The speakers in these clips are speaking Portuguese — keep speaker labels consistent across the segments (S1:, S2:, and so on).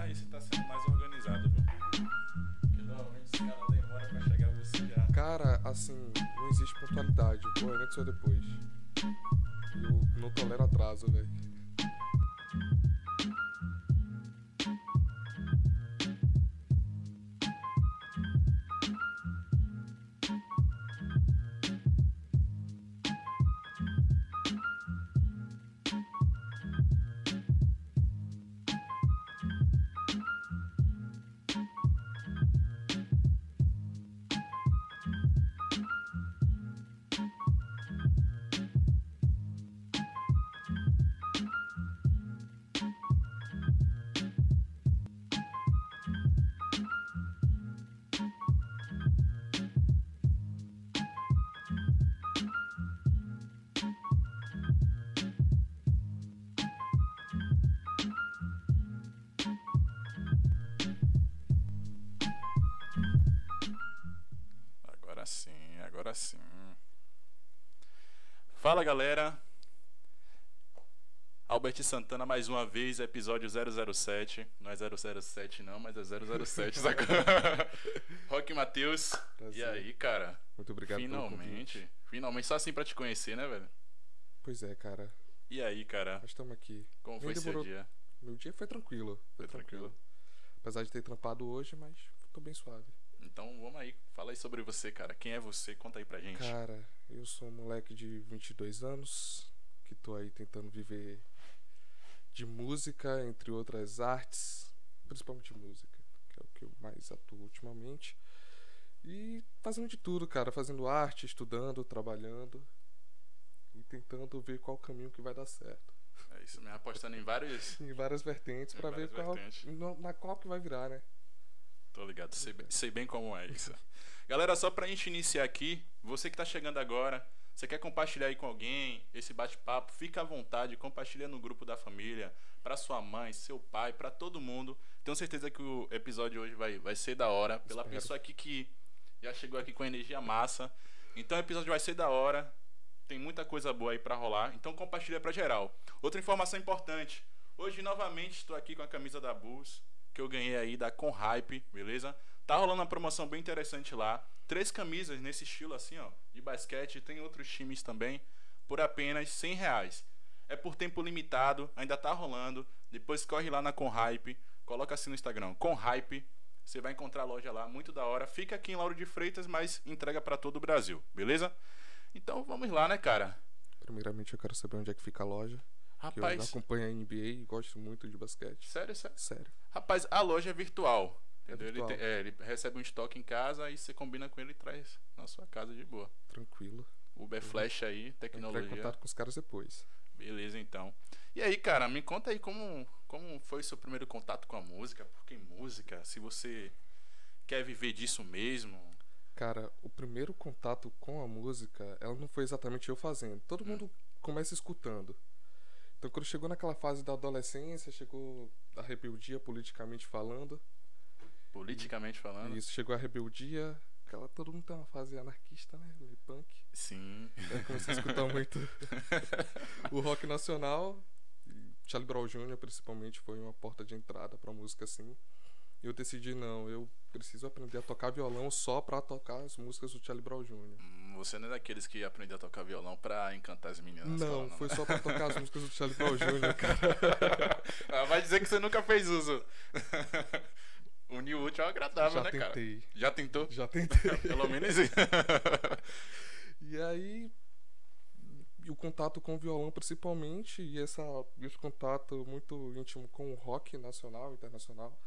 S1: aí você tá sendo mais organizado, viu? Porque normalmente os caras demoram pra chegar você já.
S2: Cara, assim, não existe pontualidade. Ou é antes ou depois. Eu não tolero atraso, velho.
S1: Agora sim, agora sim. Fala galera. Albert Santana mais uma vez, episódio 007. Não é 007 não, mas é 007 sacou? Rock Matheus. E
S2: Prazer.
S1: aí, cara?
S2: Muito obrigado pelo convite.
S1: finalmente. Finalmente só assim pra te conhecer, né, velho?
S2: Pois é, cara.
S1: E aí, cara?
S2: Nós estamos aqui.
S1: Como foi
S2: Nem
S1: seu
S2: demorou-
S1: dia?
S2: Meu dia foi tranquilo.
S1: Foi tranquilo.
S2: Apesar de ter trampado hoje, mas tô bem suave.
S1: Então vamos aí, fala aí sobre você, cara. Quem é você? Conta aí pra gente.
S2: Cara, eu sou um moleque de 22 anos que tô aí tentando viver de música, entre outras artes, principalmente música, que é o que eu mais atuo ultimamente. E fazendo de tudo, cara, fazendo arte, estudando, trabalhando e tentando ver qual caminho que vai dar certo.
S1: É isso, me apostando em vários.
S2: Em várias vertentes
S1: Em
S2: pra ver
S1: várias
S2: qual
S1: vertentes.
S2: no- na qual que vai virar, né?
S1: Tô ligado, sei, bem- sei bem como é isso. Galera, só pra gente iniciar aqui, você que tá chegando agora, você quer compartilhar aí com alguém esse bate-papo, fica à vontade, compartilha no grupo da família, pra sua mãe, seu pai, pra todo mundo. Tenho certeza que o episódio hoje vai, vai ser da hora, pela
S2: Espero.
S1: pessoa aqui que já chegou aqui com energia massa. Então o episódio vai ser da hora, tem muita coisa boa aí pra rolar, então compartilha pra geral. Outra informação importante, hoje novamente estou aqui com a camisa da Bulls, que eu ganhei aí da Conhype, beleza? Tá rolando uma promoção bem interessante lá, três camisas nesse estilo assim, ó, de basquete, tem outros times também, por apenas 100 reais. É por tempo limitado, ainda tá rolando, depois corre lá na Conhype, coloca assim no Instagram, Conhype, você vai encontrar a loja lá, muito da hora. Fica aqui em Lauro de Freitas, mas entrega pra todo o Brasil, beleza? Então vamos lá, né, cara?
S2: Primeiramente eu quero saber onde é que fica a loja, que eu
S1: Rapaz,
S2: acompanho a NBA e gosto muito de basquete.
S1: sério, sério.
S2: Sério.
S1: Rapaz, a loja é virtual.
S2: É
S1: Entendeu? Ele,
S2: virtual.
S1: tem- é, ele recebe um estoque em casa e você combina com ele e traz na sua casa de boa.
S2: Tranquilo.
S1: Uber Flash aí,
S2: Entrar Uhum. em
S1: tecnologia.
S2: contato com os caras depois.
S1: Beleza, então. E aí, cara, me conta aí como, como foi seu primeiro contato com a música, por que música, se você quer viver disso mesmo.
S2: Cara, o primeiro contato com a música, ela não foi exatamente eu fazendo. Todo mundo começa escutando. Então, quando chegou naquela fase da adolescência, chegou a rebeldia politicamente falando.
S1: Politicamente falando.
S2: E isso chegou a rebeldia. Aquela, todo mundo tem uma fase anarquista, né? Meio punk.
S1: Sim.
S2: Aí eu comecei a escutar muito o rock nacional. E Charlie Brown Jr., principalmente, foi uma porta de entrada pra música assim. E eu decidi, não, eu preciso aprender a tocar violão só pra tocar as músicas do Charlie Brown Jr.
S1: Hum, Você não é daqueles que aprendeu a tocar violão pra encantar as meninas. na escola,
S2: Não, foi só pra tocar as músicas do Charlie Brown Jr., cara.
S1: Ah, vai dizer que você nunca fez uso. o New útil é o agradável,
S2: já
S1: né, cara?
S2: tentei.
S1: Já tentou?
S2: Já tentei.
S1: Pelo menos isso.
S2: E aí, e o contato com o violão principalmente, e essa, e esse contato muito íntimo com o rock nacional, internacional.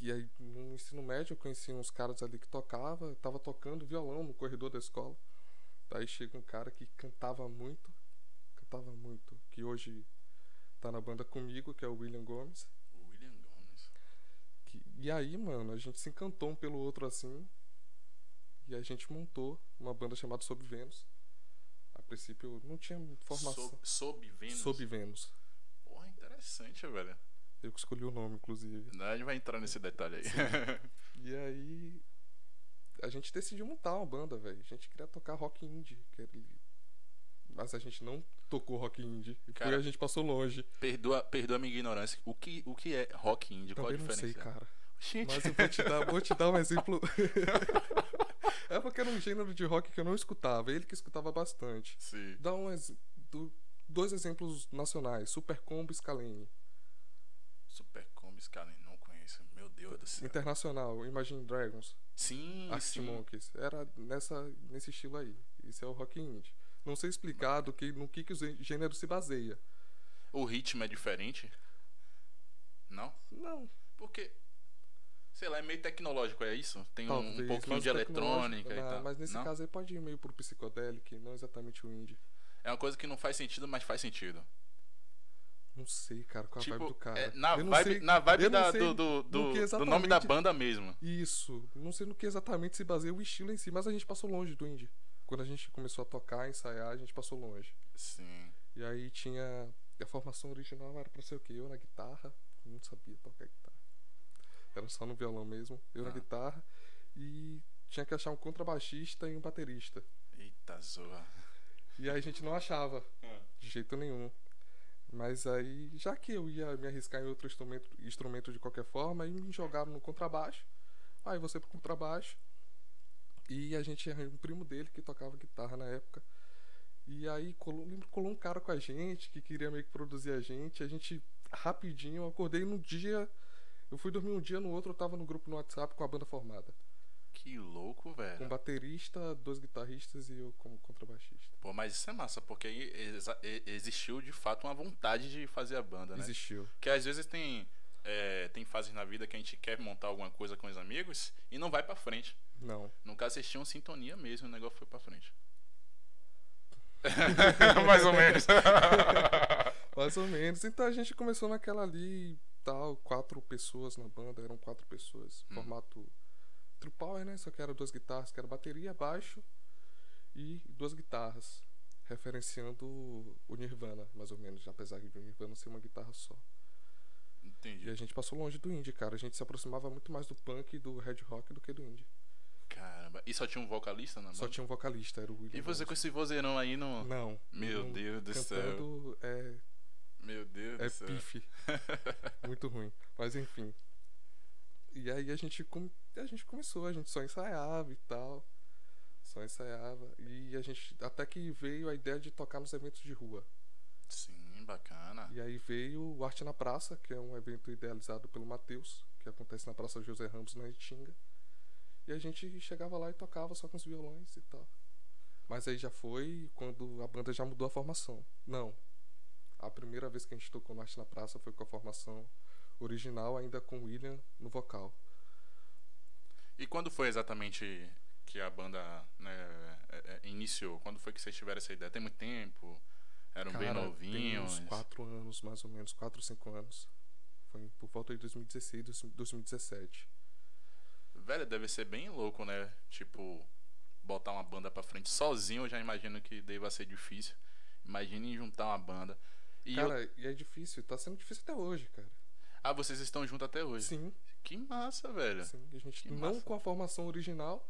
S2: E aí, no ensino médio, eu conheci uns caras ali que tocava, tava tocando violão no corredor da escola. Daí chega um cara que cantava muito, cantava muito, que hoje tá na banda comigo, que é o William Gomes.
S1: William Gomes.
S2: Que- E aí, mano, a gente se encantou um pelo outro assim. E a gente montou uma banda chamada Sob Vênus. A princípio não tinha formação.
S1: Sob, sob Vênus.
S2: Sob Vênus.
S1: Porra, interessante, velho.
S2: Eu que escolhi o nome, inclusive.
S1: Não, A gente vai entrar nesse detalhe aí.
S2: E aí. A gente decidiu montar uma banda, velho. A gente queria tocar rock indie. Que era Mas a gente não tocou rock indie. E
S1: Cara,
S2: foi a gente passou longe.
S1: Perdoa, perdoa a minha ignorância. O que, o que é rock indie? Qual a
S2: Também não
S1: diferença?
S2: sei, cara.
S1: Gente,
S2: Mas eu vou te dar, vou te dar um exemplo. é porque era um gênero de rock que eu não escutava, ele que escutava bastante.
S1: Sim.
S2: Dá um ex- do- dois exemplos nacionais, Super Combo e Scalene.
S1: Super Combis, cara, eu não conheço. Meu Deus do
S2: Então,
S1: céu.
S2: Internacional, Imagine Dragons,
S1: Sim, sim.
S2: Arctic Monkeys. Era nessa, nesse estilo aí. Isso é o rock indie. Não sei explicar do que, no que, que o gê- gênero se baseia.
S1: O ritmo é diferente? Não?
S2: Não,
S1: Porque, sei lá, é meio tecnológico, é isso? Tem um-
S2: talvez.
S1: um, pouquinho
S2: mas
S1: de
S2: o tecnológico-
S1: eletrônica e
S2: ah,
S1: tal.
S2: Mas nesse
S1: não?
S2: caso aí pode ir meio pro psicodélico, não exatamente o indie.
S1: É uma coisa que não faz sentido, mas faz sentido.
S2: Não sei, cara, qual a
S1: tipo,
S2: vibe do cara.
S1: é, na,
S2: Eu não
S1: vibe,
S2: sei-
S1: na vibe
S2: eu não
S1: da-
S2: sei
S1: do, do,
S2: no que
S1: do- do nome da
S2: exatamente-
S1: banda mesmo.
S2: Isso. Não sei no que exatamente se baseia o estilo em si, mas a gente passou longe do indie. Quando a gente começou a tocar, ensaiar, a gente passou longe.
S1: Sim.
S2: E aí tinha. A formação original era pra ser o quê? Eu na guitarra. eu Não sabia tocar guitarra. Era só no violão mesmo. Eu
S1: Ah.
S2: na guitarra. E tinha que achar um contrabaixista e um baterista.
S1: Eita, zoa.
S2: E aí a gente não achava.
S1: Ah.
S2: De jeito nenhum. Mas aí, já que eu ia me arriscar em outro instrumento, instrumento de qualquer forma, aí me jogaram no contrabaixo. Aí você pro contrabaixo. E a gente arranjou um primo dele que tocava guitarra na época. E aí colou, lembro, que colou um cara com a gente que queria meio que produzir a gente. A gente rapidinho, eu acordei num dia. Eu fui dormir um dia, no outro eu tava no grupo no WhatsApp com a banda formada.
S1: Que louco,
S2: Com
S1: velho.
S2: baterista, dois guitarristas e eu como contrabaixista.
S1: Pô, mas isso é massa, porque aí exa- e- existiu de fato uma vontade de fazer a banda, né?
S2: Existiu.
S1: Porque às vezes tem, é, tem fases na vida que a gente quer montar alguma coisa com os amigos e não vai pra frente.
S2: Não.
S1: No caso, vocês tinham sintonia mesmo, o negócio foi pra frente. Mais ou menos.
S2: Mais ou menos. Então a gente começou naquela ali e tal, quatro pessoas na banda, eram quatro pessoas.
S1: Hum.
S2: Formato True Power, né? Só que era duas guitarras, que era bateria, baixo e duas guitarras. Referenciando o- o Nirvana, mais ou menos, apesar de o Nirvana ser uma guitarra só. E a
S1: Entendi.
S2: gente passou longe do indie, cara. A gente se aproximava muito mais do punk e do hard rock do que do indie.
S1: Caramba. E só tinha um vocalista na
S2: Só
S1: banda?
S2: tinha um vocalista, era o William.
S1: E você com esse vozeirão aí no.
S2: Não.
S1: Meu
S2: não-
S1: Deus do céu.
S2: Cantando é,
S1: Meu Deus do
S2: É
S1: céu.
S2: pife. Muito ruim. Mas enfim. E aí a gente, com- a gente começou, a gente só ensaiava e tal. Só ensaiava. E a gente. Até que veio a ideia de tocar nos eventos de rua.
S1: Sim, bacana.
S2: E aí veio o Arte na Praça, que é um evento idealizado pelo Matheus, que acontece na Praça José Ramos, na Itinga. E a gente chegava lá e tocava só com os violões e tal. Mas aí já foi quando a banda já mudou a formação. Não. A primeira vez que a gente tocou no Arte na Praça foi com a formação original, ainda com o William no vocal.
S1: E quando foi exatamente que a banda né, é- é- iniciou? Quando foi que vocês tiveram essa ideia? Tem muito tempo? Eram bem
S2: Cara, Tem
S1: novinhos?
S2: uns 4 anos, mais ou menos, 4 ou 5 anos. Foi por volta de 2016, 2017.
S1: Velho, deve ser bem louco, né? Tipo, botar uma banda pra frente sozinho, eu já imagino que deva ser difícil. Imagine juntar uma banda. E eu-
S2: Cara, e é difícil, tá sendo difícil até hoje, cara.
S1: Ah, vocês estão juntos até hoje.
S2: Sim.
S1: Que massa, velho.
S2: Sim, a gente
S1: Que
S2: não
S1: massa.
S2: com a formação original,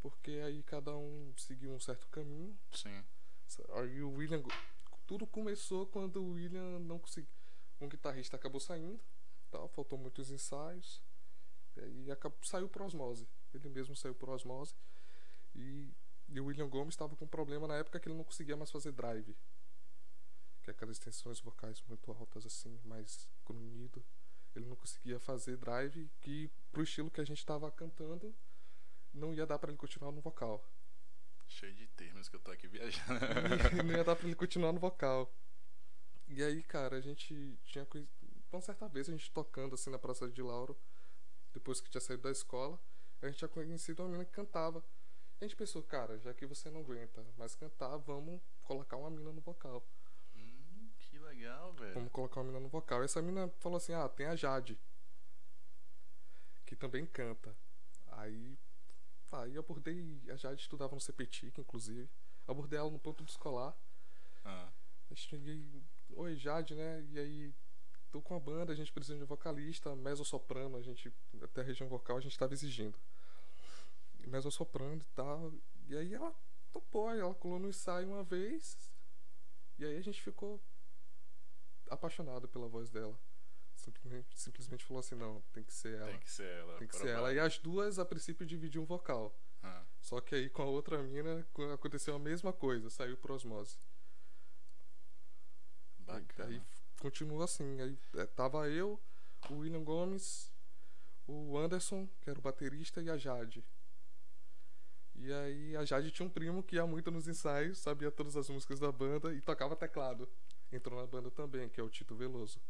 S2: porque aí cada um seguiu um certo caminho.
S1: Sim.
S2: Aí o William. Tudo começou quando o William não conseguiu. Um guitarrista acabou saindo, tal, faltou muitos ensaios. E aí acabou, saiu por osmose. Ele mesmo saiu por osmose. E, e o William Gomes estava com um problema na época que ele não conseguia mais fazer drive. Que é aquelas tensões vocais muito altas, assim, mais grunhido. Ele não conseguia fazer drive, que pro estilo que a gente estava cantando, não ia dar para ele continuar no vocal.
S1: Cheio de termos que eu tô aqui viajando.
S2: E não ia dar pra ele continuar no vocal. E aí, cara, a gente tinha coisa. Uma certa vez a gente tocando assim na Praça de Lauro, depois que tinha saído da escola, a gente tinha conhecido uma mina que cantava. E a gente pensou, cara, já que você não aguenta mais cantar, vamos colocar uma mina no vocal.
S1: Hum, que legal, velho.
S2: Vamos colocar uma mina no vocal. E essa mina falou assim: ah, tem a Jade, que também canta. Aí, aí eu abordei. A Jade estudava no CPTIC, inclusive. Abordei ela no ponto do escolar.
S1: Ah,
S2: Aí cheguei, oi Jade, né? E aí, tô com a banda, a gente precisa de um vocalista, mezzo-soprano, a gente, até a região vocal a gente tava exigindo. Mezzo-soprano e tal. E aí ela topou, aí ela colou no ensaio uma vez, E aí a gente ficou apaixonado pela voz dela. Simplesmente, simplesmente falou assim: não, tem que ser ela.
S1: Tem que ser ela.
S2: Tem que ser
S1: provável.
S2: ela. E as duas, a princípio, dividiam um vocal.
S1: Ah.
S2: Só que aí com a outra mina co- aconteceu a mesma coisa, saiu por osmose.
S1: Bacana.
S2: Aí f- continuou assim. Aí é, tava eu, o William Gomes, o Anderson, que era o baterista, e a Jade. E aí a Jade tinha um primo que ia muito nos ensaios, sabia todas as músicas da banda e tocava teclado. Entrou na banda também, que é o Tito Veloso.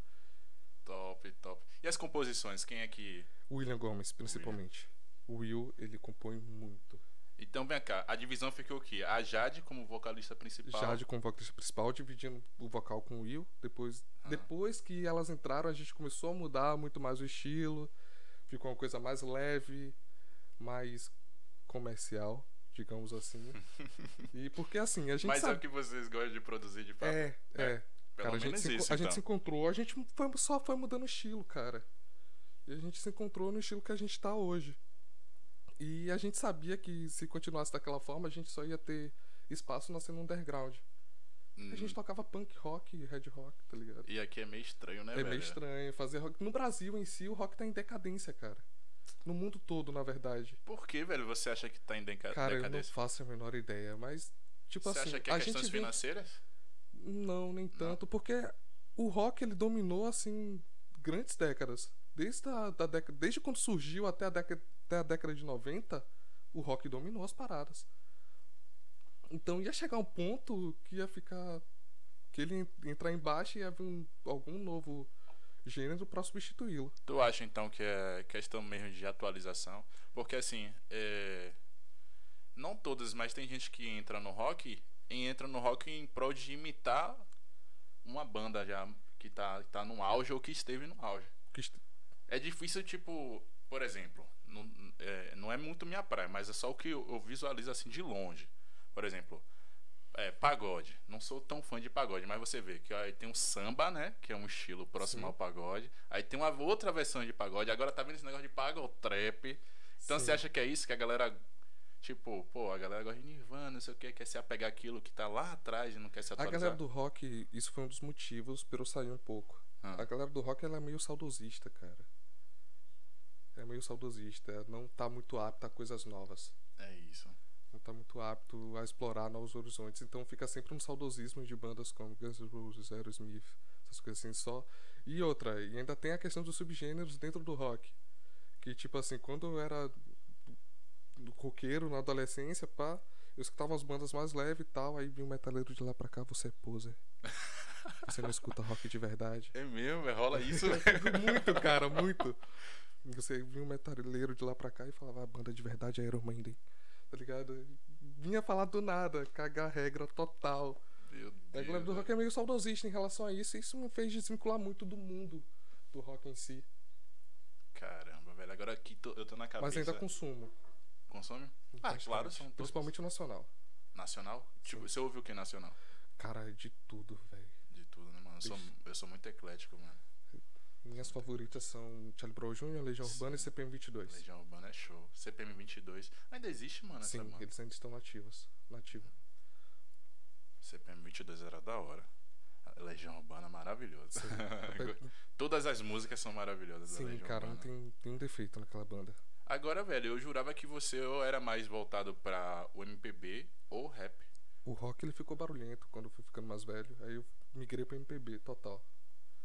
S1: Top, top. E as composições? Quem é que.
S2: O William Gomes, principalmente. O Will, ele compõe muito.
S1: Então vem cá, a divisão ficou o quê? A Jade como vocalista principal.
S2: Jade com o vocalista principal, dividindo o vocal com o Will. Depois,
S1: Ah.
S2: depois que elas entraram, a gente começou a mudar muito mais o estilo. Ficou uma coisa mais leve, mais comercial, digamos assim. e porque assim, a gente
S1: Mas é o
S2: sabe.
S1: que vocês gostam de produzir de fato.
S2: É, é.
S1: É,
S2: Cara,
S1: Pelo
S2: a gente,
S1: menos
S2: se, enco-
S1: isso.
S2: a
S1: então.
S2: gente se encontrou, a gente foi- só foi mudando o estilo, cara. E a gente se encontrou no estilo que a gente tá hoje. E a gente sabia que se continuasse daquela forma, a gente só ia ter espaço na cena underground.
S1: Hum.
S2: A gente tocava punk rock e red rock, tá ligado?
S1: E aqui é meio estranho, né,
S2: É,
S1: velho?
S2: meio estranho fazer rock. No Brasil em si, o rock tá em decadência, cara. No mundo todo, na verdade.
S1: Por que, velho, você acha que tá em deca-
S2: Cara, eu não
S1: decadência?
S2: faço a menor ideia, mas. Tipo
S1: Você
S2: assim,
S1: acha que
S2: a
S1: é
S2: gente
S1: questões
S2: vem...
S1: financeiras?
S2: Não, nem tanto, porque o rock ele dominou assim grandes décadas. Desde, a, da década, desde quando surgiu até a, década, até a década de 90, o rock dominou as paradas. Então ia chegar um ponto que ia ficar. que ele en- entrar embaixo e ia vir um- algum novo gênero pra substituí-lo.
S1: Tu acha então que é questão mesmo de atualização? Porque assim, é... não todas, mas tem gente que entra no rock e entra no rock em prol de imitar uma banda já que tá, tá no auge ou que esteve no auge.
S2: Que est-
S1: É difícil, tipo, por exemplo, não é, não é muito minha praia, mas é só o que eu, eu visualizo assim de longe. Por exemplo, é, pagode. Não sou tão fã de pagode, mas você vê que aí tem um samba, né? Que é um estilo próximo
S2: Sim.
S1: ao pagode. Aí tem uma outra versão de pagode. Agora tá vendo esse negócio de pago trap. Então
S2: Sim.
S1: você acha que é isso que a galera. Tipo, pô, a galera gosta de Nirvana, não sei o que, quer se apegar aquilo que tá lá atrás e não quer se
S2: A
S1: atualizar.
S2: galera do rock, isso foi um dos motivos pra eu sair um pouco.
S1: Ah.
S2: A galera do rock ela é meio saudosista, cara. É meio saudosista, não tá muito apta a coisas novas.
S1: É isso.
S2: Não tá muito apto a explorar novos horizontes. Então fica sempre um saudosismo de bandas como Guns N' Roses, Aerosmith, essas coisas assim só. E outra, e ainda tem a questão dos subgêneros dentro do rock. Que tipo assim, quando eu era do coqueiro na adolescência, pá, eu escutava as bandas mais leves e tal, aí vi um metaleiro de lá pra cá, você é poser. Você não escuta rock de verdade.
S1: É mesmo, velho, rola isso, velho.
S2: Muito, cara, muito. Você vinha um metaleiro de lá pra cá e falava, a banda de verdade é Iron Maiden. Tá ligado? Vinha falar do nada, cagar a regra total.
S1: Meu
S2: A galera do
S1: velho.
S2: rock é meio saudosista em relação a isso, e isso me fez desvincular muito do mundo do rock em si.
S1: Caramba, velho. Agora aqui tô- eu tô na cabeça.
S2: Mas ainda consumo.
S1: Consome? É, Ah,
S2: bastante.
S1: claro, são todos.
S2: Principalmente o nacional.
S1: Nacional? Tipo, você ouve o que nacional?
S2: Cara, é de tudo, velho.
S1: De tudo, né, mano? Eu sou,
S2: Ixi.
S1: eu sou muito eclético, mano.
S2: Minhas favoritas são Charlie Brown Jr., Legião
S1: Sim.
S2: Urbana e CPM 22.
S1: Legião Urbana é show. CPM 22. Ainda existe, mano, essa
S2: Sim,
S1: banda.
S2: eles ainda estão nativos. Nativo.
S1: CPM 22 era da hora. A Legião Urbana é maravilhosa. Todas as músicas são maravilhosas da
S2: Sim,
S1: Legião
S2: cara, não
S1: Urbana.
S2: tem, tem um defeito naquela banda.
S1: Agora, velho, eu jurava que você ou era mais voltado pra o MPB ou rap.
S2: O rock ele ficou barulhento quando eu fui ficando mais velho. Aí eu migrei pra MPB total.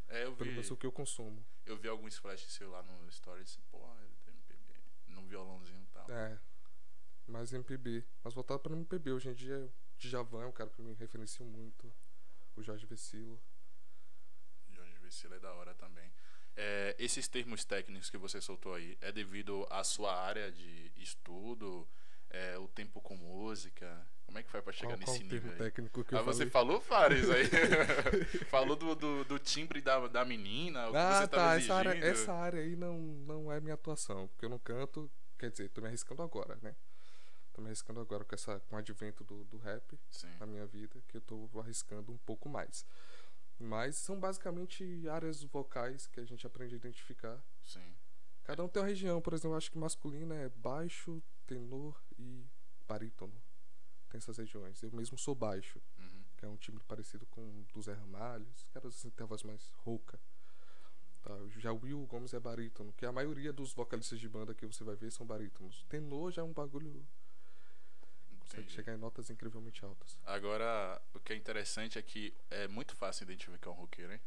S1: É, eu
S2: Pelo
S1: vi,
S2: menos o que eu consumo.
S1: eu vi alguns flashes seu lá no Stories. Pô, é MPB. Num violãozinho e tal.
S2: É. Mais MPB. Mas voltado pra MPB. Hoje em dia, o Djavan é um cara que me referencio muito. O Jorge Vecilo.
S1: Jorge Vecila é da hora também. É, esses termos técnicos que você soltou aí, é devido à sua área de estudo, é, o tempo com música? Como é que faz pra chegar
S2: Qual, qual
S1: nesse
S2: o termo
S1: nível aí?
S2: técnico que
S1: Ah,
S2: eu
S1: você
S2: falei?
S1: falou Fares aí. falou do, do, do timbre da, da menina, o que
S2: Ah,
S1: você tava
S2: tá.
S1: exigindo.
S2: Essa área, essa área aí não, não é minha atuação. Porque eu não canto. Quer dizer, tô me arriscando agora, né? Tô me arriscando agora com, essa, com o advento do, do rap.
S1: Sim.
S2: na minha vida que eu tô arriscando um pouco mais. Mas são basicamente áreas vocais que a gente aprende a identificar.
S1: Sim.
S2: Cada um tem uma região, por exemplo, eu acho que masculina é baixo, tenor e barítono. Tem essas regiões. Eu mesmo sou baixo,
S1: Uhum.
S2: que que é um timbre parecido com o do Zé Ramalho, esses caras assim têm a voz mais rouca. Tá? Já o Will Gomes é barítono, que a maioria dos vocalistas de banda que você vai ver são barítonos. Tenor já é um bagulho. Consegue
S1: Entendi.
S2: chegar em notas incrivelmente altas.
S1: Agora, o que é interessante é que é muito fácil identificar um roqueiro, hein?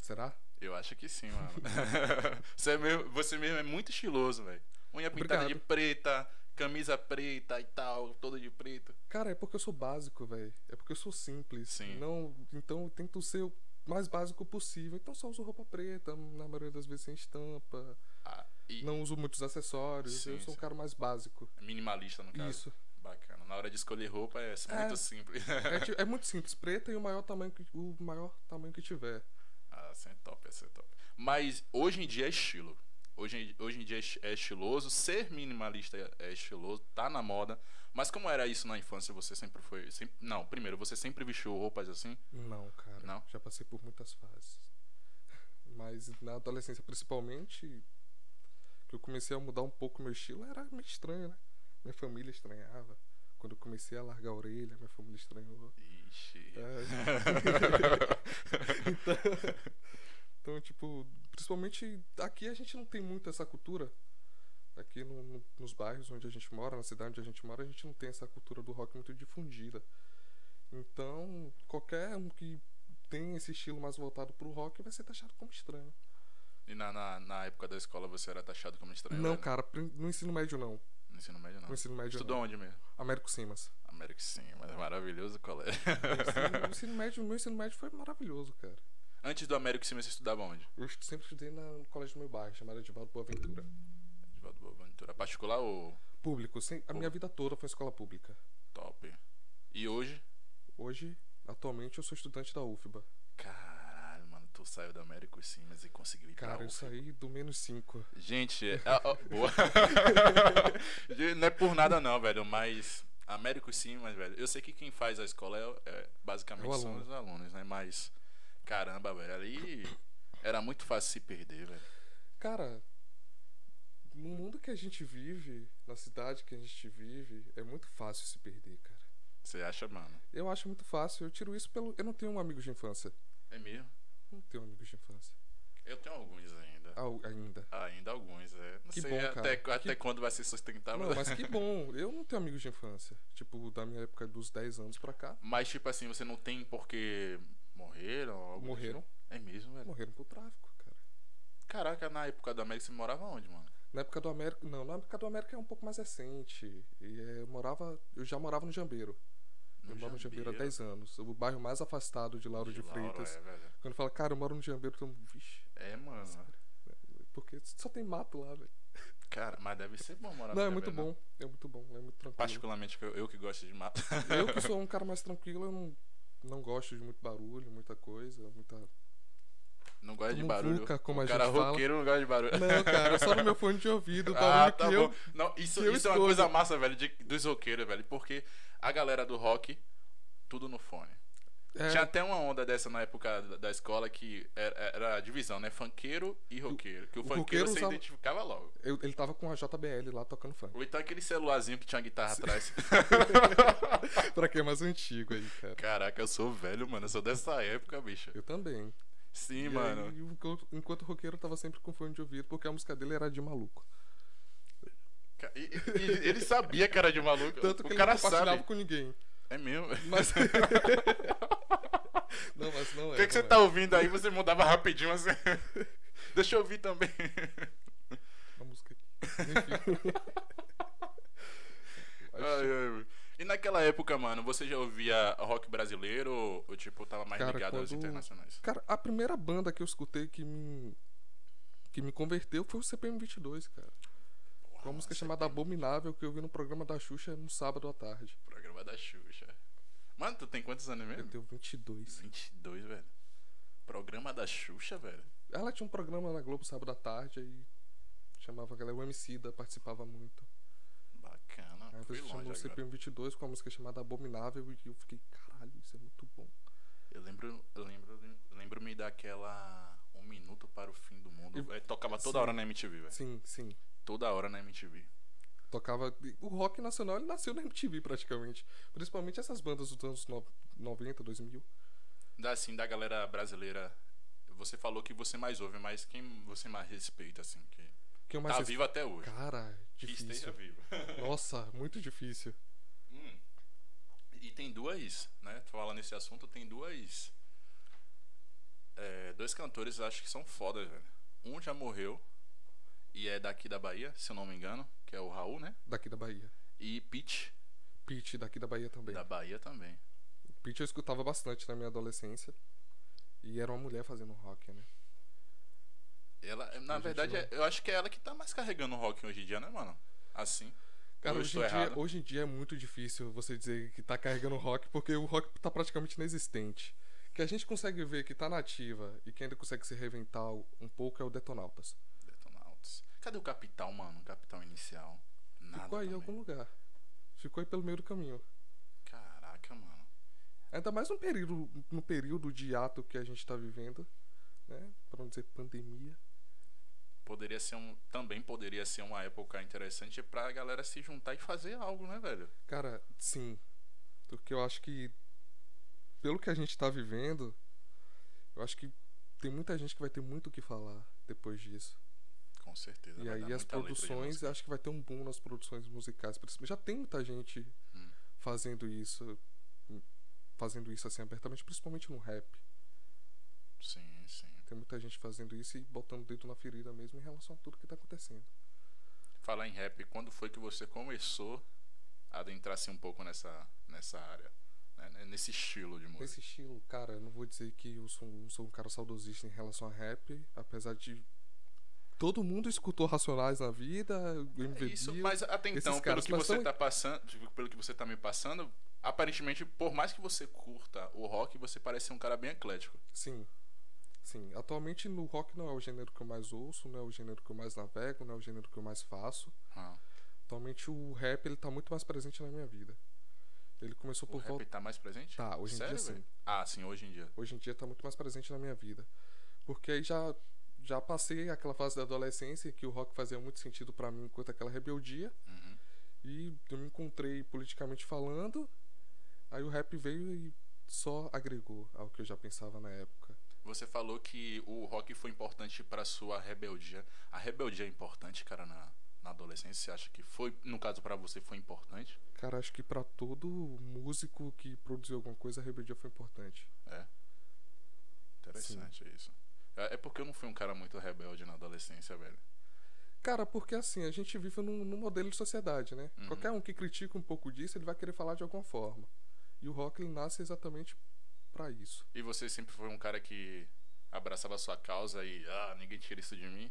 S2: Será?
S1: Eu acho que sim, mano. você, é mesmo, você mesmo é muito estiloso, velho. Unha pintada de
S2: Obrigado.
S1: preta, camisa preta e tal, todo de preto.
S2: Cara, é porque eu sou básico, velho. É porque eu sou simples.
S1: Sim.
S2: Não, então eu tento ser o mais básico possível. Então só uso roupa preta, na maioria das vezes sem estampa.
S1: Ah, e
S2: Não uso muitos acessórios.
S1: Sim,
S2: eu sou um
S1: sim.
S2: cara mais básico.
S1: minimalista, no caso.
S2: Isso.
S1: Bacana. Na hora de escolher roupa é muito
S2: É.
S1: simples.
S2: É, ti- é muito simples, preta e o maior tamanho que, o maior tamanho que tiver.
S1: Ah, essa é top, essa é top. Mas hoje em dia é estilo. Hoje, em- hoje em dia é esti- é estiloso. Ser minimalista é- é estiloso, tá na moda. Mas como era isso na infância? Você sempre foi. sempre- não, primeiro, você sempre vestiu roupas assim?
S2: Não, cara.
S1: Não?
S2: Já passei por muitas fases. Mas na adolescência, principalmente, que eu comecei a mudar um pouco meu estilo, era meio estranho, né? Minha família estranhava. Quando eu comecei a largar a orelha, minha família estranhou.
S1: Ixi.
S2: É. então, então, tipo, principalmente aqui a gente não tem muito essa cultura. Aqui no- no- nos bairros onde a gente mora, na cidade onde a gente mora, a gente não tem essa cultura do rock muito difundida. Então, qualquer um que tem esse estilo mais voltado pro rock vai ser taxado como estranho.
S1: E na, na, na época da escola você era taxado como estranho?
S2: não,
S1: né?
S2: cara, prin- no ensino médio não.
S1: No ensino médio não.
S2: No ensino médio
S1: Ah, Estudou onde mesmo?
S2: não. Ah. Américo Simas.
S1: América sim, mas é maravilhoso o colégio.
S2: O ensino- o ensino médio, meu ensino médio foi maravilhoso, cara.
S1: Antes do Américo sim, você estudava onde?
S2: Eu estu- sempre estudei na, no colégio do meu bairro, chamado de Boaventura.
S1: Edivaldo Boaventura. Particular ou
S2: Público, sem, a minha vida toda foi escola pública.
S1: top? E hoje?
S2: Hoje, atualmente, eu sou estudante da UFBA.
S1: Caralho, mano, tu saiu do Américo sim, mas e conseguiu ir
S2: Cara,
S1: pra
S2: eu
S1: UF.
S2: saí do menos 5.
S1: Gente, é- ah, ah, boa. Gente, não é por nada não, velho, mas Américo sim, mas velho, eu sei que quem faz a escola é, é- basicamente
S2: É o
S1: são
S2: aluno.
S1: os alunos, né? Mas caramba, velho, ali era muito fácil se perder, velho.
S2: Cara, no mundo que a gente vive, na cidade que a gente vive, é muito fácil se perder, cara.
S1: Você acha, mano?
S2: Eu acho muito fácil. Eu tiro isso pelo. Eu não tenho um amigo de infância.
S1: É mesmo?
S2: Não tenho amigos de infância.
S1: Eu tenho alguns ainda.
S2: Au- ainda.
S1: Ainda alguns, é. Não
S2: Que
S1: sei
S2: bom,
S1: até,
S2: cara.
S1: até quando vai se sustentar,
S2: Não,
S1: Ah, mas...
S2: mas que bom. Eu não tenho amigos de infância. Tipo, da minha época dos 10 anos pra cá.
S1: Mas, tipo assim, você não tem porque morreram ou algo do
S2: Morreram.
S1: tipo? É mesmo, velho.
S2: Morreram pro tráfico, cara.
S1: Caraca, na época do América você morava onde, mano?
S2: Na época do América. Não, na época do América é um pouco mais recente. E é, eu morava. Eu já morava no Jambeiro. eu moro no Jambeiro há 10 anos. O bairro mais afastado de Lauro de,
S1: Lauro,
S2: Freitas.
S1: É, velho.
S2: Quando fala, cara, eu moro no Jambeiro, todo mundo. Vixe,
S1: É, mano.
S2: porque só tem mato lá, velho.
S1: Cara, mas deve ser bom morar no
S2: Não, é
S1: Jambeiro,
S2: muito
S1: né?
S2: bom. É muito bom, é muito tranquilo.
S1: Particularmente que eu, eu que gosto de mato.
S2: Eu que sou um cara mais tranquilo, eu não, não gosto de muito barulho, muita coisa, muita.
S1: Não gosto É de
S2: Muvuca,
S1: barulho.
S2: como
S1: o
S2: a
S1: cara
S2: gente fala.
S1: roqueiro não gosta de barulho.
S2: Não, cara, só no meu fone de ouvido, o barulho
S1: Ah, tá
S2: que
S1: bom.
S2: eu.
S1: Não, isso,
S2: que eu
S1: isso é uma
S2: escolho.
S1: coisa massa, velho, de- dos roqueiros, velho. Porque a galera do rock, tudo no fone.
S2: É,
S1: Tinha até uma onda dessa na época da- da escola que era, era a divisão, né? Funkeiro e roqueiro. Que o,
S2: o
S1: funkeiro
S2: roqueiro
S1: você
S2: usava-
S1: identificava logo.
S2: eu- ele tava com a JBL lá tocando funk.
S1: Ou então aquele celularzinho que tinha a guitarra atrás.
S2: pra quem é mais antigo aí, cara.
S1: Caraca, eu sou velho, mano. Eu sou dessa época, bicho.
S2: Eu também.
S1: Sim,
S2: E
S1: mano.
S2: aí, enquanto, enquanto o roqueiro tava sempre com fone de ouvido, porque a música dele era de maluco.
S1: Ca- E, e- e ele sabia que era de maluco.
S2: Tanto
S1: o
S2: que ele
S1: cara
S2: não compartilhava
S1: sabe.
S2: com ninguém.
S1: É mesmo.
S2: Mas. não, mas não é.
S1: O que, que você
S2: não é.
S1: tá ouvindo aí? Você mudava rapidinho assim. Deixa eu ouvir também.
S2: Uma música aqui. Enfim.
S1: Ai, ai, meu. E naquela época, mano, você já ouvia rock brasileiro ou, ou, tipo, tava mais
S2: Cara,
S1: ligado aos
S2: quando-
S1: internacionais?
S2: Cara, a primeira banda que eu escutei que me. que me converteu foi o CPM 22, cara. Com uma música
S1: Nossa,
S2: chamada Abominável que eu vi no programa da Xuxa no sábado à tarde.
S1: Programa da Xuxa. Mano, tu tem quantos anos
S2: Eu
S1: mesmo?
S2: tenho 22.
S1: 22, velho. Programa da Xuxa, velho.
S2: Ela tinha um programa na Globo sábado à tarde aí. Chamava a galera o MC da, participava muito.
S1: Bacana.
S2: Aí
S1: Fui
S2: você chamou o
S1: longe agora.
S2: CPM 22 com uma música chamada Abominável e eu fiquei, caralho, isso é muito bom.
S1: Eu lembro, eu lembro, lembro-me daquela Um Minuto para o Fim do Mundo.
S2: E-
S1: É, tocava toda
S2: Sim.
S1: hora na MTV, velho.
S2: Sim, sim.
S1: Toda hora na MTV.
S2: tocava. O rock nacional ele nasceu na MTV praticamente. Principalmente essas bandas dos anos, no- 90, 2000.
S1: Da, assim, da galera brasileira, você falou que você mais ouve, mas quem você mais respeita, assim, que
S2: Que eu
S1: tá
S2: mais respeito?
S1: vivo até hoje.
S2: Cara,
S1: Que esteja
S2: difícil.
S1: vivo.
S2: Nossa, muito difícil.
S1: Hum. E tem duas, né? Tu fala nesse assunto, tem duas. é, dois cantores eu acho que são fodas, velho. Um já morreu e é daqui da Bahia, se eu não me engano, que é o Raul, né?
S2: Daqui da Bahia.
S1: E Pete,
S2: Pete daqui da Bahia também.
S1: da Bahia também.
S2: Pete eu escutava bastante na minha adolescência. E era uma mulher fazendo rock, né?
S1: Ela, na
S2: gente
S1: verdade,
S2: não-
S1: é- eu acho que é ela que tá mais carregando o rock hoje em dia, né, mano? Assim.
S2: Cara,
S1: Ou eu
S2: hoje
S1: estou
S2: em, dia,
S1: errado.
S2: hoje em dia é muito difícil você dizer que tá carregando rock, porque o rock tá praticamente inexistente. O Que a gente consegue ver que tá nativa e que ainda consegue se reventar um pouco é o Detonautas.
S1: Detonautas. Cadê o Capital, mano? O Capital inicial. Nada.
S2: Ficou aí em
S1: também.
S2: algum lugar. Ficou aí pelo meio do caminho.
S1: Caraca, mano.
S2: Ainda mais no período, no período de ato que a gente tá vivendo, né? Pra não dizer pandemia.
S1: Poderia ser um. Também poderia ser uma época interessante pra galera se juntar e fazer algo, né, velho?
S2: Cara, sim. Porque eu acho que, pelo que a gente tá vivendo, eu acho que tem muita gente que vai ter muito o que falar depois disso.
S1: Com certeza.
S2: E
S1: vai
S2: aí
S1: dar
S2: as
S1: muita letra de
S2: produções,
S1: música.
S2: acho que vai ter um boom nas produções musicais. principalmente. Já tem muita gente
S1: Hum.
S2: fazendo isso, hum, fazendo isso assim abertamente, principalmente no rap.
S1: Sim, sim.
S2: Tem muita gente fazendo isso e botando o dedo na ferida mesmo em relação a tudo que tá acontecendo.
S1: Falar em rap, quando foi que você começou a adentrar-se um pouco nessa, nessa área? né? Nesse estilo de música.
S2: Nesse estilo, cara, eu não vou dizer que eu sou, um- sou um cara saudosista em relação a rap, apesar de todo mundo escutou Racionais na vida, o
S1: É
S2: MV
S1: Isso,
S2: Bill.
S1: mas até então, pelo
S2: caras,
S1: que
S2: mas
S1: você
S2: são-
S1: tá passando, tipo, pelo que você tá me passando, aparentemente, por mais que você curta o rock, você parece ser um cara bem eclético.
S2: Sim. Sim, atualmente no rock não é o gênero que eu mais ouço, não é o gênero que eu mais navego, não é o gênero que eu mais faço.
S1: Ah,
S2: Atualmente o rap ele tá muito mais presente na minha vida. Ele começou
S1: o
S2: por
S1: rap
S2: volta.
S1: tá mais presente?
S2: Tá, hoje em
S1: Sério,
S2: dia
S1: velho?
S2: sim.
S1: Ah, sim, hoje em dia.
S2: Hoje em dia tá muito mais presente na minha vida. Porque aí já já passei aquela fase da adolescência que o rock fazia muito sentido pra mim enquanto aquela rebeldia
S1: Uhum.
S2: e eu me encontrei politicamente falando. Aí o rap veio e só agregou ao que eu já pensava na época.
S1: Você falou que o rock foi importante pra sua rebeldia. A rebeldia é importante, cara, na, na adolescência? Você acha que foi, no caso pra você, foi importante?
S2: Cara, acho que pra todo músico que produziu alguma coisa, a rebeldia foi importante.
S1: Interessante isso. É é porque eu não fui um cara muito rebelde na adolescência, velho.
S2: Cara, porque assim, a gente vive num, num modelo de sociedade, né?
S1: Uhum.
S2: Qualquer um que critica um pouco disso, ele vai querer falar de alguma forma. E o rock ele nasce exatamente pra isso.
S1: E você sempre foi um cara que abraçava a sua causa e, ah, ninguém tira isso de mim?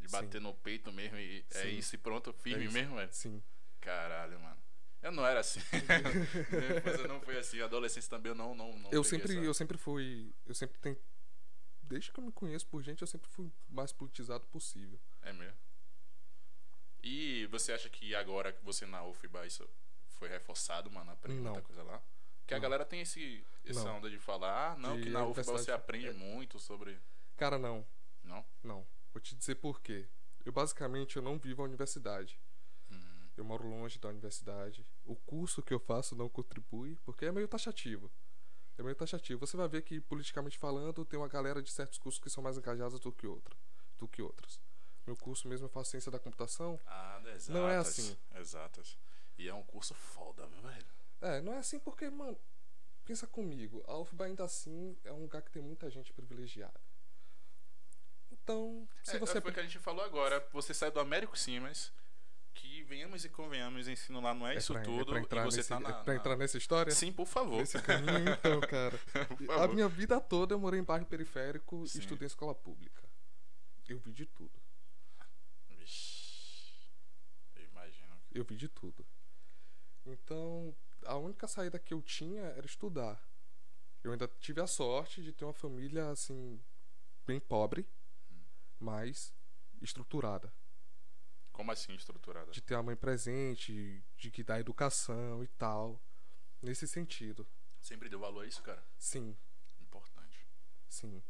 S1: De
S2: Sim.
S1: bater no peito mesmo e é
S2: Sim.
S1: isso e pronto, firme
S2: É isso.
S1: mesmo, velho?
S2: Sim.
S1: Caralho, mano. Eu não era assim. Depois eu não fui assim. Adolescência também eu não. não, não
S2: Eu
S1: peguei
S2: sempre,
S1: essa-
S2: eu sempre fui. Eu sempre tenho. Desde que eu me conheço por gente, eu sempre fui mais politizado possível.
S1: É mesmo. E você acha que agora que você na UFBA isso foi reforçado, mano? Aprende
S2: Não.
S1: muita coisa lá? Porque a
S2: Não.
S1: galera tem esse, essa
S2: Não.
S1: onda de falar, ah, não,
S2: Que
S1: que na
S2: a
S1: UFBA você
S2: universidade-
S1: aprende
S2: é.
S1: muito sobre.
S2: Cara, não.
S1: Não?
S2: Não. Vou te dizer por quê. Eu basicamente eu não vivo a universidade.
S1: Hum,
S2: Eu moro longe da universidade. O curso que eu faço não contribui, porque é meio taxativo. É meio taxativo. Você vai ver que, politicamente falando, tem uma galera de certos cursos que são mais engajadas do que, outra, do que outras. Meu curso mesmo eu faço ciência da computação.
S1: Ah, exatas.
S2: Não é assim.
S1: Exatas. E é um curso foda, viu, velho.
S2: É, não é assim porque, mano, pensa comigo. A UFBA ainda assim é um lugar que tem muita gente privilegiada. Então, se
S1: é,
S2: você.
S1: Foi o que a gente falou agora. Você sai do Américo Simas, que venhamos e convenhamos, ensino lá não é, isso
S2: pra-
S1: tudo.
S2: pra entrar,
S1: e você
S2: nesse,
S1: tá na.
S2: é pra
S1: na-
S2: entrar nessa história?
S1: Sim, por favor.
S2: Nesse caminho, então, cara.
S1: Por
S2: A
S1: favor.
S2: minha vida toda eu morei em bairro periférico
S1: Sim.
S2: e estudei em escola pública. Eu vi de tudo.
S1: Vixe. Eu imagino.
S2: Eu vi de tudo. Então, a única saída que eu tinha era estudar. Eu ainda tive a sorte de ter uma família, assim, bem pobre,
S1: Hum.
S2: mas estruturada.
S1: Tá. Como assim estruturada?
S2: De ter a mãe presente, de que dá educação e tal. Nesse sentido.
S1: Sempre deu valor a isso, cara?
S2: Sim,
S1: Importante.
S2: Sim.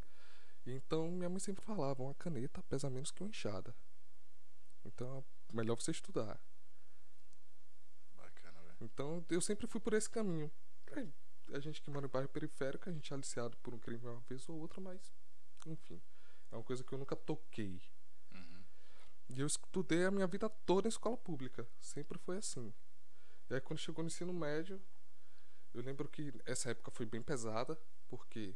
S2: Então minha mãe sempre falava, uma caneta pesa menos que uma enxada. Então é melhor você estudar.
S1: Bacana, velho.
S2: Então eu sempre fui por esse caminho. É, a gente que mora em bairro periférico, a gente é aliciado por um crime uma vez ou outra, mas enfim, é uma coisa que eu nunca toquei.
S1: Uhum.
S2: E eu estudei a minha vida toda em escola pública, sempre foi assim. E aí quando chegou no ensino médio, eu lembro que essa época foi bem pesada, porque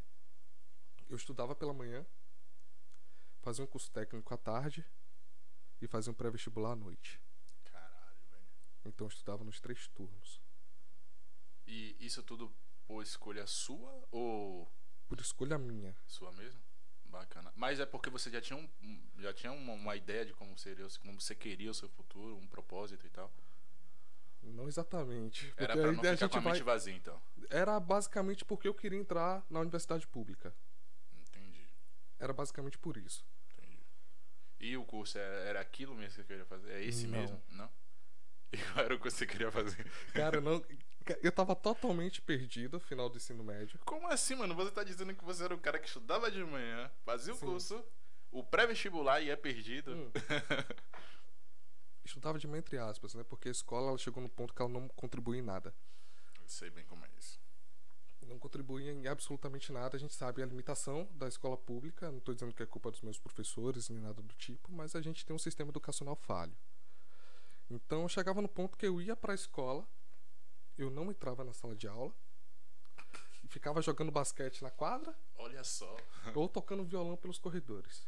S2: eu estudava pela manhã, fazia um curso técnico à tarde e fazia um pré-vestibular à noite.
S1: Caralho, velho.
S2: Então eu estudava nos três turnos.
S1: E isso tudo por escolha sua ou
S2: Por escolha minha.
S1: sua mesmo? Bacana. Mas é porque você já tinha, um, um- já tinha uma, uma ideia de como seria, o- como você queria o seu futuro, um propósito e tal.
S2: Não exatamente. É, Porque
S1: Era pra não
S2: ainda a
S1: ficar com a
S2: gente vai...
S1: mente vazia, então.
S2: Era basicamente porque eu queria entrar na universidade pública.
S1: Entendi,
S2: Era basicamente por isso.
S1: entendi. E o curso era, era aquilo mesmo que você queria fazer? É esse
S2: Não.
S1: mesmo? Não? E qual era o curso que você queria fazer?
S2: Cara, eu não. Eu tava totalmente perdido no final do ensino médio.
S1: Como assim, mano? Você tá dizendo que você era o cara que estudava de manhã, fazia o
S2: Sim.
S1: curso, o pré-vestibular e é perdido.
S2: Hum. Estudava de meio entre aspas, né? Porque a escola ela chegou no ponto que ela não contribuía em nada.
S1: Eu sei bem como é isso.
S2: Não contribuía em absolutamente nada. A gente sabe a limitação da escola pública. Não tô dizendo que é culpa dos meus professores nem nada do tipo, mas a gente tem um sistema educacional falho. Então eu chegava no ponto que eu ia pra escola, eu não entrava na sala de aula, ficava jogando basquete na quadra
S1: Olha só.
S2: ou tocando violão pelos corredores.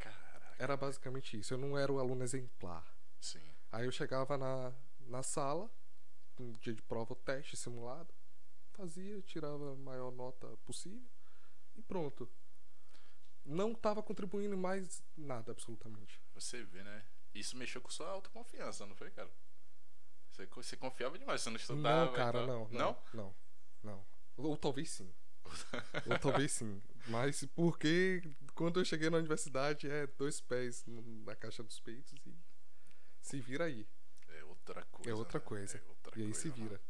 S1: Caraca.
S2: Era basicamente isso. Eu não era o aluno exemplar.
S1: Sim.
S2: Aí eu chegava na, na sala, um dia de prova, teste simulado, fazia, tirava a maior nota possível e pronto. Não estava contribuindo em mais nada, absolutamente.
S1: Você vê, né? Isso mexeu com sua autoconfiança, não foi, cara? Você, co- você confiava demais, você não estudava.
S2: não,
S1: e
S2: cara,
S1: tal.
S2: não, não.
S1: Não?
S2: Não, não. Ou talvez sim. Ou talvez sim. Mas porque quando eu cheguei na universidade é dois pés no- na caixa dos peitos e se vira aí.
S1: É outra coisa.
S2: É outra
S1: né?
S2: coisa.
S1: É outra
S2: e aí
S1: coisa,
S2: se
S1: mano.
S2: vira.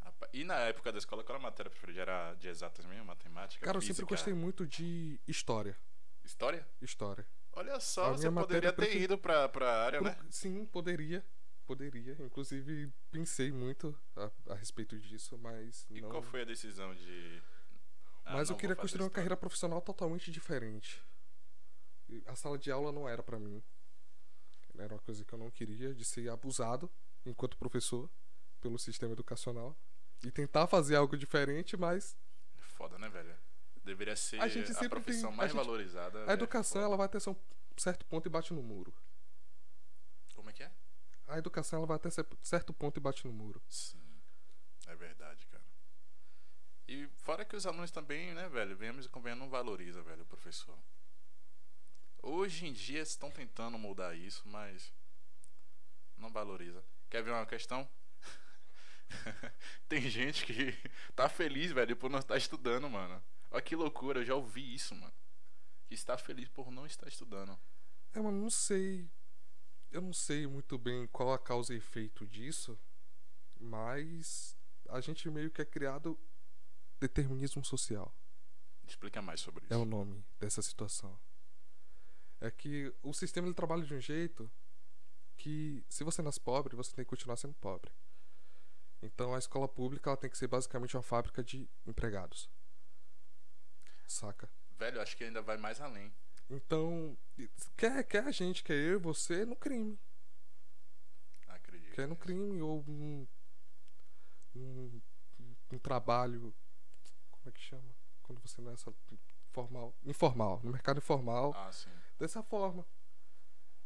S1: Rapaz, E na época da escola, qual era a matéria preferida? Era de exatas mesmo? Matemática?
S2: Cara, eu
S1: física,
S2: sempre gostei muito de história.
S1: História?
S2: História.
S1: Olha só,
S2: A
S1: você
S2: minha
S1: poderia
S2: matéria
S1: ter
S2: preferida-
S1: ido pra, pra área, né?
S2: Pro- Sim, poderia. Poderia. Inclusive, pensei muito a, a respeito disso, mas
S1: E
S2: não.
S1: qual foi a decisão de. Ah,
S2: mas
S1: não,
S2: eu
S1: vou
S2: queria
S1: fazer
S2: construir uma
S1: história.
S2: carreira profissional totalmente diferente. E A sala de aula não era pra mim. Era uma coisa que eu não queria, de ser abusado enquanto professor pelo sistema educacional. E tentar fazer algo diferente, mas
S1: Foda, né, velho? Deveria ser a,
S2: A gente sempre
S1: profissão
S2: tem- a
S1: mais
S2: gente-
S1: valorizada.
S2: a
S1: é
S2: educação
S1: foda.
S2: ela vai até ser um certo ponto e bate no muro.
S1: Como é que é?
S2: A educação ela vai até cer- certo ponto e bate no muro.
S1: Sim. É verdade, cara. E fora que os alunos também, né, velho? Venhamos e convenhamos, não valoriza, velho, o professor. Hoje em dia estão tentando mudar isso, mas. Não valoriza. Quer ver uma questão? Tem gente que tá feliz, velho, por não estar estudando, mano. Olha que loucura, eu já ouvi isso, mano. Que está feliz por não estar estudando.
S2: É, mano, não sei. Eu não sei muito bem qual a causa e efeito disso, mas a gente meio que é criado determinismo social.
S1: Explica mais sobre
S2: É
S1: isso.
S2: o nome dessa situação. É que o sistema ele trabalha de um jeito que se você nasce pobre, você tem que continuar sendo pobre. Então a escola pública ela tem que ser basicamente uma fábrica de empregados. Saca?
S1: Velho, acho que ainda vai mais além.
S2: Então, quer, quer a gente, quer eu e você é no crime.
S1: Acredito.
S2: que é no
S1: nisso.
S2: crime ou um, um, um trabalho como é que chama quando você não é só formal informal no mercado informal
S1: Ah, sim.
S2: dessa forma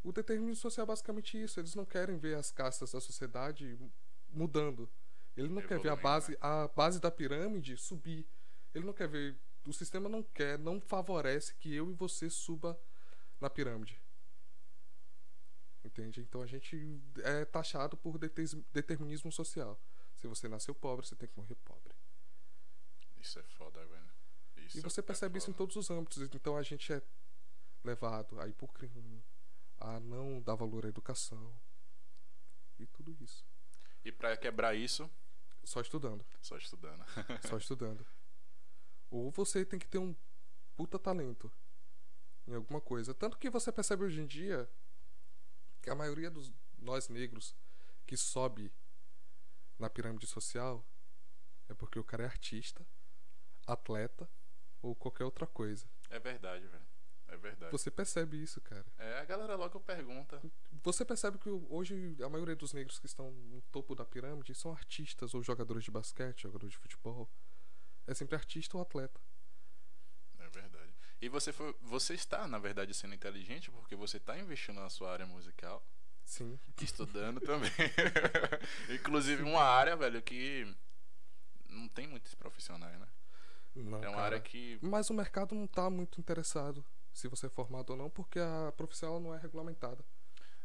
S2: o determinismo social é basicamente isso eles não querem ver as castas da sociedade mu- mudando ele não quer ver a
S1: Evoluindo,
S2: base a base da pirâmide subir ele não quer ver o sistema não quer não favorece que eu e você suba na pirâmide Entende? Então a gente é taxado por detes- determinismo social. Se você nasceu pobre, você tem que morrer pobre.
S1: Isso é foda, velho. Isso
S2: e você
S1: é
S2: percebe isso em
S1: foda.
S2: todos os âmbitos. Então a gente é levado a ir pro crime, a não dar valor à educação e tudo isso.
S1: E pra quebrar isso,
S2: Só estudando,
S1: só estudando.
S2: só estudando. Ou você tem que ter um puta talento em alguma coisa. Tanto que você percebe hoje em dia que a maioria dos nós negros que sobe na pirâmide social é É porque o cara é artista, atleta ou qualquer outra coisa.
S1: É verdade, velho. É verdade.
S2: Você percebe isso, cara.
S1: É, a galera logo pergunta.
S2: Você percebe que hoje a maioria dos negros que estão no topo da pirâmide são artistas ou jogadores de basquete, jogadores de futebol. É sempre artista ou atleta.
S1: É verdade. E você foi, você está, na verdade, sendo inteligente porque você está investindo na sua área musical,
S2: Sim.
S1: estudando também. Inclusive uma área, velho, que não tem muitos profissionais, né?
S2: Não,
S1: É uma
S2: cara.
S1: área que
S2: Mas o mercado não tá muito interessado se você é formado ou não, porque a profissão ela não é regulamentada.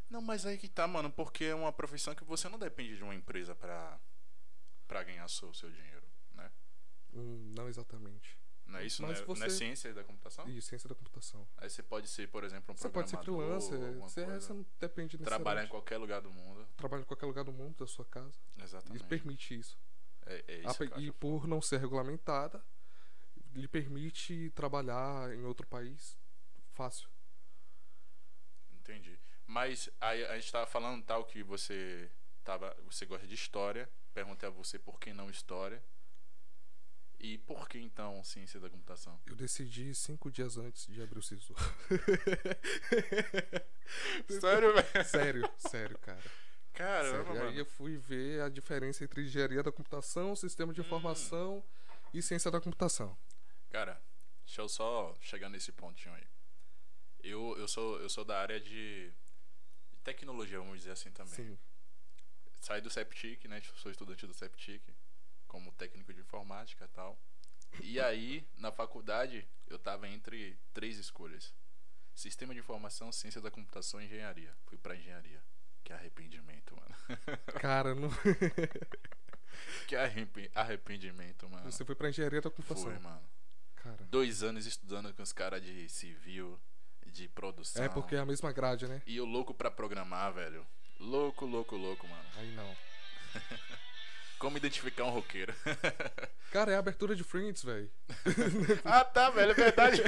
S1: Não, mas aí que tá, mano, porque é uma profissão que você não depende de uma empresa pra, pra ganhar seu, seu dinheiro, né?
S2: Hum, Não exatamente.
S1: Não é isso?
S2: Mas
S1: não, é,
S2: você-
S1: não é ciência da computação?
S2: E ciência da computação.
S1: Aí você pode ser, por exemplo, um
S2: Você pode ser
S1: programador,
S2: freelancer,
S1: alguma
S2: você, é
S1: coisa.
S2: você não depende
S1: Trabalhar em
S2: necessariamente.
S1: qualquer lugar do mundo.
S2: Trabalha em qualquer lugar do mundo, da sua casa. Isso
S1: Exatamente.
S2: permite isso.
S1: É, é isso
S2: A-
S1: que eu
S2: Ah, e
S1: acho.
S2: por não ser regulamentada, lhe permite trabalhar em outro país fácil.
S1: Entendi. Mas aí a gente tava falando tal que você tava, você gosta de história. Perguntei a você por que não história. E por que então ciência da computação?
S2: Eu decidi cinco dias antes de abrir o SISU.
S1: Sério, velho?
S2: sério, sério, cara.
S1: Caramba,
S2: Sério.
S1: mano.
S2: Aí eu fui ver a diferença entre engenharia da computação, sistema
S1: Hum.
S2: de informação e ciência da computação.
S1: Cara, deixa eu só chegar nesse pontinho aí. Eu, eu, sou, eu sou da área de de tecnologia, vamos dizer assim também.
S2: Sim.
S1: Saí do Septic, né? Sou estudante do Septic, como técnico de informática e tal. E aí, na faculdade, eu tava entre três escolhas: Sistema de Informação, Ciência da Computação e Engenharia. Fui pra engenharia. Que arrependimento, mano.
S2: Cara, não-
S1: Que arrepe- arrependimento, mano.
S2: você foi pra engenharia da computação.
S1: Foi, mano.
S2: Cara.
S1: Dois anos estudando com os caras de civil, de produção.
S2: É porque é a mesma grade, né?
S1: E eu louco pra programar, velho. Louco, louco, louco, mano.
S2: Aí não.
S1: Como identificar um roqueiro?
S2: Cara, é a abertura de Friends, velho.
S1: ah, tá, velho, é verdade.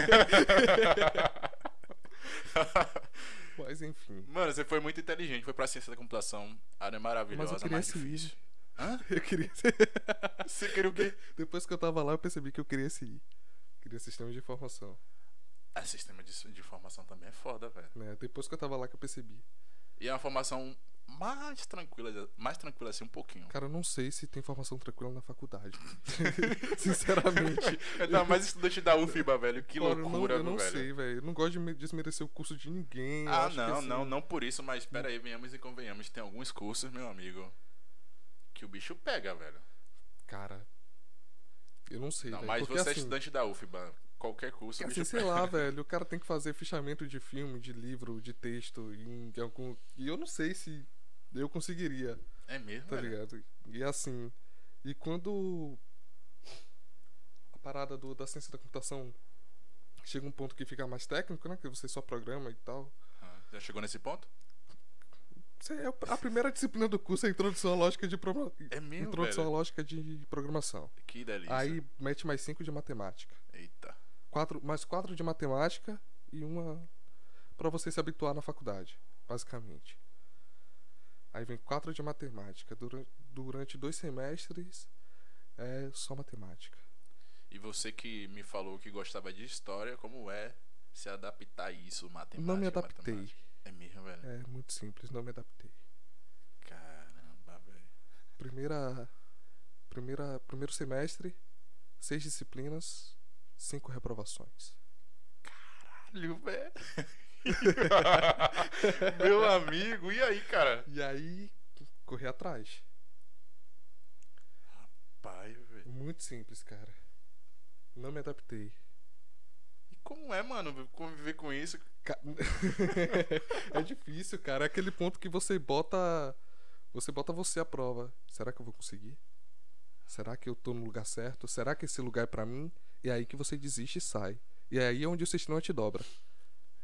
S2: Mas enfim.
S1: mano, você foi muito inteligente. Foi pra ciência da computação. Área é
S2: Mas
S1: maravilhosa,
S2: eu queria
S1: mais
S2: esse
S1: difícil.
S2: I.
S1: Hã?
S2: Eu queria
S1: Você queria o quê?
S2: Depois que eu tava lá, eu percebi que eu queria esse I. Queria sistema de informação.
S1: Ah, sistema de, de formação também é foda, velho.
S2: Né? Depois que eu tava lá que eu percebi.
S1: E é uma formação mais tranquila, mais tranquila assim, um pouquinho.
S2: Cara, eu não sei se tem formação tranquila na faculdade. Sinceramente.
S1: Tá mais estudante da UFBA, velho. Que
S2: Cara, eu não-
S1: loucura,
S2: eu não,
S1: velho.
S2: sei, velho. Eu não gosto de me- desmerecer o curso de ninguém. eu
S1: Ah,
S2: acho que,
S1: não,
S2: assim,
S1: não, não por isso, mas pera aí, venhamos e convenhamos. Tem alguns cursos, meu amigo, que o bicho pega, velho.
S2: Cara. Eu não sei,
S1: Não,
S2: velho.
S1: mas
S2: porque,
S1: você é
S2: assim,
S1: estudante da UFBA. Qualquer curso, o
S2: Assim,
S1: bicho
S2: sei
S1: pega.
S2: lá, velho, o cara tem que fazer fichamento de filme, de livro, de texto, em algum. E eu não sei se eu conseguiria,
S1: É mesmo,
S2: tá
S1: velho?
S2: ligado? E assim. E quando. A parada do, da ciência da computação chega um ponto que fica mais técnico, né? Que você só programa e tal.
S1: Ah, já chegou nesse ponto?
S2: Você- é a primeira disciplina do curso é a introdução à lógica de programação.
S1: É mesmo,
S2: Introdução
S1: velho?
S2: à lógica de programação.
S1: Que delícia.
S2: Aí mete mais cinco de matemática.
S1: Eita.
S2: quatro, mais quatro de matemática e uma pra você se habituar na faculdade, basicamente. Aí vem quatro de matemática durante, durante dois semestres é só matemática.
S1: E você que me falou que gostava de história, como é se adaptar a isso, matemática?
S2: Não me adaptei.
S1: matemática? É mesmo, velho?
S2: É muito simples, não me adaptei. É.
S1: Caramba, velho.
S2: Primeira, primeira, primeiro semestre, seis disciplinas, cinco reprovações.
S1: Caralho, velho. meu amigo, e aí, cara?
S2: E aí correr atrás.
S1: Pai, velho.
S2: Muito simples, cara. Não me adaptei.
S1: E como é, mano, conviver com isso?
S2: Ca- é difícil, cara. É aquele ponto que você bota. Você bota você à prova. Será que eu vou conseguir? Será que eu tô no lugar certo? Será que esse lugar é pra mim? E é aí que você desiste e sai. E é aí onde o sistema te dobra.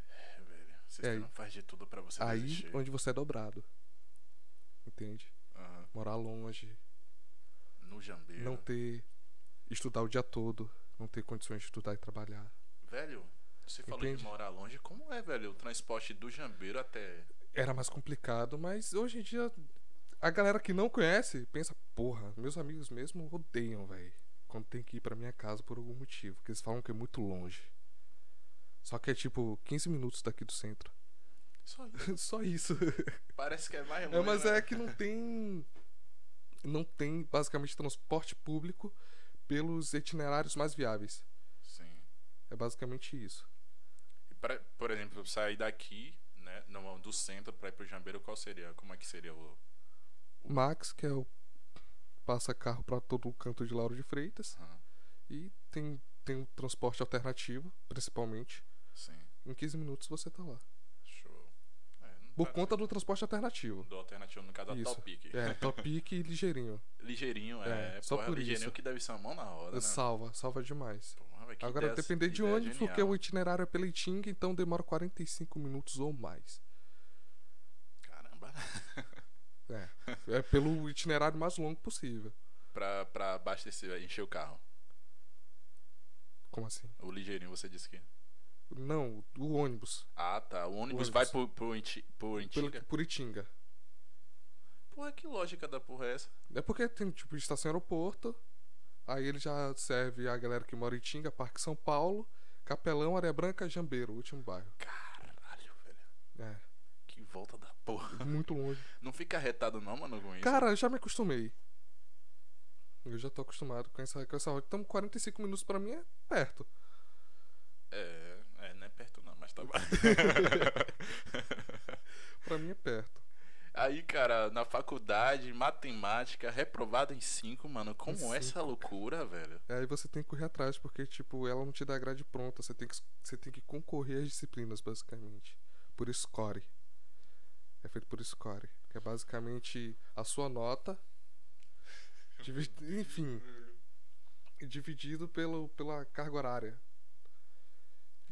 S1: É, velho. O
S2: aí?
S1: sistema faz de tudo pra você
S2: aí
S1: desistir.
S2: onde você é dobrado. Entende?
S1: Aham.
S2: Morar longe,
S1: No jambeiro.
S2: não ter. Estudar o dia todo, não ter condições de estudar e trabalhar.
S1: Velho, você falou
S2: Entende?
S1: de morar longe. Como é, velho, o transporte do jambeiro até...
S2: Era mais complicado, mas hoje em dia A galera que não conhece pensa, porra, meus amigos mesmo odeiam, velho. Quando tem que ir pra minha casa por algum motivo. Porque eles falam que é muito longe. Só que é tipo 15 minutos daqui do centro.
S1: Só isso.
S2: Só isso.
S1: Parece que é mais
S2: É,
S1: longe.
S2: mas
S1: né?
S2: é que não tem. Não tem basicamente transporte público pelos itinerários mais viáveis.
S1: Sim.
S2: É basicamente isso.
S1: E pra- por exemplo, sair daqui, né? Não, do centro pra ir pro Jambeiro, qual seria? Como é que seria o.
S2: O Max, que é o passa carro pra todo canto de Lauro de Freitas
S1: Aham,
S2: e tem tem um transporte alternativo, principalmente.
S1: Sim.
S2: Em 15 minutos você tá lá.
S1: assim, Show. É, não
S2: Por
S1: tá-
S2: conta do transporte alternativo.
S1: Do alternativo, no caso da
S2: Isso.
S1: Topic.
S2: É, topic e ligeirinho.
S1: Ligeirinho, é.
S2: É, só
S1: porra,
S2: por
S1: ligeirinho
S2: isso.
S1: que deve ser uma mão na roda, né?
S2: Salva, salva demais.
S1: Porra, velho, que
S2: Agora,
S1: ideia-
S2: depender de
S1: ideia
S2: ônibus,
S1: genial.
S2: porque o itinerário é pela Itinga, então demora 45 minutos ou mais.
S1: Caramba.
S2: É pelo itinerário mais longo possível.
S1: pra, pra abastecer, encher o carro.
S2: Como assim?
S1: O ligeirinho, você disse que.
S2: Não, o ônibus.
S1: Ah, tá. O ônibus
S2: ônibus.
S1: vai pro, pro, Inti- pro Intiga.
S2: Pelo, por Itinga.
S1: Porra, que lógica da porra é essa?
S2: É porque tem, tipo, estação aeroporto. Aí ele já serve a galera que mora em Itinga, Parque São Paulo, Capelão, Areia Branca, Jambeiro, o último bairro.
S1: Caralho, velho.
S2: É,
S1: Que volta da porra.
S2: muito longe.
S1: Não fica retado não, mano, com isso.
S2: Cara, eu já me acostumei. Eu já tô acostumado com essa, com essa rota. Então, 45 minutos pra mim é perto.
S1: É, é, não é perto não, mas tá bom.
S2: Pra mim é perto.
S1: Aí, cara, na faculdade, matemática, reprovado em 5, mano. Como
S2: Em
S1: essa loucura, velho?
S2: Aí você tem que correr atrás, porque, tipo, ela não te dá a grade pronta. Você tem que, você tem que concorrer às disciplinas, basicamente. Por score. É feito por score. Que é basicamente a sua nota. divi- enfim. Dividido pelo, pela carga horária.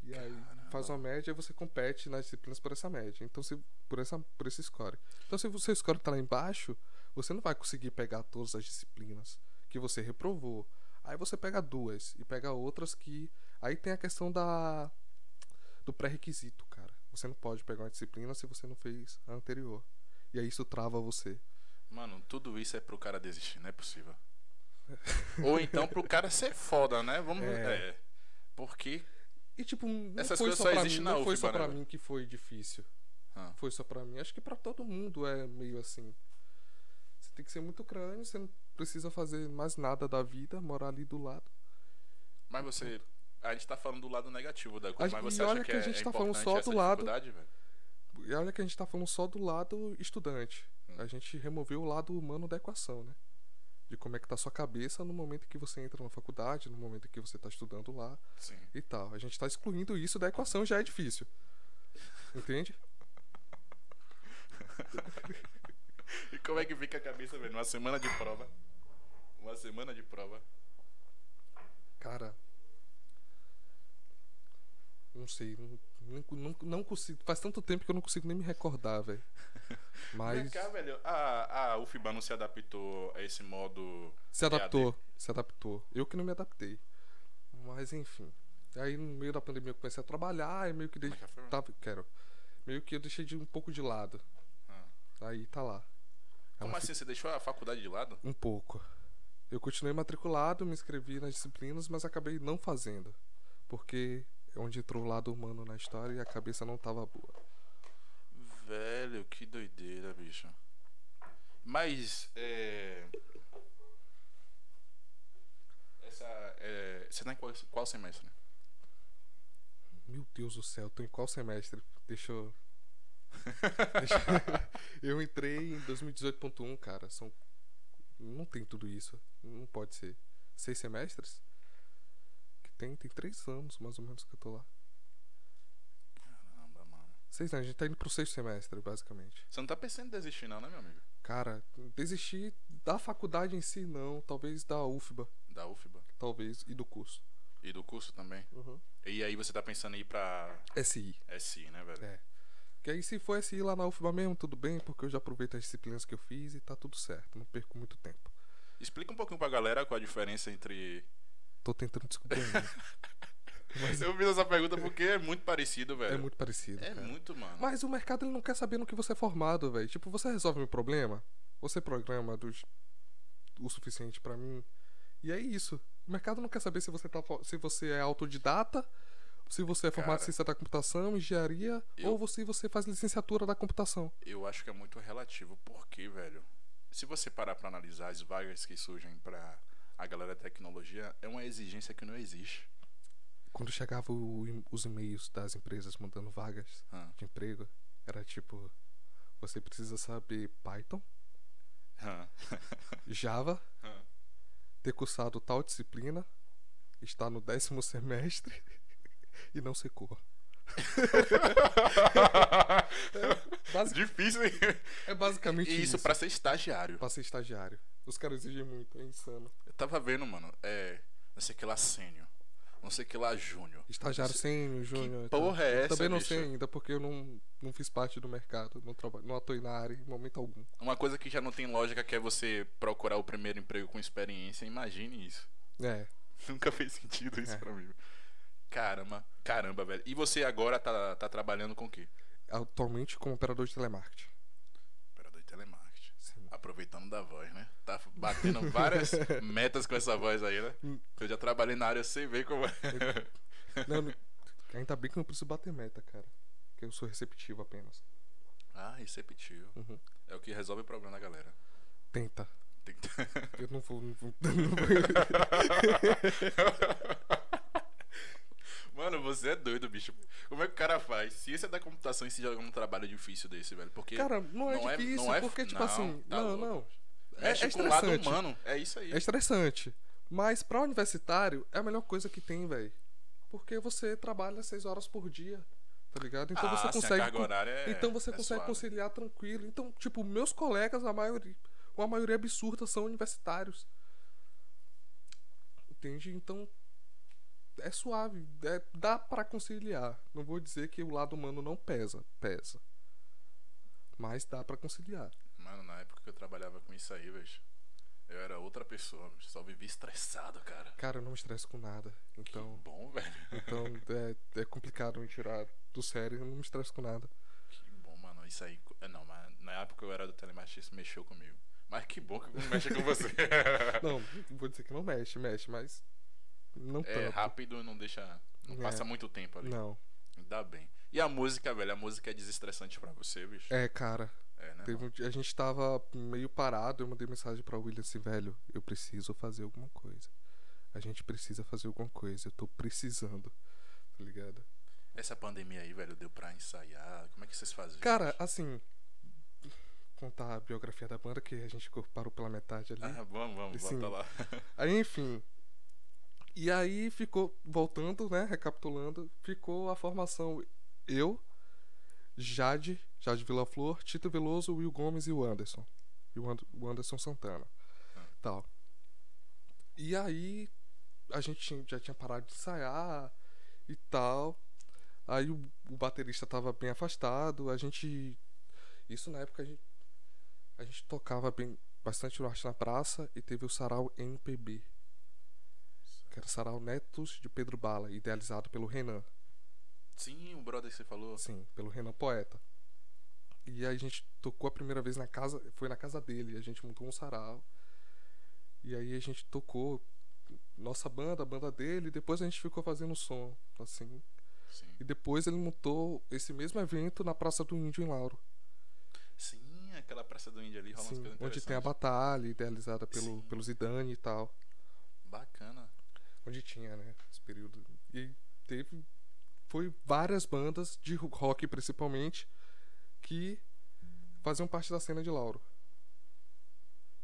S2: E aí faz uma média e você compete nas disciplinas por essa média. Então, se, por, essa, por esse score. Então, se o seu score tá lá embaixo, você não vai conseguir pegar todas as disciplinas que você reprovou. Aí você pega duas e pega outras que. Aí tem a questão da. do pré-requisito, cara. Você não pode pegar uma disciplina se você não fez a anterior. E aí isso trava você.
S1: Mano, tudo isso é pro cara desistir, não é possível. Ou então pro cara ser foda, né? Vamos. É.
S2: É.
S1: Porque.
S2: E tipo, não
S1: Essas
S2: foi
S1: coisas
S2: só
S1: só
S2: pra mim,
S1: existem na
S2: não foi
S1: UFBA,
S2: só
S1: né,
S2: pra
S1: velho?
S2: mim que foi difícil.
S1: Ah.
S2: Foi só pra mim. Acho que pra todo mundo é meio assim. Você tem que ser muito crânio, você não precisa fazer mais nada da vida, morar ali do lado.
S1: Mas você. A gente tá falando do lado negativo da
S2: A
S1: coisa,
S2: gente-
S1: mas
S2: e
S1: você acha
S2: olha
S1: que,
S2: que a
S1: é,
S2: gente
S1: é
S2: tá falando
S1: importante
S2: só
S1: essa
S2: do lado-
S1: dificuldade, velho?
S2: E olha que a gente tá falando só do lado estudante.
S1: Hum.
S2: A gente removeu o lado humano da equação, né? De como é que tá a sua cabeça no momento que você entra na faculdade, no momento que você tá estudando lá
S1: Sim.
S2: e tal. A gente tá excluindo isso da equação, já é difícil. Entende?
S1: E como é que fica a cabeça, velho? Uma semana de prova. Uma semana de prova.
S2: Cara. Não sei. Não, não, não, não consigo. Faz tanto tempo que eu não consigo nem me recordar, velho.
S1: Vem
S2: Mas.
S1: cá, velho. Ah, A, a UFBA não se adaptou a esse modo.
S2: Se adaptou, se adaptou. Eu que não me adaptei. Mas enfim. Aí no meio da pandemia eu comecei a trabalhar e meio que
S1: Como é
S2: deixei.
S1: que é a forma?
S2: Tava, quero. Meio que eu deixei de um pouco de lado.
S1: Ah.
S2: Aí tá lá. Ela
S1: Como
S2: fica-
S1: assim? Você deixou a faculdade de lado?
S2: Um pouco. Eu continuei matriculado, me inscrevi nas disciplinas, mas acabei não fazendo. Porque é onde entrou o lado humano na história e a cabeça não tava boa.
S1: Velho, que doideira, bicho. Mas, é. Essa. É... Você tá em qual, qual semestre?
S2: Meu Deus do céu, tô em qual semestre? Deixa eu. Deixa eu... eu entrei em 2018.1, cara. São. Não tem tudo isso. Não pode ser. Seis semestres? Que tem, tem três anos, mais ou menos, que eu tô lá.
S1: Caramba, mano.
S2: Seis anos, a gente tá indo pro sexto semestre, basicamente.
S1: Você não tá pensando em desistir, não, né, meu amigo?
S2: Cara, desistir da faculdade em si, não. Talvez da UFBA,
S1: Da UFBA.
S2: talvez, e do curso.
S1: E do curso também.
S2: Uhum.
S1: E aí você tá pensando em ir pra
S2: SI.
S1: SI, né, velho?
S2: É. Que aí se for SI lá na UFBA mesmo, tudo bem, porque eu já aproveito as disciplinas que eu fiz e tá tudo certo. Não perco muito tempo.
S1: Explica um pouquinho pra galera qual a diferença entre.
S2: Tô tentando descobrir um ainda. Mas
S1: Eu fiz essa pergunta porque é muito parecido, velho.
S2: é muito parecido,
S1: É
S2: cara.
S1: muito, mano.
S2: Mas o mercado ele não quer saber no que você é formado, velho. Tipo, você resolve meu problema? Você programa dos- o suficiente pra mim. E é isso. O mercado não quer saber se você, tá, fo- se você é autodidata, se você é formado em
S1: Cara.
S2: ciência da computação, engenharia,
S1: Eu-
S2: ou se você faz licenciatura da computação.
S1: Eu acho que é muito relativo, porque, velho, se você parar pra analisar as vagas que surgem pra a galera da tecnologia, é uma exigência que não existe.
S2: Quando chegava o e- os e-mails das empresas mandando vagas
S1: Hã,
S2: de emprego, era tipo: você precisa saber Python,
S1: hã.
S2: Java,
S1: Hã.
S2: ter cursado tal disciplina, estar no décimo semestre e não ser cor. Basi-
S1: Difícil, hein?
S2: é basicamente
S1: E
S2: isso.
S1: isso pra ser estagiário.
S2: pra ser estagiário. Os caras exigem muito, é insano.
S1: Eu tava vendo, mano, é. Não sei que lá sênior. Não sei que lá júnior.
S2: Estagiário sênior, júnior. e tal.
S1: porra é
S2: Eu
S1: essa,
S2: Também não
S1: bicho?
S2: sei ainda, porque eu não, não fiz parte do mercado, não, trabalho, não atuei na área em momento algum.
S1: Uma coisa que já não tem lógica que é você procurar o primeiro emprego com experiência. Imagine isso.
S2: É,
S1: Nunca fez sentido isso
S2: É.
S1: pra mim. Caramba, caramba, velho. E você agora tá, tá trabalhando com o quê?
S2: atualmente como operador de telemarketing.
S1: Operador de telemarketing.
S2: Sim.
S1: Aproveitando da voz, né? Tá batendo várias metas com essa voz aí, né?
S2: Hum.
S1: Eu já trabalhei na área, eu sei bem como é.
S2: Não, não- ainda bem que eu não preciso bater meta, cara. Porque eu sou receptivo apenas.
S1: Ah, receptivo.
S2: Uhum.
S1: É o que resolve o problema da galera.
S2: Tenta.
S1: Tem que...
S2: Eu não vou. Não vou, não vou.
S1: Mano, você é doido, bicho. Como é que o cara faz? Ciência da computação e se joga num trabalho difícil desse, velho. Porque.
S2: Cara, não é
S1: Não é-
S2: difícil,
S1: não é-
S2: porque, tipo
S1: não,
S2: assim.
S1: tá
S2: não,
S1: louco.
S2: não. É-
S1: mexe
S2: é
S1: com o lado
S2: estressante.
S1: humano. É isso aí.
S2: É estressante. Mas pra universitário é a melhor coisa que tem, velho. Porque você trabalha seis horas por dia, tá ligado? Então
S1: Ah,
S2: você
S1: sim, a
S2: consegue.
S1: carga
S2: con-
S1: horária é-
S2: então você
S1: é
S2: consegue
S1: suave.
S2: conciliar tranquilo. Então, tipo, meus colegas, a maioria, uma maioria absurda são universitários. Entende? Então é suave, é- dá pra conciliar. Não vou dizer que o lado humano não pesa, pesa. Mas dá pra conciliar.
S1: Mano, na época que eu trabalhava com isso aí, bicho. Eu era outra pessoa, bicho. Só vivia estressado, cara.
S2: Cara, eu não me estresso com nada. Então,
S1: Que bom, velho.
S2: Então é, é complicado me tirar do sério, eu não me estresso com nada.
S1: Que bom, mano. Isso aí. é, Não, mas na época eu era do telemarketing, isso mexeu comigo. Mas que bom que não mexe com você.
S2: Não, não vou dizer que não mexe, mexe, mas não
S1: é
S2: tanto.
S1: rápido, né? não deixa. Não
S2: É.
S1: passa muito tempo ali.
S2: Não.
S1: Ainda bem. E a música, velho? A música é desestressante pra você, bicho?
S2: É, cara,
S1: É, né?
S2: teve um dia- a gente tava meio parado, eu mandei mensagem pra William assim, velho, eu preciso fazer alguma coisa. A gente precisa fazer alguma coisa, eu tô precisando. Tá ligado?
S1: Essa pandemia aí, velho, deu pra ensaiar. Como é que vocês faziam?
S2: Cara, assim, contar a biografia da banda que a gente parou pela metade ali.
S1: Ah, vamos, vamos,
S2: Sim.
S1: volta lá.
S2: Aí, enfim. E aí ficou, voltando, né? Recapitulando, ficou a formação eu, Jade, Jade Vilaflor, Tito Veloso, Will Gomes e o Anderson. E o, And o Anderson Santana.
S1: Ah.
S2: Tal. E aí a gente tinha- já tinha parado de ensaiar e tal. Aí o, o baterista tava bem afastado, a gente. Isso na época a gente, a gente tocava bem bastante no Arte na Praça e teve o Sarau NPB. Que era o Sarau Netos de Pedro Bala, idealizado pelo Renan.
S1: Sim, o brother que você falou.
S2: Sim, pelo Renan Poeta. E aí a gente tocou a primeira vez na casa, foi na casa dele, a gente montou um sarau. E aí a gente tocou nossa banda, a banda dele, e depois a gente ficou fazendo som, assim.
S1: Sim.
S2: E depois ele montou esse mesmo evento na Praça do Índio em Lauro.
S1: Sim, aquela praça do índio ali rola umas
S2: Sim,
S1: coisas
S2: onde tem a
S1: interessantes.
S2: batalha idealizada
S1: Sim.
S2: pelo, pelo Zidane e tal.
S1: Bacana.
S2: onde tinha, né, esse período. E teve foi várias bandas de rock principalmente que faziam parte da cena de Lauro.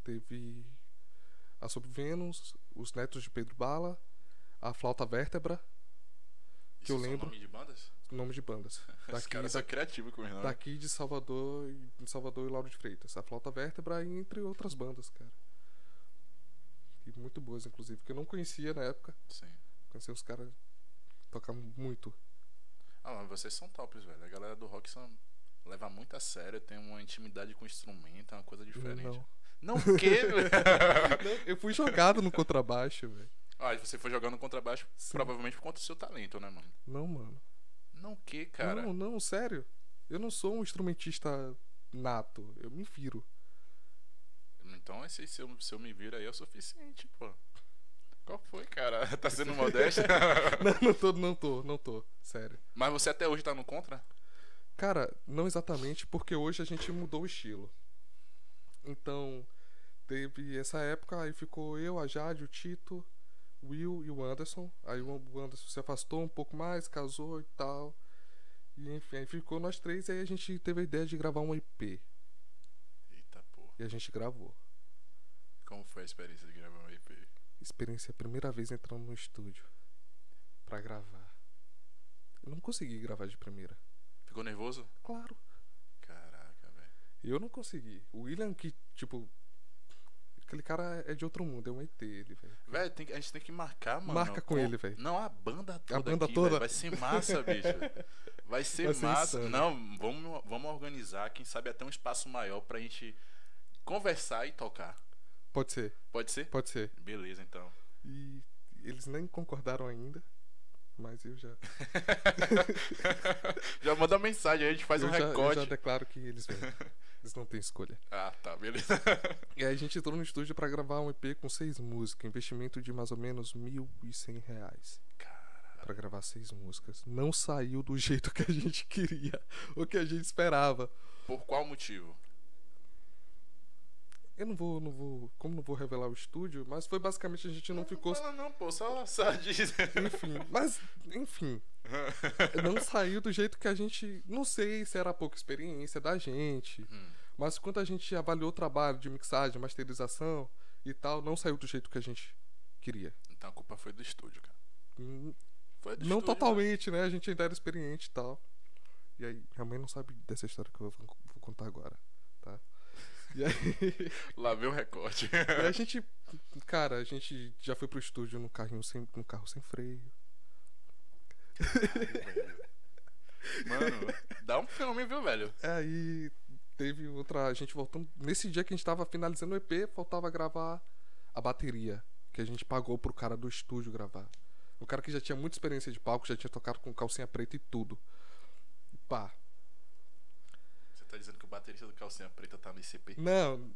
S2: Teve a Sob Vênus, os Netos de Pedro Bala, a Flauta Vértebra,
S1: Isso
S2: eu
S1: são
S2: lembro.
S1: nome de bandas?
S2: nome de bandas.
S1: Os
S2: Daqui,
S1: caras são criativos com né? o nome.
S2: daqui de Salvador, e- de Salvador e Lauro de Freitas. A Flauta Vértebra e entre outras bandas, cara. E muito boas, inclusive, que eu não conhecia na época.
S1: Sim.
S2: Conheci os caras tocar muito.
S1: Ah, mas vocês são tops, velho. A galera do rock são... leva muito a sério, tem uma intimidade com o instrumento, é uma coisa diferente. Não, o quê? velho?
S2: Eu fui jogado no contrabaixo, velho.
S1: ah, e você foi jogando contrabaixo,
S2: Sim.
S1: provavelmente por conta do seu talento, né, mano?
S2: Não, mano.
S1: Não o quê, cara?
S2: Não, não, sério. Eu não sou um instrumentista nato. Eu me viro.
S1: então esse se eu, se eu me viro aí é o suficiente, pô. Qual foi, cara? Tá sendo modesta?
S2: não, não tô, não tô, não tô. Sério.
S1: Mas você até hoje tá no contra?
S2: Cara, não exatamente, porque hoje a gente mudou o estilo. Então, teve essa época, aí ficou eu, a Jade, o Tito, o Will e o Anderson. Aí o Anderson se afastou um pouco mais, casou e tal. E enfim, aí ficou nós três, aí a gente teve a ideia de gravar um EP.
S1: Eita porra.
S2: E a gente gravou.
S1: Como foi a experiência de gravar um EP?
S2: Experiência, primeira vez entrando no estúdio pra gravar. Eu não consegui gravar de primeira.
S1: Ficou nervoso?
S2: Claro.
S1: Caraca, velho.
S2: Eu não consegui. O William, que, tipo. Aquele cara é de outro mundo, é um ET, ele, velho.
S1: Velho, tem que- a gente tem que marcar, mano.
S2: Marca com ele, velho.
S1: Não, a banda toda.
S2: banda
S1: aqui,
S2: toda?
S1: velho. Vai ser massa, bicho. Vai ser
S2: Vai ser
S1: massa.
S2: insano.
S1: Não, vamos, vamos organizar, quem sabe até um espaço maior pra gente conversar e tocar.
S2: Pode ser,
S1: Pode ser?
S2: pode ser.
S1: Beleza, então.
S2: E eles nem concordaram ainda, mas eu já.
S1: já manda mensagem, aí a gente faz
S2: eu
S1: um
S2: já, eu
S1: recorte.
S2: já declaro que eles vêm. Eles não têm escolha.
S1: Ah, tá, beleza.
S2: E aí a gente entrou no estúdio pra gravar um EP com seis músicas, investimento de mais ou menos mil e cem reais. Pra gravar seis músicas. Não saiu do jeito que a gente queria, ou que a gente esperava.
S1: Por qual motivo?
S2: Eu não vou, não vou. Como não vou revelar o estúdio, mas foi basicamente a gente não ficou.
S1: fala não, pô, só, só diz.
S2: Enfim, mas, enfim. Não saiu do jeito que a gente. Não sei se era pouca experiência da gente.
S1: Hum.
S2: Mas quando a gente avaliou o trabalho de mixagem, masterização e tal, não saiu do jeito que a gente queria.
S1: Então a culpa foi do estúdio, cara.
S2: Hum,
S1: Foi do
S2: Não
S1: estúdio,
S2: totalmente, né? A gente ainda era experiente e tal. E aí, minha mãe não sabe dessa história que eu vou, vou contar agora, tá? E aí,
S1: velho. Lá veio né? o recorte.
S2: e aí a gente. Cara, a gente já foi pro estúdio num carrinho sem. num carro sem freio.
S1: Mano, dá um filme, viu, velho?
S2: Aí teve outra. A gente voltando. Nesse dia que a gente tava finalizando o EP, faltava gravar a bateria. Que a gente pagou pro cara do estúdio gravar. O cara que já tinha muita experiência de palco, já tinha tocado com calcinha preta e tudo. E Pá.
S1: Você tá dizendo que o baterista do calcinha preta tá no ICP?
S2: Não.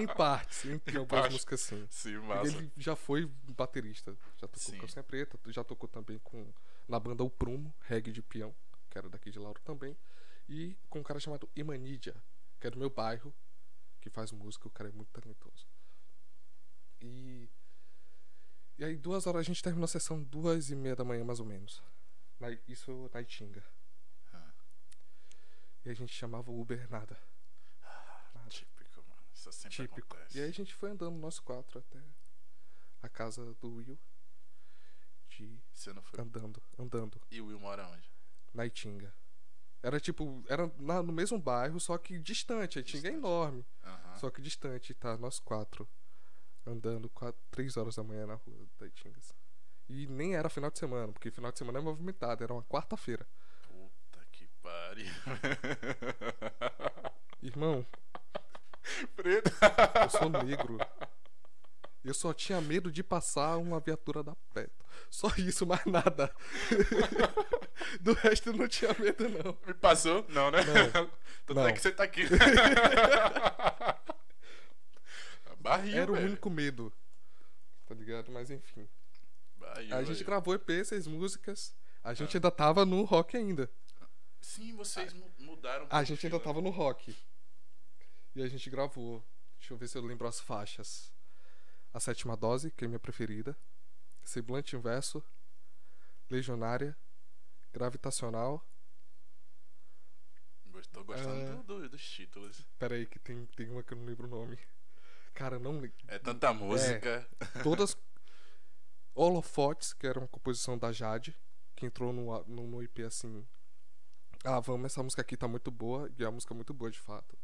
S2: em, em partes, em, em algumas
S1: partes.
S2: músicas sim.
S1: Sim, massa.
S2: Ele já foi baterista. Já tocou
S1: Sim.
S2: com Calcinha Preta, já tocou também com na banda O Prumo, reggae de peão, que era daqui de Lauro também. E com um cara chamado Imanidia, que é do meu bairro, que faz música, o cara é muito talentoso. E. E aí duas horas a gente terminou a sessão duas e meia da manhã, mais ou menos. Na- isso na Itinga.
S1: Ah.
S2: E a gente chamava o Uber nada.
S1: Típico, mano. Isso sempre
S2: é Típico.
S1: acontece.
S2: E aí a gente foi andando, nós quatro, até a casa do Will. De...
S1: Você não foi.
S2: Andando, andando.
S1: E o Will mora onde?
S2: Na Itinga. Era tipo, era na- no mesmo bairro, só que distante. A Itinga é
S1: Distante. Ah.
S2: enorme.
S1: Aham.
S2: Só que distante, tá? Nós quatro. Andando quatro, três horas da manhã na rua da Itinga. assim. E nem era final de semana, porque final de semana é movimentado, era uma quarta-feira.
S1: Puta que pariu.
S2: Irmão,
S1: Preto.
S2: eu sou negro. Eu só tinha medo de passar uma viatura da Petro. Só isso, mais nada. Do resto eu não tinha medo, não.
S1: Me passou? Não, né?
S2: Não.
S1: Tanto é
S2: Não.
S1: que você tá aqui. Barril,
S2: Era o
S1: velho.
S2: único medo. Tá ligado? Mas enfim.
S1: Barril,
S2: A gente
S1: velho. Ah.
S2: gravou EP, seis músicas. A gente ainda tava no rock ainda.
S1: Sim, vocês mu- mudaram.
S2: Ah,
S1: um
S2: A
S1: pro
S2: gente
S1: estilo.
S2: ainda tava no rock. E a gente gravou. Deixa eu ver se eu lembro as faixas. A sétima dose, que é minha preferida. Semblante inverso. Legionária. Gravitacional.
S1: Gost- Tô gostando
S2: É.
S1: do- do- dos títulos.
S2: Pera aí, que tem, tem uma que eu não lembro o nome. Cara, não lembro.
S1: É tanta música.
S2: Todas. Holofotes, que era uma composição da Jade, que entrou no, a- no, no IP assim. Ah, vamos, essa música aqui tá muito boa, e é uma música muito boa de fato.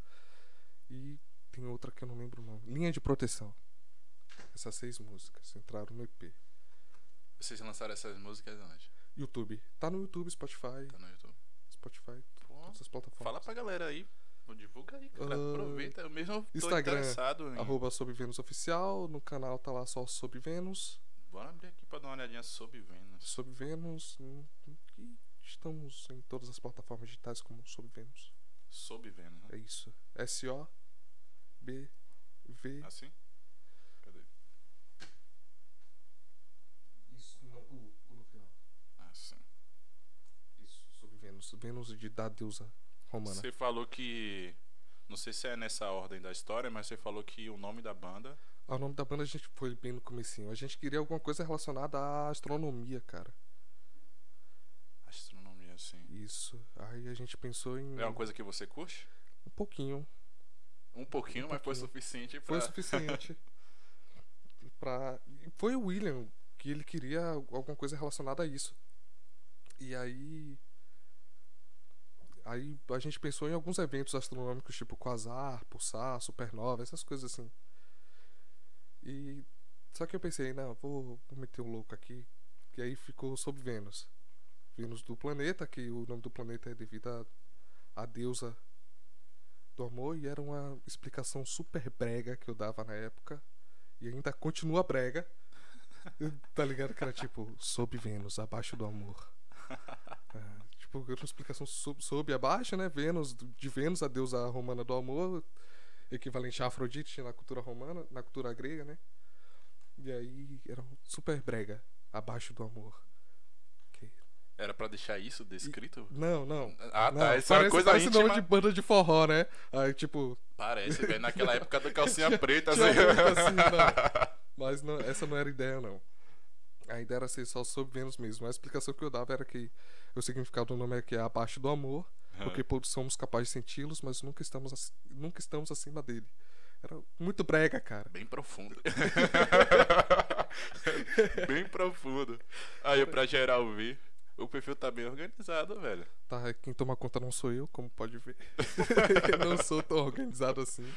S2: E tem outra que eu não lembro o nome. Linha de Proteção. Essas seis músicas entraram no IP.
S1: Vocês lançaram essas músicas onde?
S2: YouTube. Tá no YouTube, Spotify,
S1: Tá no YouTube.
S2: Spotify,
S1: Pô,
S2: todas as
S1: fala
S2: plataformas.
S1: pra galera aí. pô, Divulga aí, cara.
S2: Ah,
S1: Aproveita. Eu mesmo tô
S2: Instagram,
S1: interessado em.
S2: Arroba Sob Vênus Oficial, no canal tá lá só Sob Vênus.
S1: Bora abrir aqui pra dar uma olhadinha sobre Vênus.
S2: Sob hum, Vênus. hum, E estamos em todas as plataformas digitais como Sob Vênus.
S1: Sob né? Vena.
S2: É isso. S-O-B-V.
S1: Assim? Cadê?
S2: Isso, não, U, U no final.
S1: Assim.
S2: Isso, sob Vênus. Vênus de, da deusa romana.
S1: Você falou que. Não sei se é nessa ordem da história, mas você falou que o nome da banda.
S2: Ah, O nome da banda a gente foi bem no comecinho. A gente queria alguma coisa relacionada à astronomia, cara.
S1: Astronomia, assim.
S2: Isso. Aí a gente pensou em.
S1: É uma coisa que você curte?
S2: Um pouquinho.
S1: Um pouquinho,
S2: Um
S1: mas foi
S2: pouquinho.
S1: suficiente pra.
S2: Foi o suficiente. pra... Foi o William que ele queria alguma coisa relacionada a isso. E aí. Aí a gente pensou em alguns eventos astronômicos, tipo quasar, pulsar, supernova, essas coisas assim. E. Só que eu pensei, não, vou, vou meter o louco aqui. E aí ficou sob Vênus. Vênus do planeta, que o nome do planeta é devido à à deusa do amor e era uma explicação super brega que eu dava na época e ainda continua brega. tá ligado que era tipo sob Vênus, abaixo do amor. É, tipo, era uma explicação sob, sob abaixo, né? Vênus de Vênus, a deusa romana do amor, equivalente a Afrodite na cultura romana, na cultura grega, né? E aí era um super brega, abaixo do amor. Que-
S1: Era pra deixar isso descrito?
S2: Não, não.
S1: Ah,
S2: não,
S1: tá. Isso é uma
S2: parece-
S1: coisa
S2: parece
S1: íntima.
S2: nome de banda de forró, né? Aí tipo,
S1: Parece, velho. Naquela época da calcinha preta,
S2: Tinha muito
S1: assim.
S2: assim, não. Mas não, essa não era a ideia, não. A ideia era ser só sobre Vênus mesmo. A explicação que eu dava era que o significado do nome é que é abaixo do amor, porque todos somos capazes de senti-los, mas nunca estamos, ac- nunca estamos acima dele. Era muito brega, cara.
S1: Bem profundo. Bem profundo. Aí, pra geral ouvir, o perfil tá bem organizado, velho.
S2: Tá, quem toma conta não sou eu, como pode ver. Eu não sou tão organizado assim.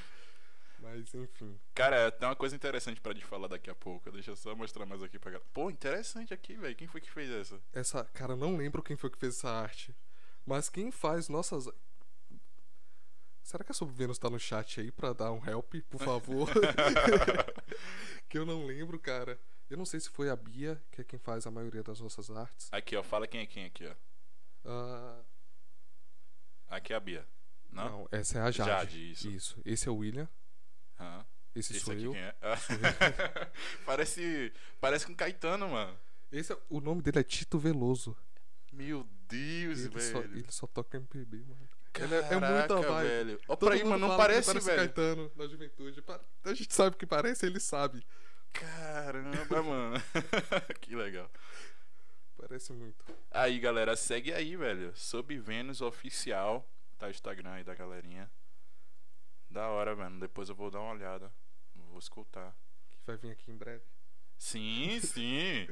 S2: Mas enfim.
S1: Cara, tem uma coisa interessante pra te falar daqui a pouco. Deixa eu só mostrar mais aqui pra galera. Pô, interessante aqui, velho. Quem foi que fez essa?
S2: Essa, cara, eu não lembro quem foi que fez essa arte. Mas quem faz nossas. Será que a Sub Vênus tá no chat aí pra dar um help, por favor? que eu não lembro, cara. Eu não sei se foi a Bia, que é quem faz a maioria das nossas artes.
S1: Aqui, ó. Fala quem é quem aqui, ó.
S2: Ah,
S1: Aqui é a Bia. Não?
S2: não, essa é a Jade.
S1: Jade, isso.
S2: Esse é o William.
S1: Hã?
S2: Esse,
S1: Esse
S2: sou
S1: aqui
S2: eu.
S1: quem é? parece, parece com Caetano, mano.
S2: Esse é- O nome dele é Tito Veloso.
S1: Meu Deus,
S2: Ele
S1: velho.
S2: só, ele só toca MPB, mano. Ele é- é
S1: Caraca,
S2: muita vibe.
S1: velho. Ó,
S2: Todo
S1: pra aí,
S2: mundo
S1: mano, não
S2: fala que
S1: parece,
S2: parece
S1: velho.
S2: Caetano na juventude. Pa- A gente sabe que parece, ele sabe.
S1: Caramba, mano. que legal.
S2: Parece muito.
S1: Aí, galera, segue aí, velho. Sob Vênus Oficial. Tá o Instagram aí da galerinha. Da hora, mano. Depois eu vou dar uma olhada. Vou escutar.
S2: Que vai vir aqui em breve.
S1: Sim, sim.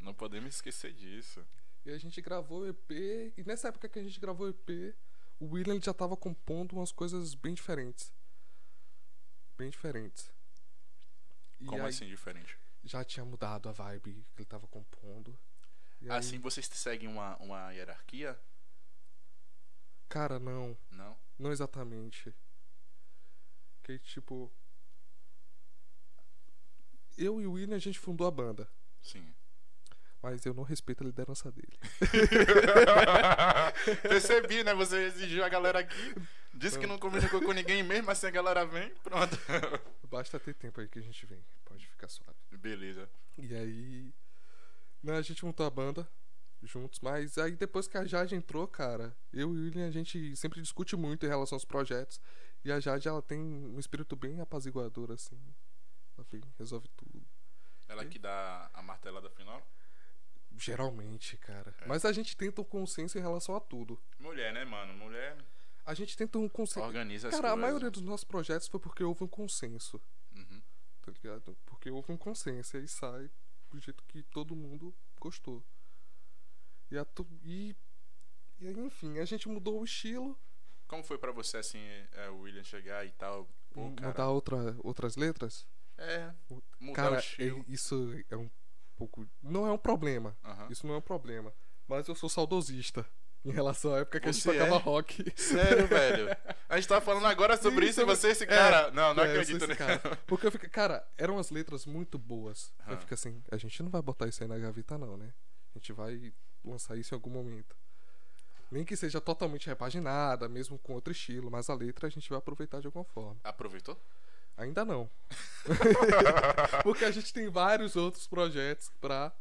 S1: Não podemos esquecer disso.
S2: E a gente gravou o EP, e nessa época que a gente gravou o EP, o William ele já tava compondo umas coisas bem diferentes. Bem diferentes. E
S1: Como
S2: aí,
S1: assim diferente?
S2: já tinha mudado a vibe que ele tava compondo. E aí-
S1: Assim vocês seguem uma, uma hierarquia?
S2: Cara, não.
S1: Não?
S2: Não exatamente. Que tipo. Eu e o William a gente fundou a banda,
S1: Sim.
S2: mas eu não respeito a liderança dele.
S1: Percebi, né? Você exigiu a galera aqui. Disse que não comunicou com ninguém mesmo, assim a galera vem. Pronto.
S2: Basta ter tempo aí que a gente vem, pode ficar suave.
S1: Beleza.
S2: E aí. Né, a gente montou a banda juntos, mas aí depois que a Jade entrou, cara, eu e o William a gente sempre discute muito em relação aos projetos. E a Jade, ela tem um espírito bem apaziguador, assim. Ela vem, resolve tudo.
S1: Ela que dá a martelada final.
S2: Geralmente, cara. Mas a gente tenta um consenso em relação a tudo.
S1: Mulher, né, mano? Mulher
S2: A gente tenta um consenso.
S1: organiza as
S2: Cara, a
S1: coisas.
S2: maioria dos nossos projetos foi porque houve um consenso,
S1: Uhum.
S2: tá ligado? Porque houve um consenso e aí sai do jeito que todo mundo gostou. E, a tu- e... e aí, enfim, a gente mudou o estilo,
S1: Como foi pra você, assim, é, o William chegar e tal? Pô, cara.
S2: mudar outra, outras letras.
S1: É,
S2: Mu-
S1: mudar
S2: Cara,
S1: o
S2: é-
S1: estilo.
S2: isso é um pouco. Não é um problema.
S1: Aham.
S2: Isso não é um problema. Mas eu sou saudosista em relação à época que
S1: Você
S2: a gente tocava
S1: é?
S2: rock.
S1: Sério, velho. A gente tava falando agora sobre
S2: Sim,
S1: isso e
S2: sobre-
S1: você, esse
S2: É,
S1: cara. não, não
S2: é, eu sou
S1: acredito,
S2: esse
S1: né?
S2: cara. Porque eu fico, cara, eram as letras muito boas.
S1: Aham.
S2: Eu fico assim, a gente não vai botar isso aí na gaveta não, né? A gente vai lançar isso em algum momento. Nem que seja totalmente repaginada, mesmo com outro estilo, mas a letra a gente vai aproveitar de alguma forma.
S1: Aproveitou?
S2: Ainda não. Porque a gente tem vários outros projetos pra,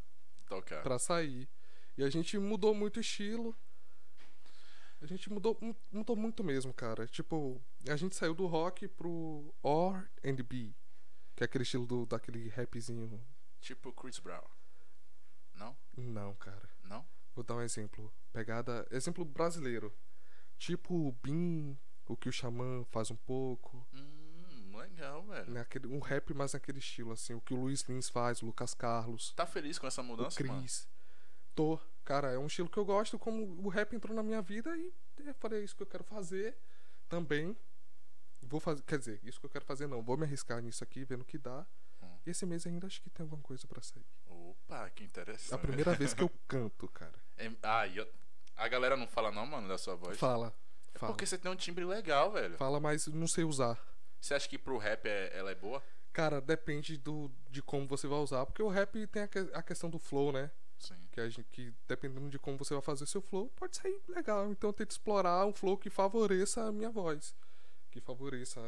S1: Tocar.
S2: pra sair. E a gente mudou muito o estilo. A gente mudou, mu- mudou muito mesmo, cara. Tipo, a gente saiu do rock pro R&B, que é aquele estilo do, daquele rapzinho.
S1: Tipo Chris Brown. Não?
S2: Não, cara.
S1: Não?
S2: Vou dar um exemplo. Pegada. Exemplo brasileiro. Tipo o Bean, o que o Xamã faz um pouco.
S1: Hum, legal, velho.
S2: Naquele, um rap, mas naquele estilo, assim. O que o Luiz Lins faz, o Lucas Carlos,
S1: Tá feliz com essa
S2: o
S1: mudança, mano?
S2: Cris. Tô. Cara, é um estilo que eu gosto, como o rap entrou na minha vida e eu falei, "É isso que eu quero fazer também. Vou fazer. Quer dizer, isso que eu quero fazer não. Vou me arriscar nisso aqui, vendo o que dá.
S1: Hum.
S2: E esse mês ainda acho que tem alguma coisa pra sair.
S1: Opa, que interessante.
S2: É a primeira vez que eu canto, cara.
S1: É, ah, e eu- a galera não fala não, mano, da sua voz?
S2: Fala. Fala.
S1: Porque você tem um timbre legal, velho.
S2: Fala, mas não sei usar.
S1: Você acha que pro rap é- ela é boa?
S2: Cara, depende do, de como você vai usar, porque o rap tem a, que- a questão do flow, né?
S1: Sim.
S2: Que, a gente, que dependendo de como você vai fazer seu flow, pode sair legal. Então eu tento explorar um flow que favoreça a minha voz, que favoreça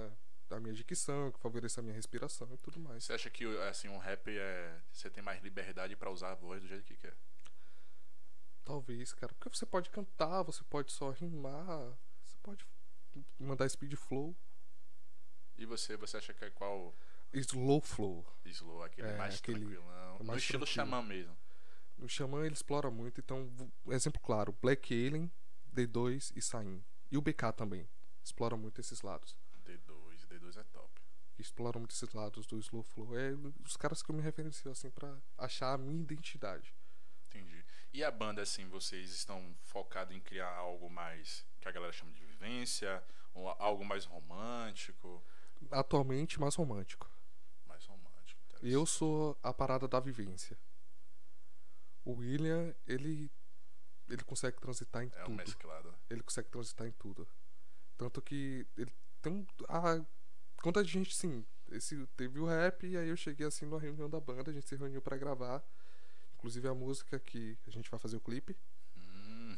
S2: a minha dicção, que favoreça a minha respiração e tudo mais.
S1: Você acha que assim, um rap é. Você tem mais liberdade pra usar a voz do jeito que quer?
S2: Talvez, cara, porque você pode cantar, você pode só rimar, você pode mandar speed flow,
S1: E você, você acha que é qual
S2: slow flow.
S1: slow, aquele
S2: É,
S1: mais
S2: aquele-
S1: tranquilão?
S2: o
S1: no
S2: mais
S1: estilo
S2: tranquilo.
S1: xamã mesmo.
S2: O Xamã ele explora muito, então, v- um exemplo claro: Black Alien, D2 e Sain. E o BK também. Explora muito esses lados.
S1: D2, D2 é top.
S2: Explora muito esses lados do Slow Flow. É os caras que eu me referencio, assim, pra achar a minha identidade.
S1: Entendi. E a banda, assim, vocês estão focados em criar algo mais que a galera chama de vivência, ou a- algo mais romântico?
S2: Atualmente, mais romântico.
S1: Mais romântico. interessante.
S2: Eu sou a parada da vivência. O William, ele. Ele consegue transitar em
S1: É um
S2: tudo.
S1: mesclado. né?
S2: ele consegue transitar em tudo. Tanto que ele tem um. A, quanta gente, sim. Esse, teve o rap e aí eu cheguei assim numa reunião da banda, a gente se reuniu pra gravar. Inclusive a música que a gente vai fazer o clipe.
S1: Hum.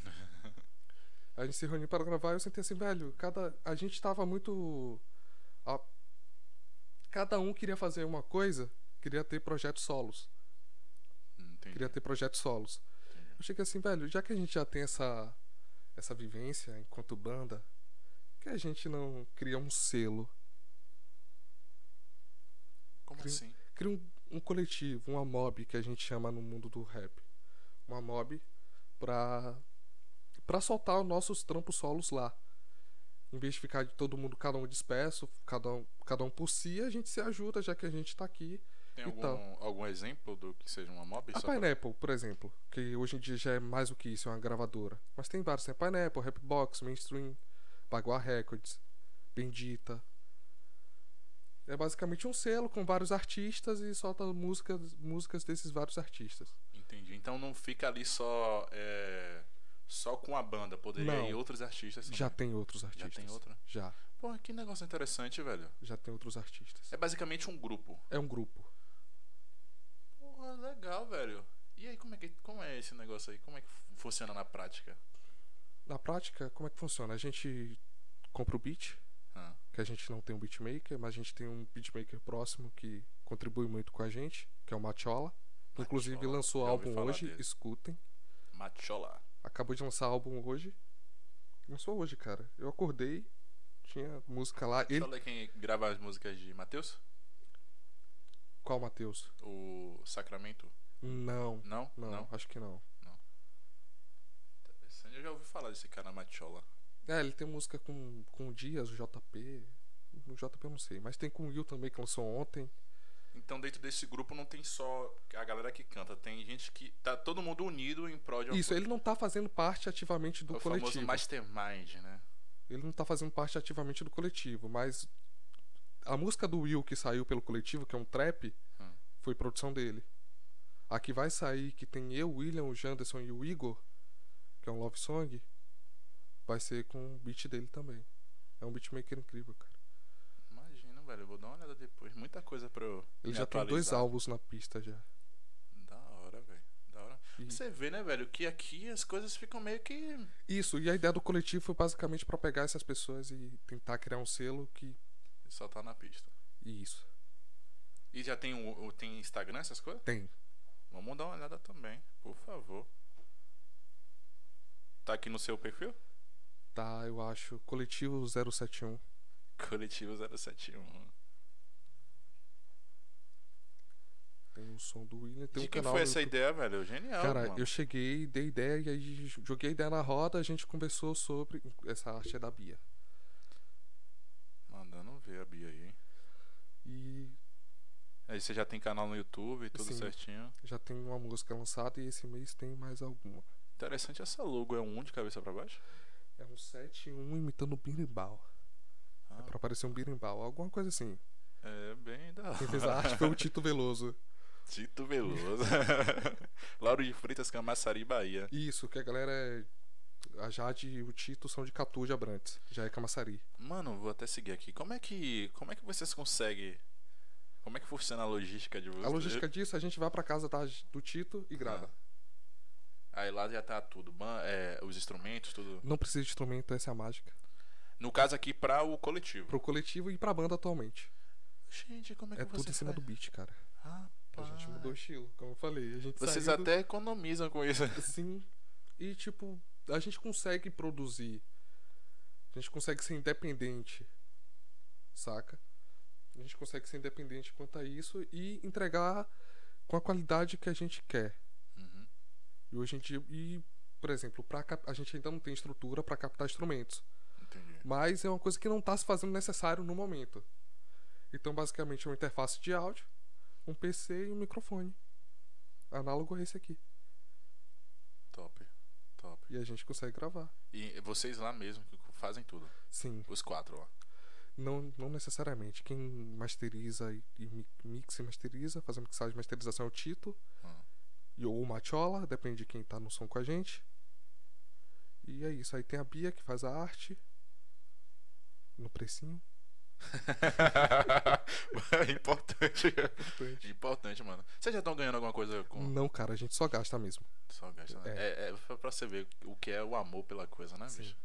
S2: A gente se reuniu pra gravar e eu sentei assim, velho, cada. A gente tava muito. a- cada um queria fazer uma coisa, queria ter projetos solos.
S1: Entendi.
S2: Queria ter projetos solos. Eu cheguei assim, velho, já que a gente já tem essa, essa vivência enquanto banda, que a gente não cria um selo,
S1: Como
S2: cri-
S1: assim?
S2: cria um, um coletivo, uma mob que a gente chama no mundo do rap. Uma mob pra, pra soltar os nossos trampos solos lá. Em vez de ficar de todo mundo, cada um disperso, cada um, cada um por si, a gente se ajuda, já que a gente tá aqui.
S1: Tem
S2: Então.
S1: algum, algum exemplo do que seja uma mob?
S2: A
S1: Só pra-
S2: Pineapple, por exemplo, que hoje em dia já é mais do que isso, é uma gravadora. Mas tem vários, tem a Pineapple, Rapbox, Mainstream, Bagua Records, Bendita. É basicamente um selo com vários artistas e solta músicas, músicas desses vários artistas.
S1: Entendi. Então não fica ali só é, só com a banda, poderia
S2: Não.
S1: ir outros artistas.
S2: Já
S1: também.
S2: tem outros
S1: já
S2: artistas.
S1: tem outra.
S2: Já,
S1: Pô, que negócio interessante, velho.
S2: já tem outros artistas.
S1: É basicamente um grupo.
S2: É um grupo.
S1: Porra, legal, velho. E aí, como é que como é esse negócio aí? Como é que fu- funciona na prática?
S2: Na prática, como é que funciona? A gente compra o beat,
S1: Ah,
S2: que a gente não tem um beatmaker, mas a gente tem um beatmaker próximo que contribui muito com a gente, que é o Machola. que Inclusive
S1: Machola,
S2: lançou
S1: já ouvi
S2: álbum
S1: falar
S2: hoje,
S1: dele.
S2: escutem.
S1: Machola.
S2: Acabou de lançar álbum hoje. Lançou hoje, cara. Eu acordei, tinha música lá. Ele.
S1: Machola é quem grava as músicas de Matheus?
S2: Qual, Matheus?
S1: O Sacramento?
S2: Não,
S1: Não?
S2: não, acho que não.
S1: Interessante. Eu já ouvi falar desse cara Machola.
S2: É, ele tem música com, com o Dias, o JP. O JP eu não sei, mas tem com o Will também que lançou ontem.
S1: Então dentro desse grupo não tem só a galera que canta, tem gente que tá todo mundo unido em prol de uma
S2: Isso, ele não tá fazendo parte ativamente do
S1: É o famoso
S2: coletivo.
S1: mastermind, né?
S2: ele não tá fazendo parte ativamente do coletivo, mas a música do Will que saiu pelo coletivo, que é um trap,
S1: Hum.
S2: foi produção dele. A que vai sair, que tem eu, o William, o Janderson e o Igor, que é um love song, vai ser com o beat dele também. É um beatmaker incrível, cara.
S1: Imagina, velho. Eu vou dar uma olhada depois. Muita coisa pra eu.
S2: Ele
S1: me
S2: já tem dois
S1: atualizar.
S2: álbuns na pista já.
S1: Da hora, velho. Da hora.
S2: E-
S1: Você vê, né, velho, que aqui as coisas ficam meio que.
S2: Isso, e a ideia do coletivo foi basicamente pra pegar essas pessoas e tentar criar um selo que.
S1: Só tá na pista.
S2: E isso.
S1: E já tem, o, o- tem Instagram, essas coisas?
S2: Tem.
S1: Vamos dar uma olhada também, por favor. Tá aqui no seu perfil?
S2: Tá, eu acho. Coletivo 071.
S1: Coletivo 071.
S2: Tem o som do William. Tem
S1: De
S2: um
S1: quem
S2: canal
S1: foi
S2: no
S1: essa
S2: YouTube.
S1: ideia, velho? Genial,
S2: Cara,
S1: mano.
S2: eu cheguei, dei ideia e aí joguei a ideia na roda, a gente conversou sobre. Essa arte é da Bia.
S1: Mandando ver a Bia aí.
S2: E
S1: Aí você já tem canal no YouTube, tudo
S2: Sim.
S1: certinho.
S2: já tem uma música lançada e esse mês tem mais alguma.
S1: Interessante essa logo, é um de cabeça pra baixo?
S2: É um 7 e 1 imitando o birimbau.
S1: Ah.
S2: É pra parecer um birimbau, alguma coisa assim.
S1: É bem da
S2: Quem
S1: hora.
S2: fez a arte foi o Tito Veloso.
S1: Tito Veloso. Lauro de Freitas, Camaçari, Bahia.
S2: Isso, que a galera é. A Jade e o Tito são de Catu de Abrantes. Já é Camaçari.
S1: Mano, vou até seguir aqui. Como é que, como é que vocês conseguem? Como é que funciona a logística de vocês?
S2: A logística disso, a gente vai pra casa da- do Tito e grava.
S1: Ah. Aí lá já tá tudo, ban- é, os instrumentos, tudo.
S2: Não precisa de instrumento, essa é a mágica.
S1: No caso aqui, pra o coletivo.
S2: Pro coletivo e pra banda atualmente.
S1: Gente, como é que
S2: É tudo em
S1: vocês
S2: cima do
S1: fazem?
S2: beat, cara. A
S1: Rapaz.
S2: gente mudou o estilo, como eu falei. A gente
S1: Vocês
S2: saiu do-
S1: até economizam com isso.
S2: Sim. E tipo, a gente consegue produzir. A gente consegue ser independente. Saca? A gente consegue ser independente quanto a isso e entregar com a qualidade que a gente quer.
S1: Uhum.
S2: E hoje em dia, e, por exemplo, pra, cap- a gente ainda não tem estrutura para captar instrumentos.
S1: Entendi.
S2: Mas é uma coisa que não está se fazendo necessário no momento. Então, basicamente, é uma interface de áudio, um PC e um microfone. Análogo a esse aqui.
S1: Top. Top.
S2: E a gente consegue gravar.
S1: E vocês lá mesmo que fazem tudo.
S2: Sim,
S1: Os quatro lá.
S2: não, não necessariamente. Quem masteriza e, e mi- mixa e masteriza, faz a mixagem e masterização é o Tito.
S1: Ah.
S2: E, ou o Machola, depende de quem tá no som com a gente. E é isso. Aí tem a Bia que faz a arte. No precinho.
S1: importante.
S2: Importante. Hum.
S1: Importante, mano. Vocês já estão ganhando alguma coisa com.
S2: Não, cara, a gente só gasta mesmo.
S1: Só gasta, né? É. É, pra- pra você ver o que é o amor pela coisa, né,
S2: Sim.
S1: bicho?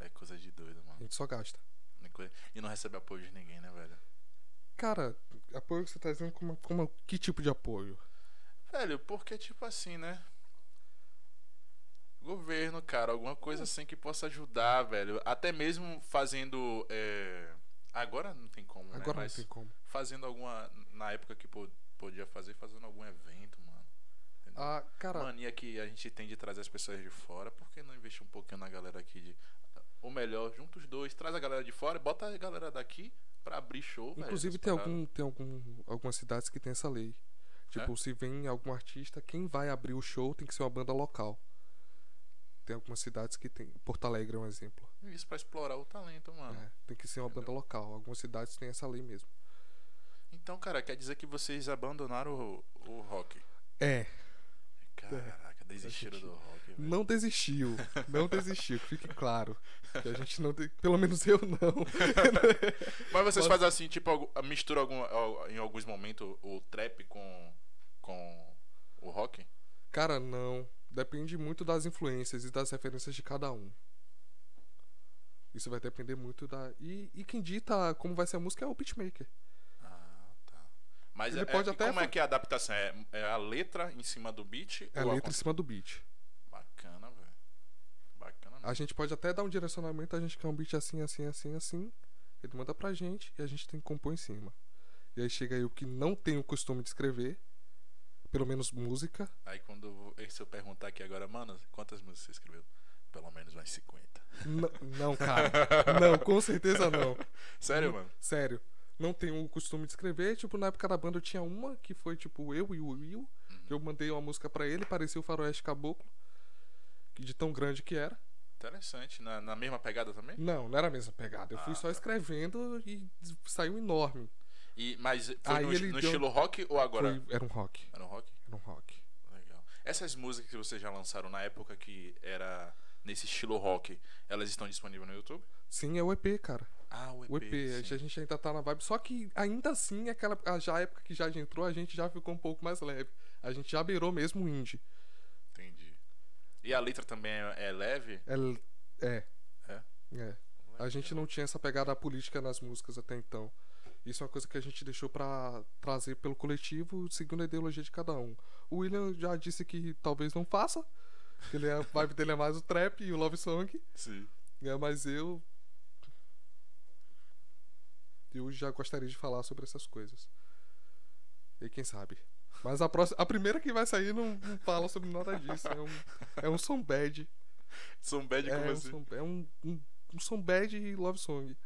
S1: É coisa de doido,
S2: A
S1: mano.
S2: gente só gasta.
S1: É coisa- E não recebe apoio de ninguém, né, velho?
S2: Cara, apoio que você tá dizendo como, como que tipo de apoio?
S1: Velho, porque tipo assim, né? Governo, cara, alguma coisa
S2: Hum.
S1: assim que possa ajudar, velho. Até mesmo fazendo. é, Agora não tem como, né?
S2: Agora
S1: Mas
S2: não tem como.
S1: fazendo alguma. Na época que po- podia fazer, fazendo algum evento, mano. Entendeu?
S2: Ah, cara,
S1: mania que a gente tem de trazer as pessoas de fora, por que não investir um pouquinho na galera aqui de. Ou melhor, junta os dois, traz a galera de fora e bota a galera daqui pra abrir show, velho,
S2: inclusive
S1: essas
S2: tem,
S1: paradas.
S2: algum, tem algum, algumas cidades que tem essa lei. Tipo, se vem algum artista, quem vai abrir o show tem que ser uma banda local. Tem algumas cidades que tem. Porto Alegre é um exemplo.
S1: Isso pra explorar o talento, mano.
S2: É, tem que ser uma banda local. Algumas cidades têm essa lei mesmo.
S1: Então, cara, quer dizer que vocês abandonaram o, o rock.
S2: É,
S1: Caraca, desistiram
S2: gente-
S1: do rock, velho.
S2: não desistiu. Não desistiu, que fique claro. Que a gente não. de- Pelo menos eu não.
S1: Mas vocês
S2: Mas-
S1: fazem assim, tipo, algu- mistura algum, al- em alguns momentos o trap com, com o rock?
S2: Cara, não. Depende muito das influências e das referências de cada um. Isso vai depender muito da. E, e quem dita como vai ser a música é o beatmaker.
S1: Ah, tá. Mas
S2: Ele
S1: é,
S2: pode
S1: é-
S2: até
S1: como é
S2: fa-
S1: que é a adaptação? É, é a letra em cima do beat?
S2: É a
S1: ou
S2: letra em
S1: con-
S2: cima do beat.
S1: Bacana, velho. Bacana né? mesmo.
S2: A gente pode até dar um direcionamento, a gente quer um beat assim, assim, assim, assim. Ele manda pra gente e a gente tem que compor em cima. E aí chega eu que não tenho o costume de escrever, pelo menos música.
S1: Aí quando eu vou- se eu perguntar aqui agora, mano, quantas músicas você escreveu? Pelo menos mais 50.
S2: N- não, cara. Não, com certeza não. Hum.
S1: Sério, mano?
S2: Sério. Não tenho o costume de escrever. Tipo, na época da banda eu tinha uma que foi, tipo, eu e o Will. Que eu mandei uma música pra ele, parecia o Faroeste Caboclo. que De tão grande que era.
S1: Interessante. Na, na mesma pegada também?
S2: Não, não era a mesma pegada. Eu fui
S1: Ah,
S2: só escrevendo e saiu enorme.
S1: E, mas foi
S2: Aí
S1: no,
S2: ele
S1: no
S2: deu-
S1: estilo rock ou agora?
S2: Foi- era um rock.
S1: Era um rock?
S2: Era um rock.
S1: Legal. Essas músicas que vocês já lançaram na época que era nesse estilo rock, elas estão disponíveis no YouTube?
S2: Sim, é o EP, cara.
S1: Ah, o EP.
S2: O EP. a gente-
S1: sim.
S2: A gente ainda tá na vibe. Só que ainda assim, aquela a já a época que já a gente entrou, a gente já ficou um pouco mais leve. A gente já beirou mesmo o indie.
S1: E a letra também é, é leve?
S2: É. l- É.
S1: É?
S2: É. A gente não tinha essa pegada política nas músicas até então. Isso é uma coisa que a gente deixou pra trazer pelo coletivo, segundo a ideologia de cada um. O William já disse que talvez não faça. que Ele é, a vibe dele é mais o trap e o love song.
S1: Sim.
S2: né, Mas eu. Eu já gostaria de falar sobre essas coisas. E quem sabe? Mas a, próxima, a primeira que vai sair não, não fala sobre nada disso. É um, é um som bad.
S1: São bad
S2: É
S1: como
S2: um,
S1: assim?
S2: som- é um, um, um som bad e love song.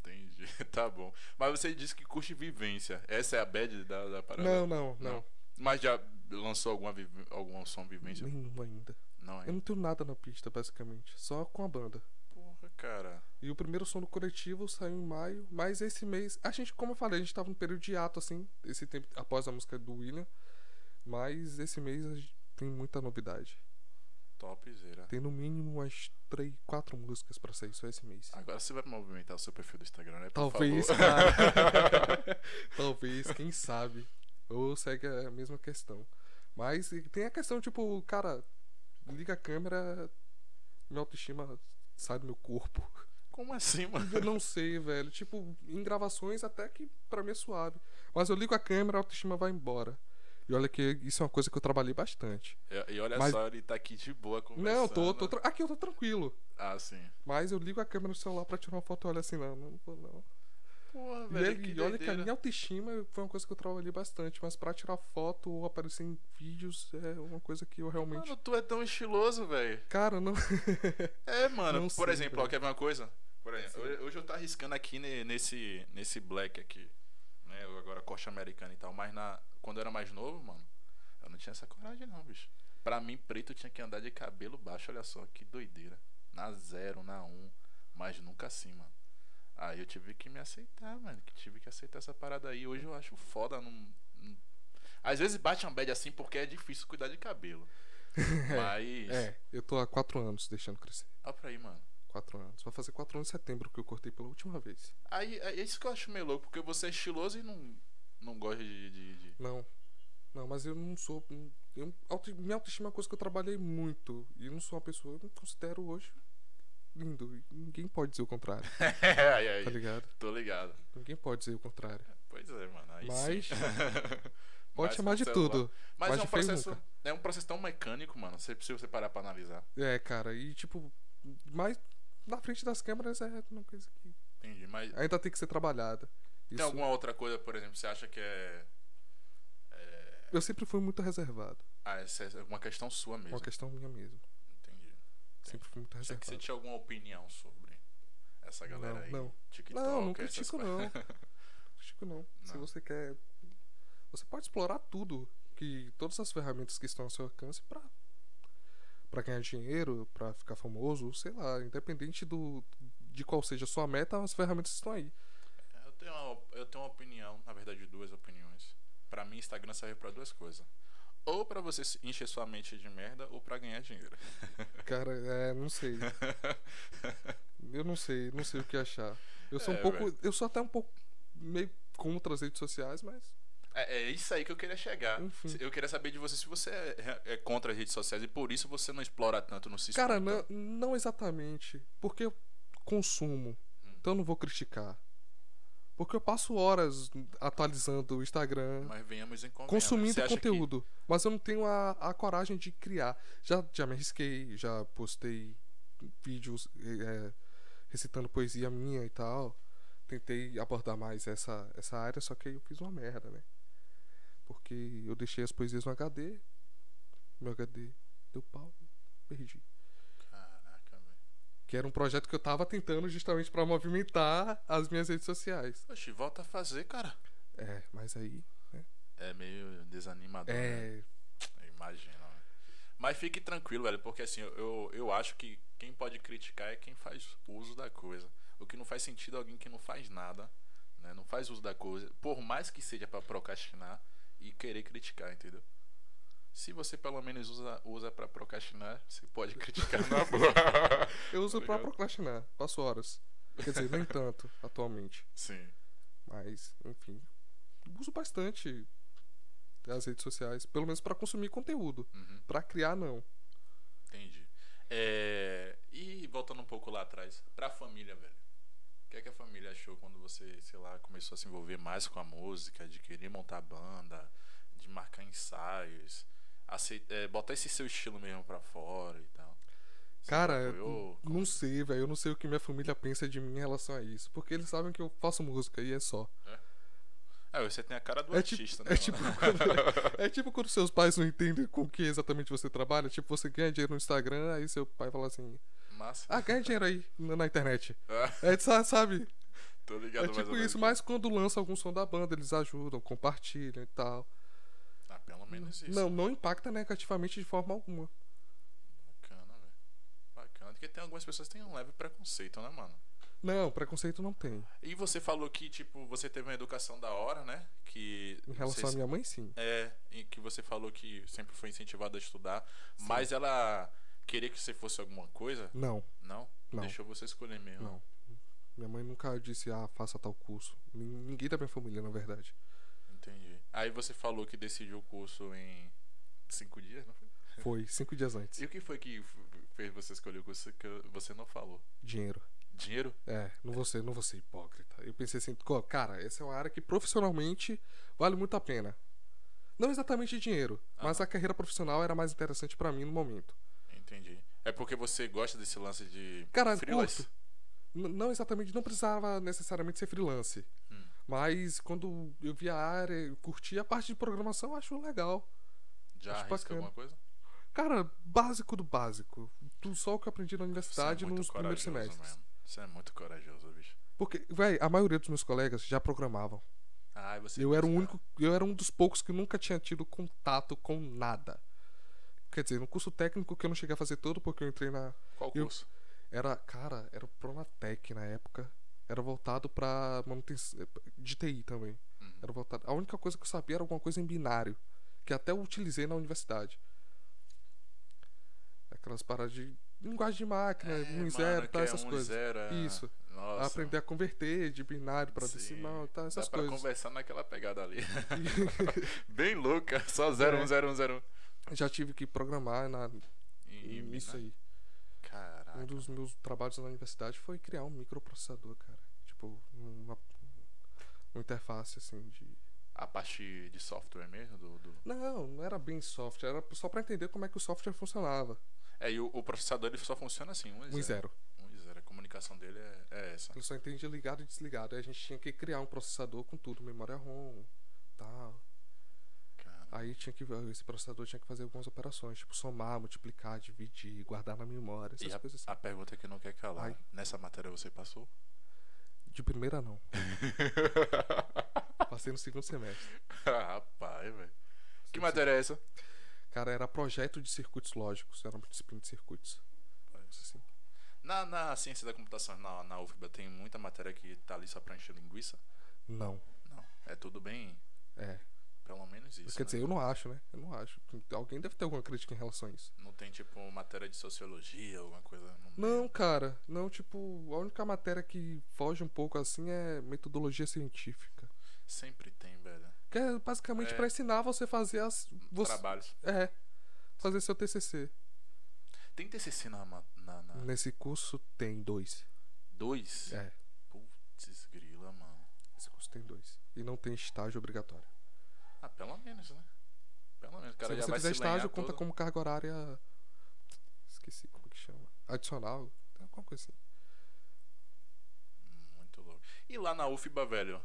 S1: Entendi. Tá bom. Mas você disse que curte vivência. Essa é a bad da, da parada?
S2: Não, não, não.
S1: Mas já lançou alguma vive- algum som vivência?
S2: Nenhum ainda.
S1: Não
S2: Eu
S1: é?
S2: não tenho nada na pista, basicamente. Só com a banda.
S1: Porra, cara.
S2: E o primeiro som do coletivo saiu em maio, mas esse mês, a gente, como eu falei, a gente tava num período de ato, assim, esse tempo após a música do William. Mas esse mês a gente tem muita novidade.
S1: Topzera.
S2: Tem no mínimo umas três, quatro músicas pra sair só esse mês.
S1: Agora você vai movimentar o seu perfil do Instagram, né? Ah, Por
S2: Talvez,
S1: favor.
S2: cara. Talvez, quem sabe. Ou segue a mesma questão. Mas e tem a questão, tipo, cara, liga a câmera, minha autoestima sai do meu corpo.
S1: Como assim, mano?
S2: Eu não sei, velho. Tipo, em gravações até que pra mim é suave. Mas eu ligo a câmera, a autoestima vai embora. E olha que isso é uma coisa que eu trabalhei bastante.
S1: E- E olha
S2: Mas-
S1: só, ele tá aqui de boa conversando.
S2: Não, tô, tô tra- aqui eu tô tranquilo.
S1: Ah, sim.
S2: Mas eu ligo a câmera do celular pra tirar uma foto e olho assim, não, não vou não.
S1: Porra,
S2: E,
S1: velho.
S2: ele-
S1: que
S2: e olha que a
S1: doideira.
S2: minha autoestima foi uma coisa que eu trabalhei bastante. Mas pra tirar foto ou aparecer em vídeos é uma coisa que eu realmente.
S1: Mano, tu é tão estiloso, velho.
S2: Cara, não.
S1: É, mano.
S2: Não
S1: por
S2: sei,
S1: exemplo, ó,
S2: velho.
S1: quer ver uma coisa? Por exemplo,
S2: Sim.
S1: hoje- hoje eu tô arriscando aqui ne- nesse, nesse black aqui. Né? Eu Agora corte americano e tal. Mas na, quando eu era mais novo, mano, eu não tinha essa coragem, não, bicho. Pra mim, preto tinha que andar de cabelo baixo. Olha só que doideira. Na zero, na um. Mas nunca assim, mano. Aí eu tive que me aceitar, mano. Que tive que aceitar essa parada aí. Hoje eu acho foda. Não, não- Às vezes bate uma bad assim porque é difícil cuidar de cabelo. Mas.
S2: É, eu tô há quatro anos deixando crescer.
S1: Olha pra aí, mano.
S2: Quatro anos. Vai fazer quatro anos em setembro que eu cortei pela última vez.
S1: Aí, é isso que eu acho meio louco, porque você é estiloso e não, não gosta de, de- de-
S2: Não. Não, mas eu não sou. Eu, auto- minha autoestima é uma coisa que eu trabalhei muito. E eu não sou uma pessoa. Eu me considero hoje lindo. E Ninguém pode dizer o contrário,
S1: É Ai, ai,
S2: tá ligado?
S1: Tô ligado.
S2: Ninguém pode dizer o contrário.
S1: Pois é, mano. Aí
S2: Mas-
S1: sim.
S2: Pode
S1: Mas
S2: chamar de
S1: sei
S2: tudo.
S1: lá. Mas,
S2: mas
S1: é um
S2: de feio
S1: processo.
S2: nunca.
S1: É um processo tão mecânico, mano. Você precisa você parar pra analisar.
S2: É, cara, e tipo. Mas na frente das câmeras é uma coisa que.
S1: Entendi. Mas
S2: Ainda tem que ser trabalhada. É Isso,
S1: tem alguma outra coisa, por exemplo, você acha que é. é...
S2: Eu sempre fui muito reservado.
S1: Ah, essa é uma questão sua
S2: É
S1: mesmo.
S2: uma questão minha mesmo.
S1: Entendi.
S2: Sempre fui muito
S1: Você que você
S2: reservado.
S1: tinha alguma opinião sobre essa galera
S2: Não,
S1: aí?
S2: não.
S1: TikTok,
S2: Não, não
S1: então, essas
S2: critico
S1: coisas.
S2: não. Critico não. Se
S1: Não.
S2: você quer. Você pode explorar tudo. Que todas as ferramentas que estão ao seu alcance pra, pra ganhar dinheiro, pra ficar famoso, sei lá, independente do, de qual seja a sua meta, as ferramentas estão aí.
S1: É, Eu tenho, uma, eu tenho uma opinião, na verdade, duas opiniões. Pra mim, Instagram serve pra duas coisas. Ou pra você se- encher sua mente de merda, ou pra ganhar dinheiro.
S2: Cara, é, não sei. Eu não sei, não sei o que achar. Eu sou
S1: É,
S2: um pouco. Eu sou até um pouco meio contra as redes sociais, mas.
S1: É, é isso aí que eu queria chegar.
S2: Enfim.
S1: Eu queria saber de você se você é, é contra as redes sociais e por isso você não explora tanto, não se
S2: Cara,
S1: escuta.
S2: não, não exatamente. Porque eu consumo. Então eu não vou criticar. Porque eu passo horas atualizando o Instagram,
S1: Mas venhamos em convenhamos. Tá Você
S2: consumindo
S1: acha
S2: conteúdo. Mas eu não tenho a, a coragem de criar. Já, já me arrisquei, já postei vídeos eh, eh, recitando poesia minha e tal. Tentei abordar mais essa, essa área, só que aí eu fiz uma merda, né? Porque eu deixei as poesias no HD, meu HD deu pau, perdi
S1: Que... Caraca, velho.
S2: que era um projeto que eu tava tentando justamente pra movimentar as minhas redes sociais.
S1: Oxe, volta a fazer, cara.
S2: É, mas aí.
S1: É meio desanimador. né?
S2: É.
S1: Imagina. né? Mas fique tranquilo, velho, porque assim, eu, eu acho que quem pode criticar é quem faz uso da coisa. O que não faz sentido é alguém que não faz nada, né? Não faz uso da coisa, por mais que seja pra procrastinar e querer criticar, entendeu? Se você pelo menos usa, usa para procrastinar, você pode criticar na boa.
S2: Eu uso pra
S1: Obrigado.
S2: procrastinar, passo horas. Quer dizer, nem tanto atualmente.
S1: Sim.
S2: Mas, enfim. Uso bastante as redes sociais, pelo menos pra consumir conteúdo.
S1: Uhum.
S2: Pra criar, não.
S1: Entendi. É, e voltando um pouco lá atrás, pra família, velho. O que é que a família achou quando você, sei lá, começou a se envolver mais com a música, de querer montar banda, de marcar ensaios, acei- é, botar esse seu estilo mesmo pra fora e tal? Você
S2: Cara, é
S1: apoiou?
S2: não sei, velho. Eu não sei o que minha família pensa de mim em relação a isso. Porque eles sabem que eu faço música e é só.
S1: É, você tem a cara do
S2: é tipo-
S1: artista, né?
S2: É
S1: mano?
S2: tipo, quando, é tipo quando seus pais não entendem com o que exatamente você trabalha. Tipo, você ganha dinheiro no Instagram, aí seu pai fala assim:
S1: Massa.
S2: Ah, ganha dinheiro aí na na internet.
S1: Ah,
S2: É, sa- sabe?
S1: tô ligado
S2: É
S1: mais ou
S2: tipo
S1: menos.
S2: isso, mas quando lança algum som da banda, eles ajudam, compartilham e tal.
S1: Ah, pelo menos isso.
S2: Não, não impacta negativamente de forma alguma.
S1: Bacana, velho. Bacana. Porque tem algumas pessoas que têm um leve preconceito, né, mano?
S2: Não, preconceito não tem.
S1: E você falou que, tipo, você teve uma educação da hora, né? Que.
S2: Em relação à
S1: vocês-
S2: minha mãe, sim.
S1: É, em que você falou que sempre foi incentivado a estudar. Mas ela queria que você fosse alguma coisa?
S2: Não,
S1: Não?
S2: Não.
S1: Deixou você escolher mesmo.
S2: não. Minha mãe nunca disse, ah, faça tal curso. Nin- Ninguém da minha família, na verdade.
S1: Entendi. Aí você falou que decidiu o curso em cinco dias, não foi?
S2: Foi cinco dias antes.
S1: E o que foi que f- fez você escolher o curso que eu- você não falou?
S2: Dinheiro.
S1: Dinheiro?
S2: É, não vou ser, não vou ser hipócrita. Eu pensei assim, "Co- cara, essa é uma área que profissionalmente vale muito a pena. Não exatamente dinheiro,
S1: Ah.
S2: mas a carreira profissional era mais interessante pra mim no momento.
S1: Entendi. É porque você gosta desse lance de.
S2: Cara,
S1: freelance?
S2: curto. N- Não exatamente, não precisava necessariamente ser freelance.
S1: Hum.
S2: Mas quando eu vi a área, eu curti a parte de programação, eu acho legal.
S1: Já
S2: Acho
S1: arrisca
S2: bacana.
S1: alguma coisa?
S2: Cara, básico do básico. Do só o que eu aprendi na universidade
S1: Você é muito
S2: nos primeiros
S1: corajoso
S2: semestres.
S1: mesmo. Você é muito corajoso, bicho.
S2: Porque, véi, a maioria dos meus colegas já programavam.
S1: Ai, Ah, você
S2: eu era o
S1: busca-
S2: único, eu era um dos poucos que nunca tinha tido contato com nada. Quer dizer, no curso técnico que eu não cheguei a fazer todo porque eu entrei na
S1: Qual
S2: eu-
S1: curso?
S2: era, cara, era o Pronatec na época. Era voltado pra manutenção de TI também.
S1: Uhum.
S2: Era voltado. A única coisa que eu sabia era alguma coisa em binário, que até eu utilizei na universidade. Aquelas paradas de linguagem de máquina,
S1: É,
S2: 1 e
S1: mano,
S2: 0,
S1: que
S2: tal,
S1: é
S2: essas
S1: um e
S2: coisas.
S1: zero, é.
S2: Isso.
S1: Nossa.
S2: Aprender a converter de binário pra
S1: Sim.
S2: decimal, tal, essas
S1: Dá pra
S2: coisas.
S1: conversar naquela pegada ali. Bem louca. Só um, 0,
S2: É.
S1: 1, 0, 1, 0.
S2: Já tive que programar na,
S1: né?
S2: isso aí.
S1: Caraca.
S2: Um dos meus trabalhos na universidade foi criar um microprocessador, cara. Tipo, uma, uma interface assim de.
S1: A parte de software mesmo? Do, do-
S2: Não, não era bem software, era só pra entender como é que o software funcionava.
S1: É, e o, o processador ele só funciona assim, 1
S2: 1 e 0.
S1: 1 e 0. A comunicação dele é, é essa.
S2: Ele só entende ligado e desligado. Aí a gente tinha que criar um processador com tudo, memória ROM, tal.
S1: Cara,
S2: Aí tinha que esse processador tinha que fazer algumas operações, tipo somar, multiplicar, dividir, guardar na memória, essas
S1: E a,
S2: coisas assim.
S1: a pergunta que não quer calar.
S2: Ai.
S1: Nessa matéria você passou?
S2: De primeira não. Passei no segundo semestre.
S1: Rapaz, velho. Que
S2: Sim,
S1: matéria é essa?
S2: Cara, era projeto de circuitos lógicos, era uma disciplina de circuitos. Assim.
S1: Na, na ciência da computação, na, na UFBA, tem muita matéria que tá ali só pra encher linguiça?
S2: Não.
S1: Não. É tudo bem,
S2: É.
S1: pelo menos isso.
S2: Quer
S1: né?
S2: dizer, eu não acho, né? Eu não acho. Alguém deve ter alguma crítica em relação a isso.
S1: Não tem, tipo, matéria de sociologia, alguma coisa. no meio?
S2: Não, cara. Não, tipo, a única matéria que foge um pouco assim é metodologia científica.
S1: Sempre tem, velho.
S2: Que é basicamente
S1: É.
S2: pra ensinar você a fazer as. Você,
S1: Trabalhos.
S2: É. Fazer seu TCC.
S1: Tem TCC na. ma- na, na-
S2: Nesse curso tem dois.
S1: Dois?
S2: É.
S1: Putz, grila, mano.
S2: Esse curso tem dois. E não tem estágio obrigatório.
S1: Ah, pelo menos, né? Pelo menos. O cara
S2: se
S1: já
S2: você
S1: vai
S2: fizer
S1: se lenhar
S2: estágio, conta
S1: todo.
S2: como carga horária. Esqueci como que chama. Adicional. tem Alguma coisa assim.
S1: Muito louco. E lá na UFBA, velho?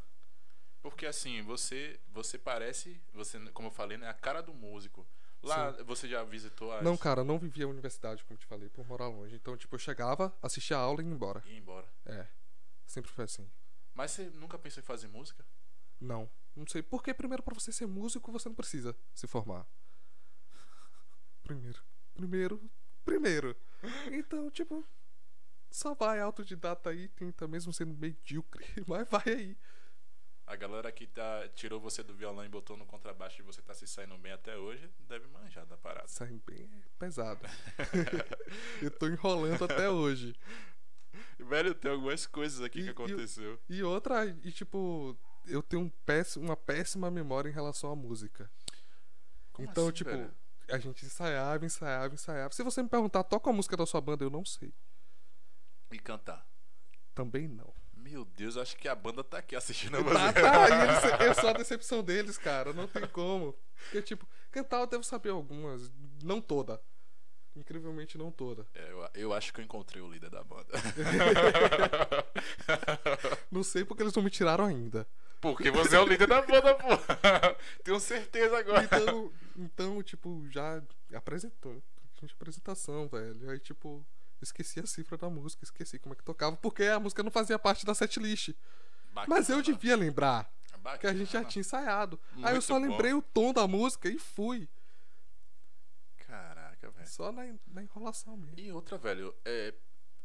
S1: Porque assim, você você parece, você como eu falei, né, a cara do músico. Lá você já visitou as
S2: Não, cara, eu não vivia a universidade, como te falei, por morar longe. Então, tipo, eu chegava, assistia a aula e ia embora.
S1: e ia embora.
S2: É. Sempre foi assim.
S1: Mas você nunca pensou em fazer música?
S2: Não. Não sei. Porque primeiro pra você ser músico, você não precisa se formar. Primeiro. Primeiro. Primeiro. Então, tipo. Só vai autodidata aí, tenta mesmo sendo medíocre, mas vai aí.
S1: A galera que tá tirou você do violão e botou no contrabaixo e você tá se saindo bem até hoje, deve manjar da parada.
S2: Sai bem pesado. eu tô enrolando até hoje.
S1: Velho, tem algumas coisas aqui
S2: E-
S1: que
S2: e o-
S1: aconteceu.
S2: E outra, e tipo, eu tenho um péssimo, uma péssima memória em relação à música.
S1: Como
S2: então,
S1: assim,
S2: tipo,
S1: velho?
S2: a gente ensaiava, ensaiava, ensaiava. Se você me perguntar, toca a música da sua banda, eu não sei.
S1: E cantar.
S2: Também não.
S1: Meu Deus, acho que a banda tá aqui assistindo a
S2: Tá,
S1: você.
S2: tá, e eles- eu sou a decepção deles, cara. Não tem como. Porque, tipo, cantar eu devo saber algumas. Não toda. Incrivelmente não toda.
S1: É, eu, eu acho que eu encontrei o líder da banda.
S2: Não sei porque eles não me tiraram ainda.
S1: Porque você é o líder da banda, pô. Tenho certeza agora.
S2: Então, então tipo, já apresentou. Tinha apresentação, velho. Aí, tipo, esqueci a cifra da música, esqueci como é que tocava, porque a música não fazia parte da setlist.
S1: Ah,
S2: Mas eu devia lembrar que a gente já tinha ensaiado. Aí eu
S1: Muito
S2: só
S1: bom.
S2: lembrei o tom da música e fui.
S1: Caraca, velho.
S2: Só na, na enrolação mesmo.
S1: É. E outra, velho, é,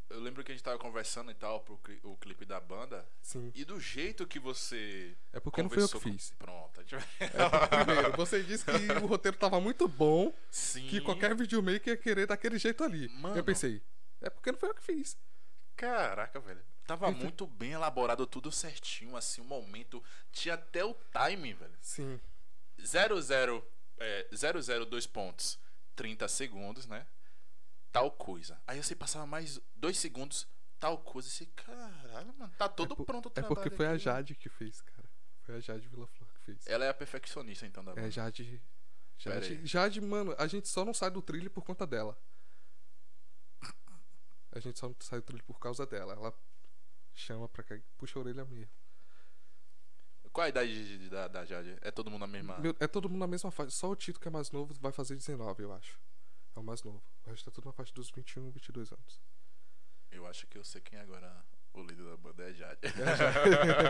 S1: eu lembro que a gente tava conversando e tal pro cli- o clipe da banda.
S2: Sim.
S1: E do jeito que você.
S2: É porque não foi eu que
S1: conversou com-
S2: fiz. É,
S1: Pronto, a gente vai.
S2: Primeiro, você disse que o roteiro tava muito bom,
S1: Sim.
S2: que qualquer videomaker ia querer daquele jeito ali.
S1: Uhum. Mano.
S2: Eu pensei, é porque não foi eu que fiz.
S1: Caraca, velho. Tava
S2: Então-
S1: muito bem elaborado, tudo certinho, assim, o momento. Tinha até o timing, velho.
S2: Sim.
S1: 00, é, 002 pontos, 30 segundos, né? Tal coisa. Aí você passava mais dois segundos, tal coisa. Você, caralho, mano, tá todo
S2: é por-
S1: pronto o
S2: É
S1: trabalho.
S2: porque foi a
S1: aqui, né? mano."
S2: Jade que fez, cara. Foi a Jade Vila Flor que fez.
S1: Ela é a perfeccionista, então, da
S2: É,
S1: banda.
S2: Jade.
S1: Pera
S2: Jade,
S1: aí.
S2: Jade, mano, a gente só não sai do trilho por conta dela. A gente só não sai do trilho por causa dela. Ela chama pra cá, e puxa a orelha mesmo.
S1: Qual a idade de- de- da, da Jade? É todo mundo na mesma.
S2: Meu, é todo mundo na mesma faixa. Só o Tito que é mais novo vai fazer 19, eu acho. É o mais novo. O resto tá tudo na faixa dos 21, 22 anos.
S1: Eu acho que eu sei quem é agora o líder da banda é a Jade.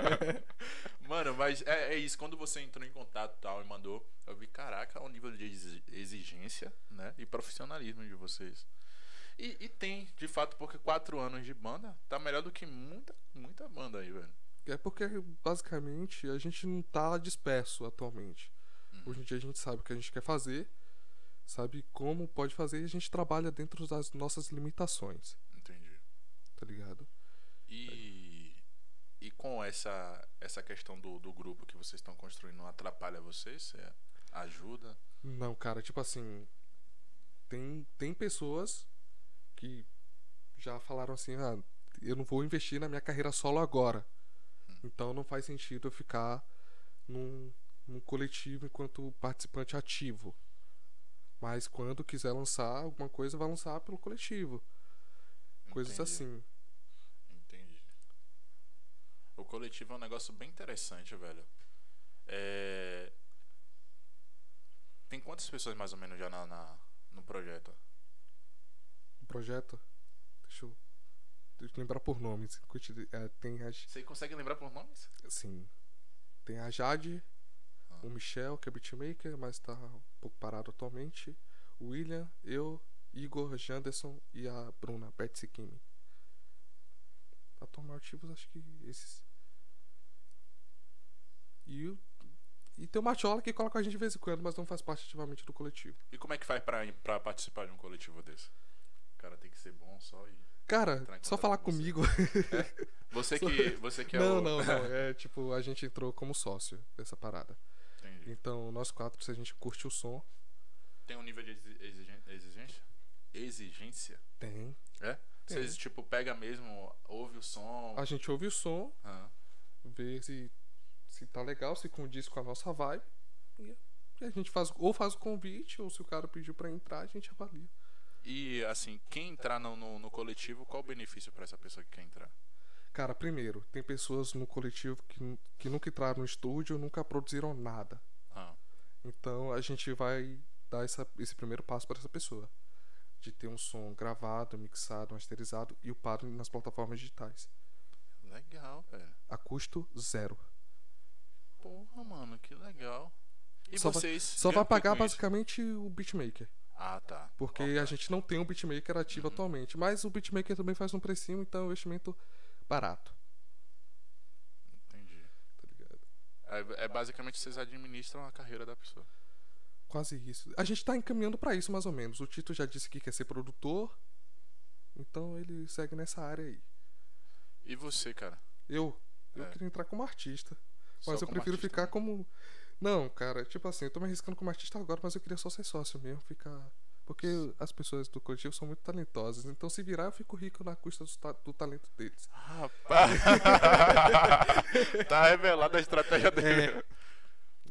S1: Mano, mas é, é isso. Quando você entrou em contato e tal e mandou, eu vi, caraca, o nível de exi- exigência né, e profissionalismo de vocês. E, e tem, de fato, porque quatro anos de banda tá melhor do que muita, muita banda aí, velho.
S2: É porque, basicamente, a gente não tá disperso atualmente. Hoje em dia a gente sabe o que a gente quer fazer, sabe como pode fazer e a gente trabalha dentro das nossas limitações,
S1: Entendi.
S2: tá ligado?
S1: E, e com essa, essa questão do, do grupo que vocês estão construindo, não atrapalha vocês? Você ajuda?
S2: Não, cara, tipo assim. Tem, tem pessoas que já falaram assim: ah, eu não vou investir na minha carreira solo agora. Então não faz sentido eu ficar num, num coletivo enquanto participante ativo. Mas quando quiser lançar alguma coisa, vai lançar pelo coletivo. Coisas
S1: Entendi.
S2: assim.
S1: Entendi. O coletivo é um negócio bem interessante, velho. É... Tem quantas pessoas mais ou menos já na, na- no projeto?
S2: Um projeto. Deixa eu, deixa eu lembrar por nomes. Quanti- é, tem as
S1: Você consegue lembrar por nomes?
S2: Sim. assim, Tem a Jade,
S1: Ah.
S2: o Michel, que é beatmaker, mas tá um pouco parado atualmente. O William, eu, Igor, Janderson e a Bruna, Betsy Kimi. Atualmente ativos, acho que esses. E, o- e tem o Machola que coloca a gente de vez em quando, mas não faz parte ativamente do coletivo.
S1: E como é que faz pra, pra participar de um coletivo desse? O cara tem que ser bom só e.
S2: Cara,
S1: Entrar em
S2: só
S1: contato
S2: falar
S1: com você.
S2: comigo.
S1: Você
S2: Só-
S1: que, você que é
S2: não,
S1: o.
S2: não, não. É tipo, a gente entrou como sócio dessa parada.
S1: Entendi.
S2: Então, nós quatro, se a gente curte o som,
S1: Tem um nível de exi- exigen- exigência? Exigência?
S2: tem.
S1: É?
S2: Tem.
S1: Vocês, tipo, pega mesmo, ouve o som.
S2: A gente ouve o som,
S1: Ah,
S2: ver se, se tá legal, se condiz com a nossa vibe. E e a gente faz ou faz o convite, ou se o cara pediu pra entrar, a gente avalia.
S1: E, assim, quem entrar no, no, no coletivo, qual o benefício pra essa pessoa que quer entrar?
S2: Cara, primeiro, tem pessoas no coletivo que, nu- que nunca entraram no estúdio, nunca produziram nada.
S1: Ah.
S2: Então a gente vai dar essa- esse primeiro passo pra essa pessoa. De ter um som gravado, mixado, masterizado e upado nas plataformas digitais.
S1: Legal, velho.
S2: A custo zero.
S1: Porra, mano, que legal. E
S2: Só vai-
S1: vocês?
S2: Só vai
S1: ganham
S2: pagar
S1: com isso?
S2: basicamente o beatmaker.
S1: Ah, tá.
S2: Porque
S1: Ó, Uhum.
S2: a gente não tem um beatmaker ativo atualmente. Mas o beatmaker também faz um precinho, então é um investimento barato.
S1: Entendi.
S2: Tá ligado?
S1: É, é basicamente vocês administram a carreira da pessoa.
S2: Quase isso. A gente tá encaminhando pra isso, mais ou menos. O Tito já disse que quer ser produtor. Então ele segue nessa área aí.
S1: E você, cara?
S2: Eu. Eu
S1: É.
S2: queria entrar como artista. Mas
S1: Só
S2: eu
S1: como
S2: prefiro
S1: artista,
S2: ficar
S1: né?
S2: como. Não, cara, tipo assim, eu tô me arriscando como artista agora, mas eu queria só ser sócio mesmo, ficar. Porque as pessoas do coletivo são muito talentosas, então se virar eu fico rico na custa do, ta- do talento deles.
S1: Rapaz. tá revelada a estratégia dele.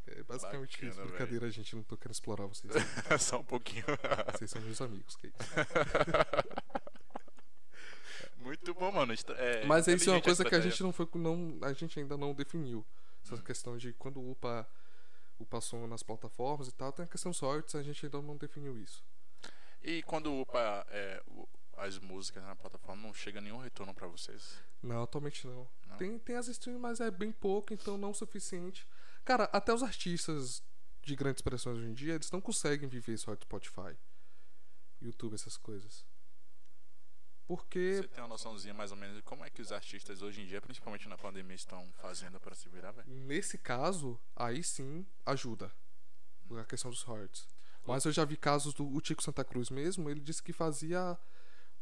S2: É basicamente
S1: Bacana,
S2: isso.
S1: velho.
S2: Brincadeira, gente, não tô querendo explorar vocês.
S1: Só um pouquinho.
S2: vocês são meus amigos, que é isso.
S1: Muito bom, mano. Estra- é,
S2: Mas isso é uma
S1: inteligente
S2: coisa que a
S1: estratégia.
S2: gente não foi. Não, a gente ainda não definiu.
S1: Hum.
S2: Essa questão de quando upa upa som nas plataformas e tal, tem a questão dos sortes, a gente ainda não definiu isso.
S1: E quando upa é, o- as músicas na plataforma, não chega nenhum retorno pra vocês?
S2: Não, atualmente não.
S1: Não?
S2: Tem, tem as streams, mas é bem pouco, então não o suficiente. Cara, até os artistas de grandes expressões hoje em dia, eles não conseguem viver só de Spotify, YouTube, essas coisas.
S1: Você
S2: Porque,
S1: tem uma noçãozinha mais ou menos de como é que os artistas hoje em dia, principalmente na pandemia, estão fazendo pra se virar, velho?
S2: nesse caso, aí sim ajuda a questão dos royalties. Mas eu já vi casos do o Tico Santa Cruz mesmo, ele disse que fazia.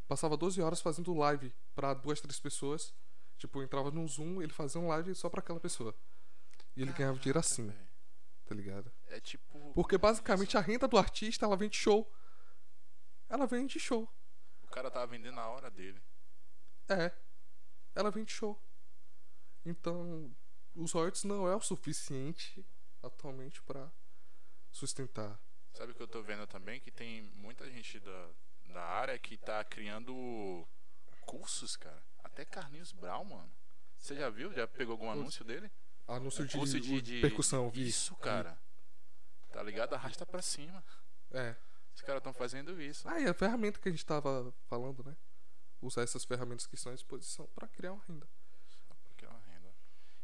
S2: Passava 12 horas fazendo live pra duas, três pessoas. Tipo, entrava num Zoom, ele fazia um live só pra aquela pessoa. E ele ganhava dinheiro
S1: Caraca,
S2: assim.
S1: velho.
S2: tá ligado?
S1: É tipo.
S2: Porque
S1: como é
S2: basicamente
S1: isso?
S2: a renda do artista, ela vem de show. Ela vem de show.
S1: O cara tava vendendo a hora dele.
S2: É. Ela vem de show. Então, os royalties não é o suficiente atualmente pra sustentar.
S1: Sabe o que eu tô vendo também? Que tem muita gente da, da área que tá criando cursos, cara. Até Carlinhos Brown, mano. Você já viu? Já pegou algum anúncio dele?
S2: Anúncio de,
S1: Curso É, de, de-
S2: percussão, vi.
S1: Isso, cara. Tá ligado? Arrasta pra cima.
S2: É.
S1: Os caras tão fazendo isso.
S2: Ah, e a ferramenta que a gente tava falando, né? Usar essas ferramentas que estão à disposição pra criar uma renda.
S1: Que é uma renda.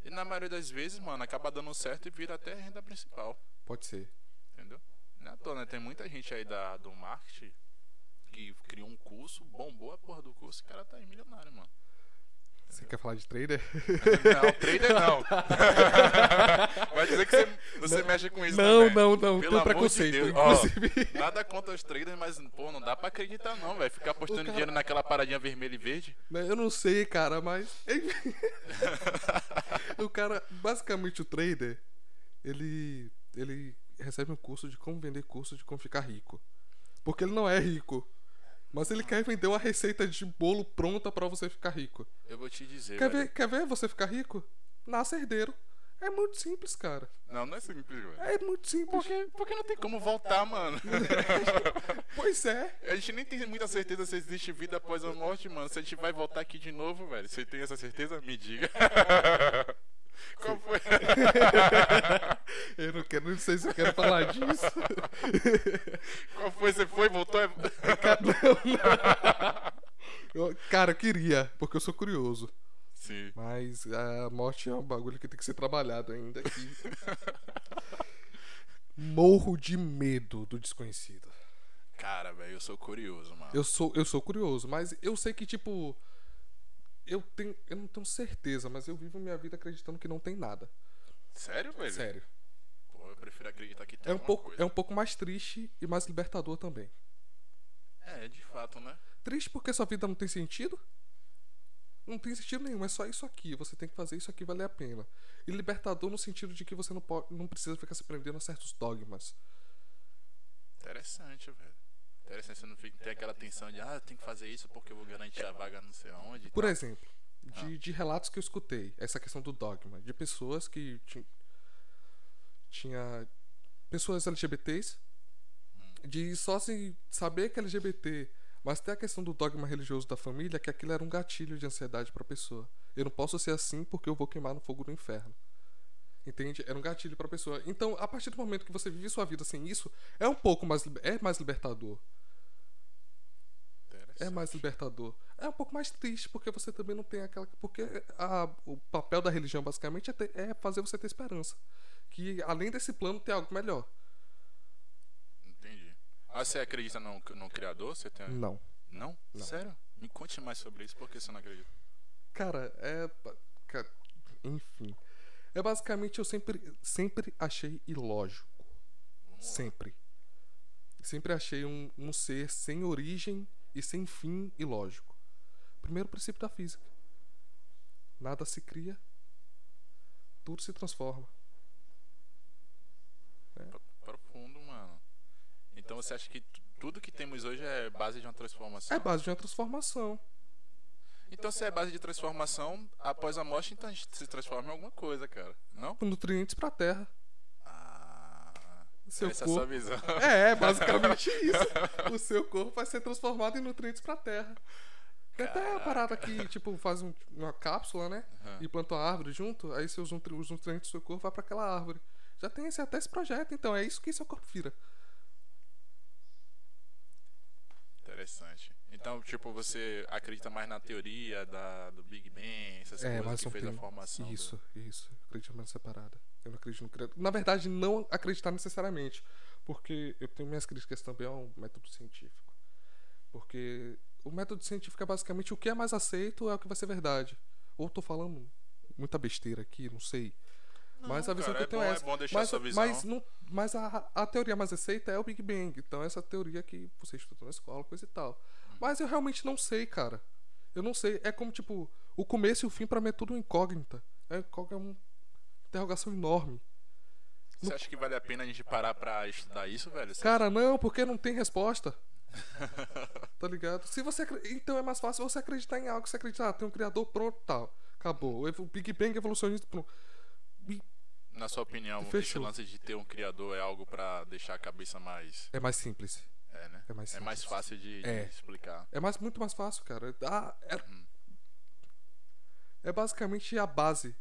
S1: E na maioria das vezes, mano, acaba dando certo e vira até renda principal.
S2: Pode ser.
S1: Entendeu? Não é à toa, né? Tem muita gente aí da, do marketing que criou um curso, bombou a porra do curso, o cara tá aí milionário, mano. É.
S2: Você quer falar de trader?
S1: Não, trader não. Vai dizer que você, você mexe com isso
S2: Não,
S1: também.
S2: não, não.
S1: é, Pelo
S2: Tem
S1: amor de
S2: preconceito,
S1: Deus. Ó,
S2: inclusive.
S1: Nada contra os traders, mas, pô, não dá pra acreditar não, velho. Ficar apostando
S2: O cara-
S1: dinheiro naquela paradinha vermelha e verde.
S2: Né, Eu não sei, cara, mas. Enfim. o cara, basicamente o trader, ele. ele recebe um curso de como vender curso de como ficar rico. Porque ele não é rico. Mas ele quer vender uma receita de bolo pronta pra você ficar rico.
S1: Eu vou te dizer,
S2: Quer
S1: velho.
S2: ver, quer ver você ficar rico? Nasce herdeiro. É muito simples, cara.
S1: Não, não é simples, velho.
S2: É muito simples.
S1: Porque, porque não tem como voltar, mano.
S2: Pois é.
S1: A gente nem tem muita certeza se existe vida após a morte, mano. Se a gente vai voltar aqui de novo, velho. Você tem essa certeza? Me diga. Qual foi?
S2: Eu não quero, não sei se eu quero falar disso.
S1: Qual foi? Você foi, voltou? É-
S2: Eu- cara, eu queria, porque eu sou curioso.
S1: Sim.
S2: Mas a morte é um bagulho que tem que ser trabalhado ainda aqui. Morro de medo do desconhecido.
S1: Cara, velho, eu sou curioso, mano.
S2: Eu sou, eu sou curioso, mas eu sei que, tipo. Eu tenho. Eu não tenho certeza, mas eu vivo minha vida acreditando que não tem nada.
S1: Sério, velho?
S2: Sério.
S1: Pô, eu prefiro acreditar que é. tem
S2: É um,
S1: alguma
S2: pouco,
S1: coisa.
S2: é um pouco mais triste e mais libertador também. um-
S1: É, de fato, né?
S2: Triste porque sua vida não tem sentido? Não tem sentido nenhum, é só isso aqui. Você tem que fazer isso aqui valer a pena. E libertador no sentido de que você não, pode, não precisa ficar se prendendo a certos dogmas.
S1: Interessante, velho. Interessante, você não fica, tem aquela tensão de, ah, eu tenho que fazer isso porque eu vou garantir a vaga não sei aonde. e
S2: Por
S1: tal. Ah.
S2: exemplo, de, de relatos que eu escutei, essa questão do dogma, de pessoas que ti- tinha pessoas LGBTs,
S1: Hum.
S2: de só se saber que é LGBT, mas tem a questão do dogma religioso da família, que aquilo era um gatilho de ansiedade pra pessoa. Eu não posso ser assim porque eu vou queimar no fogo do inferno. Entende? Era um gatilho pra pessoa. Então, a partir do momento que você vive sua vida sem isso, é um pouco mais liber- é mais libertador.
S1: Interessante.
S2: É mais libertador. É um pouco mais triste, porque você também não tem aquela. Porque a- o papel da religião, basicamente, é, ter- é fazer você ter esperança. Que além desse plano tem algo melhor.
S1: Entendi. Ah, você acredita no, no criador? Você tem...
S2: Não.
S1: É. Não?
S2: Não.
S1: Sério? Me conte mais sobre isso, porque você não acredita.
S2: Cara, é. ba- ca- Enfim. É basicamente eu sempre, sempre achei ilógico. Sempre. Sempre achei um, um ser sem origem e sem fim ilógico. Primeiro princípio da física: nada se cria, tudo se transforma. É.
S1: Pro- Profundo, mano. Então você acha que tu- tudo que temos hoje é base de uma transformação?
S2: É base de uma transformação.
S1: Então se é base de transformação, após a morte então a gente se transforma em alguma coisa, cara. Não?
S2: Nutrientes pra terra.
S1: Ah,
S2: Seu
S1: essa é a sua
S2: corpo.
S1: visão.
S2: É, basicamente isso. O seu corpo vai ser transformado em nutrientes pra terra. Tem até a parada que, tipo, faz um- uma cápsula, né?
S1: Aham.
S2: E planta uma árvore junto, aí seus nutri- os nutrientes do seu corpo vai pra aquela árvore. Já tem esse, até esse projeto, então é isso que seu corpo vira.
S1: Interessante. Então, tipo, você acredita mais na teoria da, do Big Bang, essas coisas
S2: um
S1: que fez a formação. do-
S2: É, Isso, isso. Eu acredito mais nessa parada. Eu não acredito no credo. Na verdade, não acreditar necessariamente. Porque eu tenho minhas críticas também ao método científico. Porque o método científico é basicamente o que é mais aceito é o que vai ser verdade. Ou eu tô falando muita besteira aqui, não sei. mas a
S1: Não,
S2: visão
S1: cara,
S2: que eu tenho
S1: é bom,
S2: é essa.
S1: É bom deixar
S2: mas
S1: sua visão.
S2: mas, não, mas a, a teoria mais aceita é o Big Bang. Então, essa teoria que você estuda na escola, coisa e tal. Mas eu realmente não sei, cara. Eu não sei. É como, tipo, o começo e o fim pra mim é tudo incógnita. É, qual que é uma interrogação enorme.
S1: né? Você acha que vale a pena a gente parar pra estudar isso, velho? Você-
S2: Cara, não, porque não tem resposta. tá ligado? Se você acre- Então é mais fácil você acreditar em algo, você acreditar, ah, tem um criador pronto tal. Acabou. O evo- Big Bang evolucionista pronto.
S1: Na sua opinião, esse
S2: Fechou.
S1: lance de ter um criador é algo pra deixar a cabeça mais.
S2: É mais simples.
S1: É, né?
S2: É mais simples.
S1: fácil de, de
S2: É.
S1: explicar.
S2: É mais, muito mais fácil, cara. Ah, é, é basicamente a base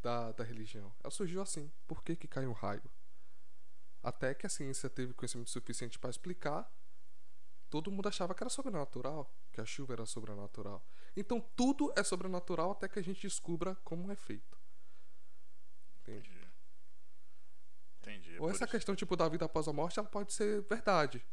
S2: da, da religião. Ela surgiu assim. Por que, que cai um raio? Até que a ciência teve conhecimento suficiente para explicar, todo mundo achava que era sobrenatural, que a chuva era sobrenatural. Então tudo é sobrenatural até que a gente descubra como é feito. Entende?
S1: Entendi. Entendi. é
S2: Ou
S1: por
S2: essa
S1: isso.
S2: questão tipo da vida após a morte, ela pode ser verdade.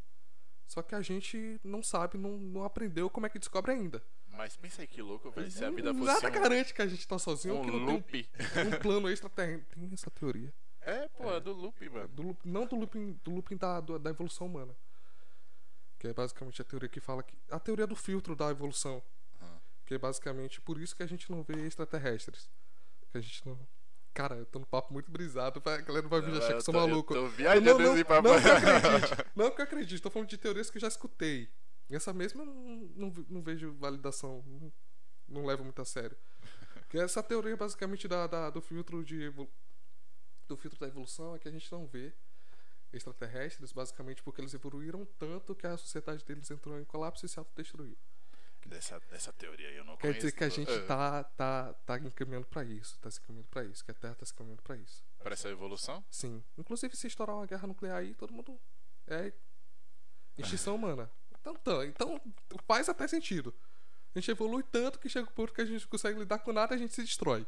S2: Só que a gente não sabe, não, não aprendeu como é que descobre ainda.
S1: Mas pensa aí que louco, velho. Se a vida fosse
S2: Nada
S1: um,
S2: garante que a gente tá sozinho ou
S1: um
S2: que não tem
S1: loop.
S2: um, um plano extraterreno. Tem essa teoria.
S1: É, pô, é do loop, mano.
S2: Do loop- não do looping, do looping da, do- da evolução humana. Que é basicamente a teoria que fala que. A teoria do filtro da evolução.
S1: Ah.
S2: Que é basicamente por isso que a gente não vê extraterrestres. Que a gente não. Cara, eu tô num papo muito brisado, vai- a galera vai me achar que eu sou
S1: tô-
S2: maluco.
S1: Eu tô
S2: não,
S1: viajando
S2: não,
S1: assim
S2: não,
S1: pra
S2: que eu acredite. Não que eu acredite. Tô falando de teorias que eu já escutei. E essa mesma eu não, não, ve- não vejo validação. Não, não levo muito a sério. Que essa teoria basicamente da, da- do filtro de evolu- do filtro da evolução é que a gente não vê extraterrestres basicamente porque eles evoluíram tanto que a sociedade deles entrou em colapso e se autodestruiu.
S1: Dessa, dessa teoria aí eu não
S2: Quer
S1: conheço.
S2: dizer que a gente
S1: É,
S2: tá tá tá encaminhando pra isso, tá se encaminhando pra isso, que a Terra tá se encaminhando pra isso.
S1: É, Pra essa evolução?
S2: Sim. Inclusive, se estourar uma guerra nuclear aí, todo mundo. É. Extinção humana. Então, tá, então faz até sentido. A gente evolui tanto que chega o ponto que a gente não consegue lidar com nada e a gente se destrói.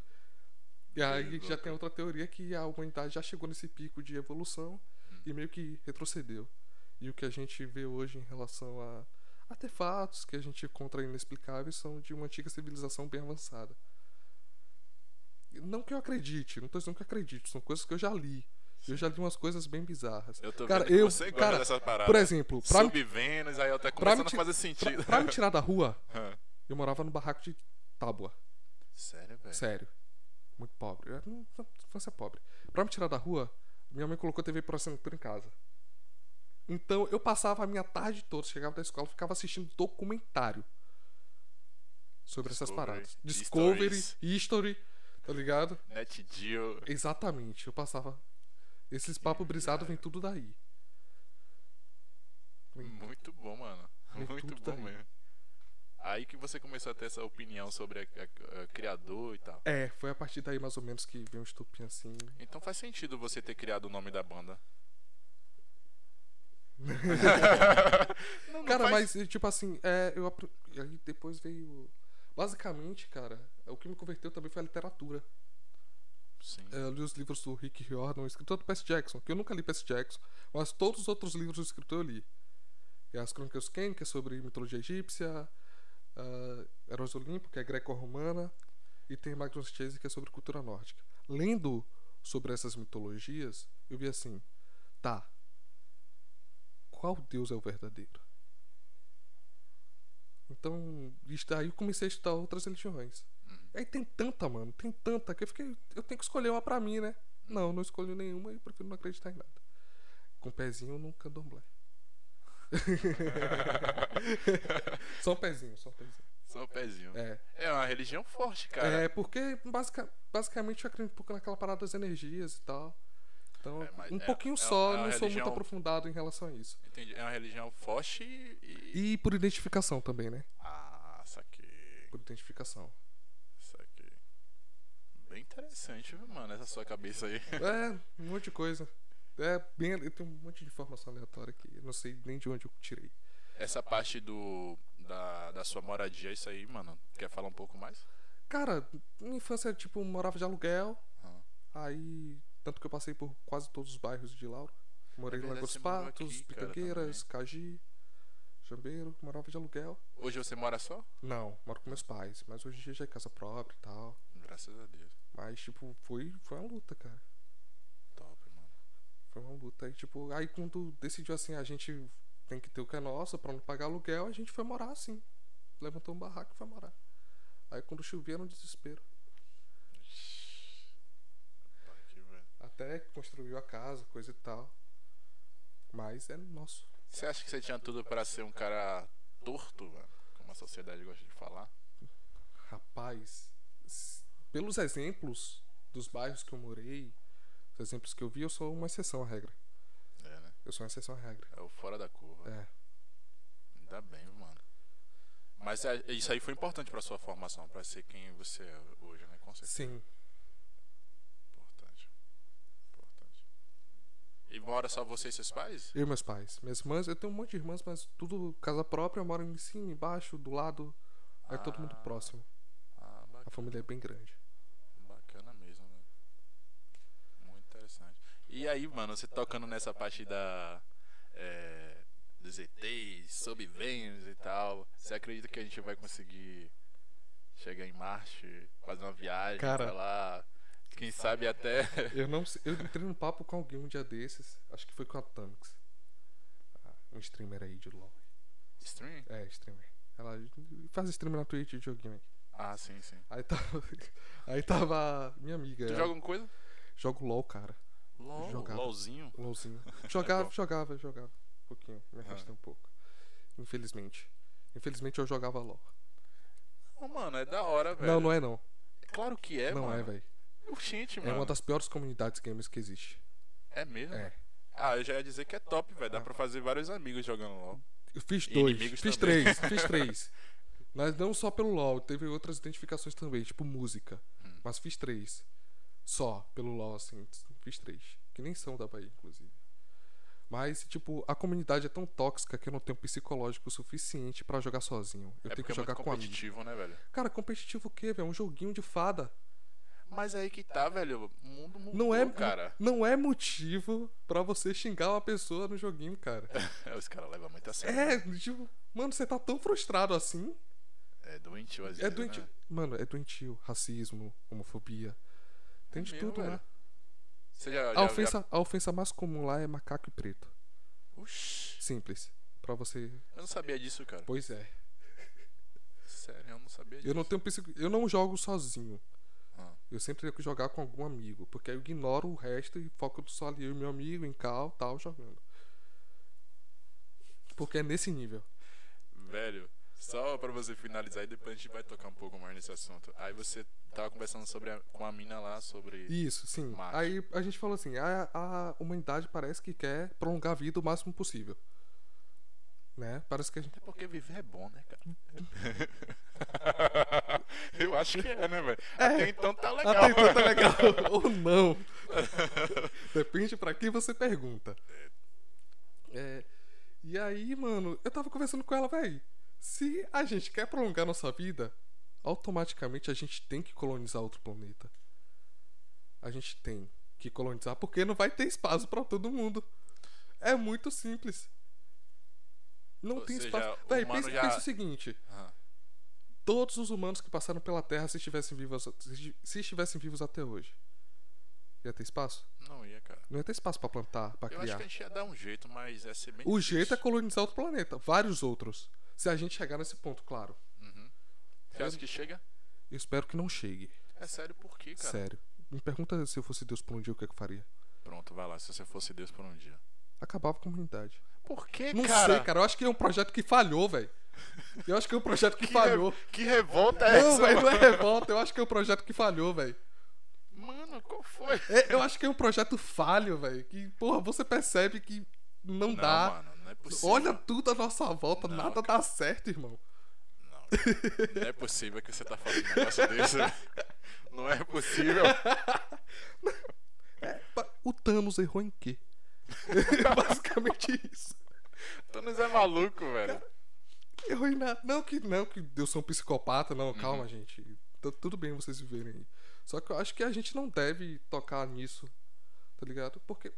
S2: E aí
S1: Entendi.
S2: já tem outra teoria que a humanidade já chegou nesse pico de evolução e meio que retrocedeu. E o que a gente vê hoje em relação a artefatos que a gente encontra inexplicáveis são de uma antiga civilização bem avançada. Não que eu acredite, não tô dizendo que eu acredite, são coisas que eu já li. Eu já li umas coisas bem bizarras.
S1: Eu tô
S2: cara,
S1: vendo que
S2: eu,
S1: você gosta
S2: cara,
S1: dessa parada.
S2: por exemplo, pra, me-
S1: Sub-Vênus, aí até
S2: pra me
S1: começando a
S2: ti-
S1: fazer sentido.
S2: pra, pra me tirar da rua,
S1: Ah,
S2: eu morava no barraco de tábua.
S1: Sério, velho?
S2: Sério. Muito pobre. Eu não infância pobre. Pra me tirar da rua, minha mãe colocou TV por assinatura em casa. Então eu passava a minha tarde toda, chegava da escola, ficava assistindo documentário sobre essas
S1: Discovery,
S2: paradas. Discovery,
S1: Histories.
S2: History, tá ligado?
S1: Net Geo.
S2: Exatamente, eu passava. Esses papos brisados vem tudo daí.
S1: Muito bom, mano.
S2: Vem
S1: Muito
S2: É tudo
S1: bom
S2: daí.
S1: mesmo. Aí que você começou a ter essa opinião sobre a, a- a criador e tal.
S2: É, foi a partir daí mais ou menos que veio um estupim assim.
S1: Então faz sentido você ter criado o nome da banda. Não, não
S2: Cara,
S1: faz-
S2: mas, eh, tipo assim, é, eu apre- e aí depois veio. Basicamente, cara, o que me converteu também foi a literatura.
S1: Sim.
S2: Eh, Eu li os livros do Rick Riordan, o escritor do Percy Jackson, que eu nunca li Percy Jackson, mas todos os outros livros do escritor eu li. E as Crônicas Ken, que é sobre mitologia egípcia, ah, Heróis do Olimpo, que é greco-romana, e tem Magnus Chase, que é sobre cultura nórdica. Lendo sobre essas mitologias, eu vi assim: tá, qual Deus é o verdadeiro? Então, isso daí eu comecei a estudar outras religiões. Aí tem tanta, mano, tem tanta que eu fiquei. Eu tenho que escolher uma pra mim, né? Não, não escolhi nenhuma e prefiro não acreditar em nada. com o pezinho no candomblé. só um pezinho, só um pezinho.
S1: Só o pezinho.
S2: É.
S1: É uma religião forte, cara.
S2: É, porque basica- basicamente eu acredito um pouco naquela parada das energias e tal. Então,
S1: É, mas
S2: um
S1: é-
S2: pouquinho
S1: é-
S2: só,
S1: é uma
S2: não sou muito
S1: religião-
S2: aprofundado em relação a isso.
S1: Entendi. É uma religião forte e.
S2: E por identificação também, né?
S1: Ah, saquei.
S2: Por identificação.
S1: Saquei. Bem interessante, viu, mano, essa sua cabeça aí.
S2: É, um monte de coisa. É, bem, eu tenho um monte de informação aleatória que eu não sei nem de onde eu tirei.
S1: Essa parte do. Da, da sua moradia, isso aí, mano. Quer falar um pouco mais?
S2: Cara, minha infância, tipo, eu morava de aluguel.
S1: Ah.
S2: Aí, tanto que eu passei por quase todos os bairros de Lauro. Morei
S1: É
S2: em
S1: verdade,
S2: Lagoas
S1: você morou
S2: Patos,
S1: aqui, cara,
S2: Pitangueiras, Caji, Jambeiro, morava de aluguel.
S1: Hoje você mora só?
S2: Não, moro com meus pais, mas hoje em dia já é casa própria e tal.
S1: Graças a Deus.
S2: Mas, tipo, foi, foi uma luta, cara.
S1: Top, mano.
S2: Foi uma luta. Aí, tipo, aí quando decidiu assim, a gente tem que ter o que é nosso pra não pagar aluguel, a gente foi morar assim. Levantou um barraco e foi morar. Aí quando chovia era um desespero.
S1: Tá aqui, velho.
S2: Até construiu a casa, coisa e tal. Mas é nosso.
S1: Você acha que você tinha tudo pra ser um cara torto, mano? Como a sociedade gosta de falar?
S2: Rapaz, s- pelos exemplos dos bairros que eu morei, os exemplos que eu vi, eu sou uma exceção à regra.
S1: É, né?
S2: Eu sou uma exceção à regra.
S1: É o fora da curva.
S2: É.
S1: Ainda bem, mano. Mas é- isso aí foi importante pra sua formação, pra ser quem você é hoje, né? Com certeza.
S2: Sim.
S1: Importante. Importante. E mora só você e seus pais?
S2: Eu e meus pais. Minhas irmãs, eu tenho um monte de irmãs, mas tudo casa própria, moram em cima, embaixo, do lado. É todo mundo
S1: Ah.
S2: próximo.
S1: Ah,
S2: A
S1: bacana,
S2: família é bem grande.
S1: bacana mesmo, mano. Muito interessante. E aí, mano, você tocando nessa parte da. É, dos ETs, sobreviventes e tal. Você acredita que a gente vai conseguir chegar em Marte, fazer uma viagem
S2: Cara.
S1: pra lá? Quem sabe até.
S2: Eu não sei- eu entrei num papo com alguém um dia desses, acho que foi com a Tamix. Ah, Um streamer aí de LoL.
S1: Stream?
S2: É, streamer. Ela faz streamer na Twitch de joguinho aí.
S1: Ah, sim, sim.
S2: Aí tava. Aí tava minha amiga.
S1: Tu
S2: ela-
S1: joga alguma coisa?
S2: Jogo LOL, cara.
S1: LOL,
S2: Jogava.
S1: LOLzinho.
S2: LOLzinho. Jogava,
S1: É bom. Ah.
S2: jogava, jogava. Um pouquinho. Me afastei um pouco. Infelizmente. Infelizmente eu jogava LOL.
S1: Não, mano, é da hora, velho.
S2: Não, não é não.
S1: Claro que é,
S2: não
S1: mano.
S2: é, velho.
S1: Urgente,
S2: É
S1: mano.
S2: uma das piores comunidades gamers que existe.
S1: É mesmo?
S2: É.
S1: Ah, eu já ia dizer que é top, velho. Dá
S2: Ah.
S1: pra fazer vários amigos jogando LOL.
S2: Eu fiz
S1: E
S2: dois.
S1: inimigos
S2: Fiz
S1: também.
S2: três, fiz três. Mas não só pelo LOL, teve outras identificações também, tipo música.
S1: Hum.
S2: Mas fiz três. Só pelo LOL, assim. Fiz três. Que nem são da Bahia, inclusive. Mas, tipo, a comunidade é tão tóxica que eu não tenho psicológico suficiente pra jogar sozinho. Eu
S1: é
S2: tenho
S1: porque
S2: que
S1: é
S2: jogar
S1: muito
S2: com amigos.
S1: competitivo, né, velho?
S2: Cara, competitivo o quê, velho? É um joguinho de fada.
S1: Mas aí que tá, velho. O mundo mudou,
S2: Não é,
S1: cara.
S2: não é motivo pra você xingar uma pessoa no joguinho, cara.
S1: Os caras levam muito a sério.
S2: É, tipo, mano, você tá tão frustrado assim.
S1: É doentio às
S2: É
S1: vezes.
S2: doentio.
S1: Né?
S2: Mano, é doentio. Racismo, homofobia. Tem de
S1: Meu,
S2: tudo
S1: velho.
S2: lá.
S1: Você já.
S2: A
S1: já-
S2: ofensa, a ofensa mais comum lá é macaco e preto.
S1: já- Oxi.
S2: Simples. Pra você.
S1: Eu não sabia disso, cara.
S2: Pois é.
S1: Sério, eu não sabia disso.
S2: Eu não tenho psico... Eu não jogo sozinho.
S1: Ah.
S2: Eu sempre tenho que jogar com algum amigo. Porque aí eu ignoro o resto e foco só ali eu e meu amigo, em cal, tal, jogando. Porque é nesse nível.
S1: Velho, só pra você finalizar e depois a gente vai tocar um pouco mais nesse assunto. Aí você tava conversando sobre a- com a mina lá sobre.
S2: Isso, sim.
S1: Mate.
S2: Aí a gente falou assim: a, a humanidade parece que quer prolongar a vida o máximo possível. Né? Parece que a gente.
S1: Até porque viver é bom, né, cara? Eu acho que é, né, velho? Até então tá legal.
S2: Até então tá legal ou não. Depende pra quem você pergunta. É, e aí, mano, eu tava conversando com ela, véi. Se a gente quer prolongar nossa vida, automaticamente a gente tem que colonizar outro planeta. A gente tem que colonizar porque não vai ter espaço pra todo mundo. É muito simples. Não
S1: Ou
S2: tem
S1: seja,
S2: espaço.
S1: o
S2: Véi,
S1: humano
S2: pensa,
S1: já-
S2: pensa o seguinte
S1: Ah,
S2: todos os humanos que passaram pela Terra se estivessem vivos, se estivessem vivos até hoje. Ia ter espaço?
S1: não ia, cara.
S2: Não ia ter espaço pra plantar, pra
S1: Eu acho
S2: criar.
S1: que a gente ia dar um jeito, mas ia ser bem
S2: O
S1: difícil.
S2: jeito é colonizar outro planeta, vários outros. Se a gente chegar nesse ponto, claro.
S1: Uhum. Você acha que chega?
S2: Eu espero que não chegue.
S1: É sério por quê, cara?
S2: Sério. Me pergunta se eu fosse Deus por um dia o que é que eu faria.
S1: Pronto, vai lá. Se você fosse Deus por um dia.
S2: acabava com a humanidade.
S1: Por que,
S2: Não
S1: cara?
S2: sei, cara. Eu acho que é um projeto que falhou, velho. Eu acho que é um projeto que,
S3: Que,
S2: falhou.
S3: re- que revolta é
S2: Não,
S3: essa?
S2: velho, não é
S3: mano?
S2: revolta. Eu acho que é um projeto que falhou, velho.
S3: Mano, qual foi?
S2: É, eu acho que é um projeto falho, velho. Que, porra, você percebe que não,
S1: Não,
S2: dá.
S1: mano, não é possível.
S2: tá. Olha tudo à nossa volta,
S1: Não,
S2: nada dá certo, irmão.
S1: Não, não é possível que você tá falando um negócio desse.
S3: Não é possível.
S2: Pa- O Thanos errou em quê? É Basicamente isso.
S3: Thanos é maluco, velho.
S2: Errou em nada. Não que, não, que eu sou um psicopata, não,
S1: Uhum.
S2: calma, gente. Tá tudo bem vocês viverem aí. Só que eu acho que a gente não deve tocar nisso, tá ligado? Porque.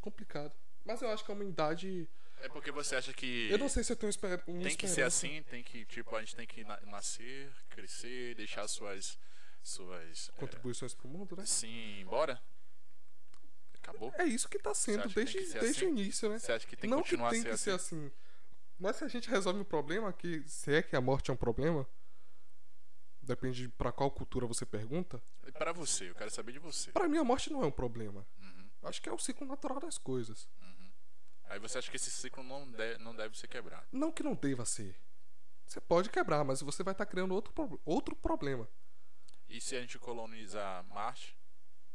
S2: complicado. Mas eu acho que a humanidade.
S1: É porque você acha que
S2: Eu não sei se eu tenho esper... uma
S1: tem que ser
S2: esperança.
S1: assim, tem que, tipo, a gente tem que na- nascer, crescer, deixar suas. suas. é,
S2: Contribuições pro mundo, né?
S1: Sim, embora. Acabou?
S2: É isso que tá sendo
S1: acha que tem
S2: desde,
S1: que ser
S2: desde o
S1: assim?
S2: início, né?
S1: Você acha que tem que
S2: não que
S1: continuar
S2: tem
S1: a ser
S2: que
S1: assim?
S2: ser assim. Mas se a gente resolve um problema, que se é que a morte é um problema, depende de pra qual cultura você pergunta,
S1: Pra você, eu quero saber de você.
S2: pra mim a morte não é um problema.
S1: Uhum.
S2: Acho que é o ciclo natural das coisas.
S1: Aí você acha que esse ciclo não, de- não deve ser quebrado.
S2: Não que não deva ser. Você pode quebrar, mas você vai estar criando outro, pro- outro problema.
S1: E se a gente colonizar Marte,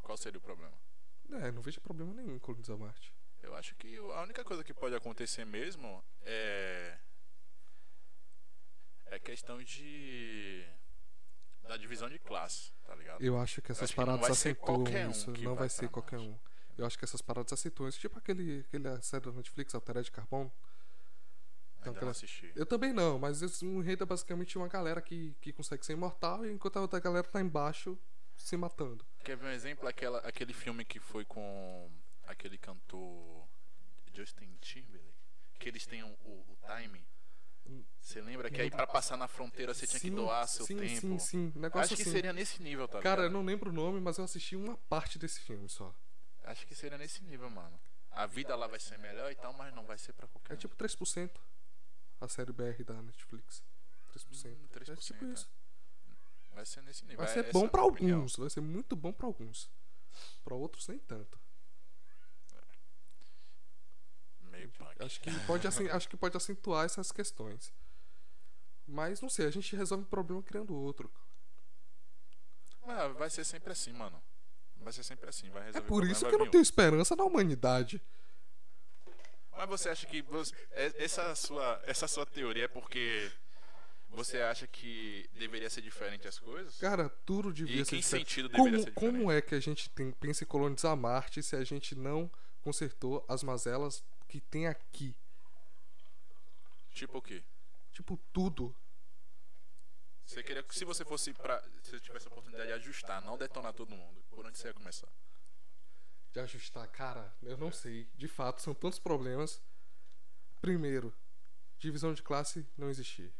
S1: qual seria o problema?
S2: É, não vejo problema nenhum em colonizar Marte.
S1: Eu acho que o- a única coisa que pode acontecer mesmo é. É questão de. Da divisão de classe, tá ligado?
S2: Eu acho que essas
S1: acho que não
S2: paradas
S1: vai ser
S2: acentuam
S1: qualquer um
S2: isso.
S1: que
S2: não
S1: vai
S2: vai
S1: pra
S2: ser qualquer
S1: Marte.
S2: um. Eu acho que essas paradas acentuam isso. Tipo aquele, aquele série da Netflix, Altered de Carbono. Então,
S1: Ainda não
S2: aquela-
S1: assisti.
S2: Eu também não, mas esse- um enredo é basicamente uma galera que, que consegue ser imortal e enquanto a outra galera tá embaixo se matando.
S1: Quer ver um exemplo? Aquela, aquele filme que foi com aquele cantor Justin Timberlake. Que eles têm o, o timing. Você lembra que aí pra passar na fronteira você tinha que doar seu
S2: sim,
S1: tempo?
S2: Sim, sim, negócio
S1: Acho que
S2: assim.
S1: seria nesse nível, tá
S2: Cara, eu
S1: ligado?
S2: não lembro o nome, mas eu assisti uma parte desse filme só.
S1: Acho que seria nesse nível, mano. A vida lá vai ser melhor e tal, mas não vai ser pra qualquer
S2: É
S1: um.
S2: tipo 3%. A série BR da Netflix. 3%.
S1: Hum,
S2: é
S1: 3%,
S2: tipo isso.
S1: Vai ser nesse nível.
S2: Vai
S1: é-
S2: ser
S1: essa é
S2: bom
S1: a
S2: pra
S1: minha opinião.
S2: alguns, vai ser muito bom pra alguns. Pra outros nem tanto.
S1: Meio punk.
S2: Acho que pode, acen- acho que pode acentuar essas questões. Mas não sei, a gente resolve um problema criando outro.
S1: Mas vai ser sempre assim, mano. Vai ser sempre assim, vai resolver
S2: É
S1: o
S2: por
S1: problema,
S2: isso
S1: vai
S2: que eu não
S1: vir
S2: tenho esperança na humanidade.
S1: Mas você acha que você- é- essa sua essa sua teoria é porque você acha que deveria ser diferente as coisas?
S2: Cara, tudo devia
S1: E
S2: ser
S1: que
S2: diferente.
S1: sentido deveria
S2: Como,
S1: ser diferente?
S2: como é que a gente tem, pensa em colonizar Marte se a gente não consertou as mazelas que tem aqui?
S1: Tipo o quê?
S2: Tipo, tudo.
S1: Você queria se você fosse para se você tivesse a oportunidade de ajustar, não detonar todo mundo, por onde você ia começar?
S2: De ajustar, cara, eu não sei. De fato, são tantos problemas. Primeiro, divisão de classe não existir.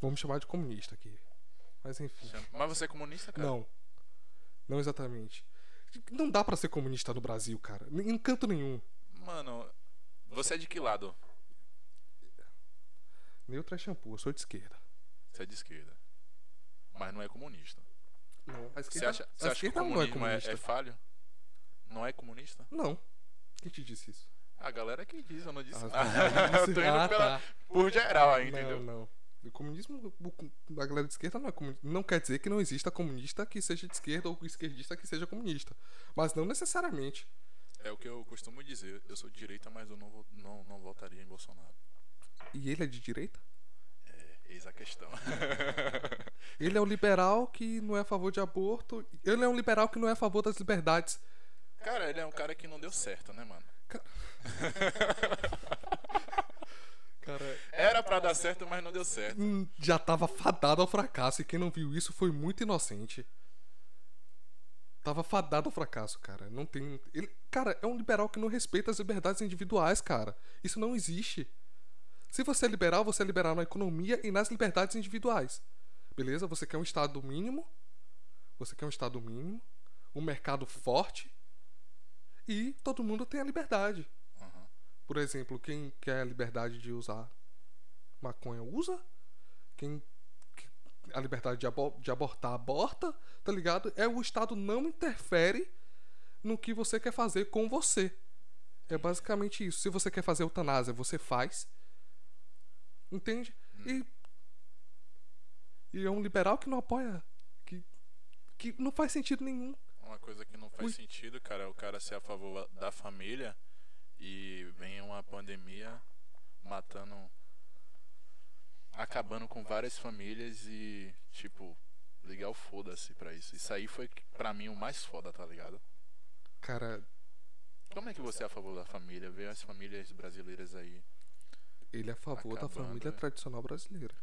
S2: Vamos chamar de comunista aqui. Mas enfim.
S1: Mas você é comunista, cara?
S2: Não. Não exatamente. Não dá pra ser comunista no Brasil, cara. Em canto nenhum.
S1: Mano, você é de que lado?
S2: Neutra é shampoo, eu sou de esquerda.
S1: Você é de esquerda. Mas não é comunista.
S2: Não, a
S1: Você
S2: esquerda,
S1: acha, você
S2: a
S1: acha que o
S2: esquerda não é
S1: comunismo é,
S2: comunista.
S1: é falho? Não é comunista?
S2: Não. Quem te disse isso?
S1: A galera é que diz, eu não disse
S2: Ah,
S1: nada. Eu tô indo
S2: ah,
S1: pela-
S2: tá.
S1: por geral aí, entendeu?
S2: Não, não. O comunismo, o com- a galera de esquerda não é comunista. Não quer dizer que não exista comunista que seja de esquerda ou esquerdista que seja comunista. Mas não necessariamente.
S1: É o que eu costumo dizer. Eu sou de direita, mas eu não, vo- não, não votaria em Bolsonaro.
S2: E ele é de direita?
S1: É, eis a questão.
S2: Ele é um liberal que não é a favor de aborto. Ele é um liberal que não é a favor das liberdades.
S1: cara, ele é um cara que não deu certo, né, mano?
S2: Cara,
S1: Era pra dar certo, mas não deu certo.
S2: Hum, já tava fadado ao fracasso e quem não viu isso foi muito inocente. Tava fadado ao fracasso, cara. Não tem. Ele, cara, é um liberal que não respeita as liberdades individuais, cara. Isso não existe. Se você é liberal, você é liberal na economia e nas liberdades individuais. Beleza? Você quer um Estado mínimo. Você quer um Estado mínimo. Um mercado forte. E todo mundo tem a liberdade.
S1: Aham.
S2: Por exemplo, quem quer a liberdade de usar maconha usa. Quem que- a liberdade de, abo- de abortar aborta, tá ligado? É o Estado não interfere no que você quer fazer com você. É basicamente isso. Se você quer fazer eutanásia, você faz. Entende? E. E é um liberal que não apoia. Que, que não faz sentido nenhum.
S1: Uma coisa que não faz
S2: Ui.
S1: sentido, cara, é o cara ser a favor da família e vem uma pandemia matando. acabando com várias famílias e, tipo, ligar o foda-se pra isso. Isso aí foi, pra mim, o mais foda, tá ligado?
S2: Cara,
S1: Como é que você é a favor da família? Vê as famílias brasileiras aí.
S2: ele é a favor da
S1: Acabando,
S2: família
S1: né?
S2: tradicional brasileira.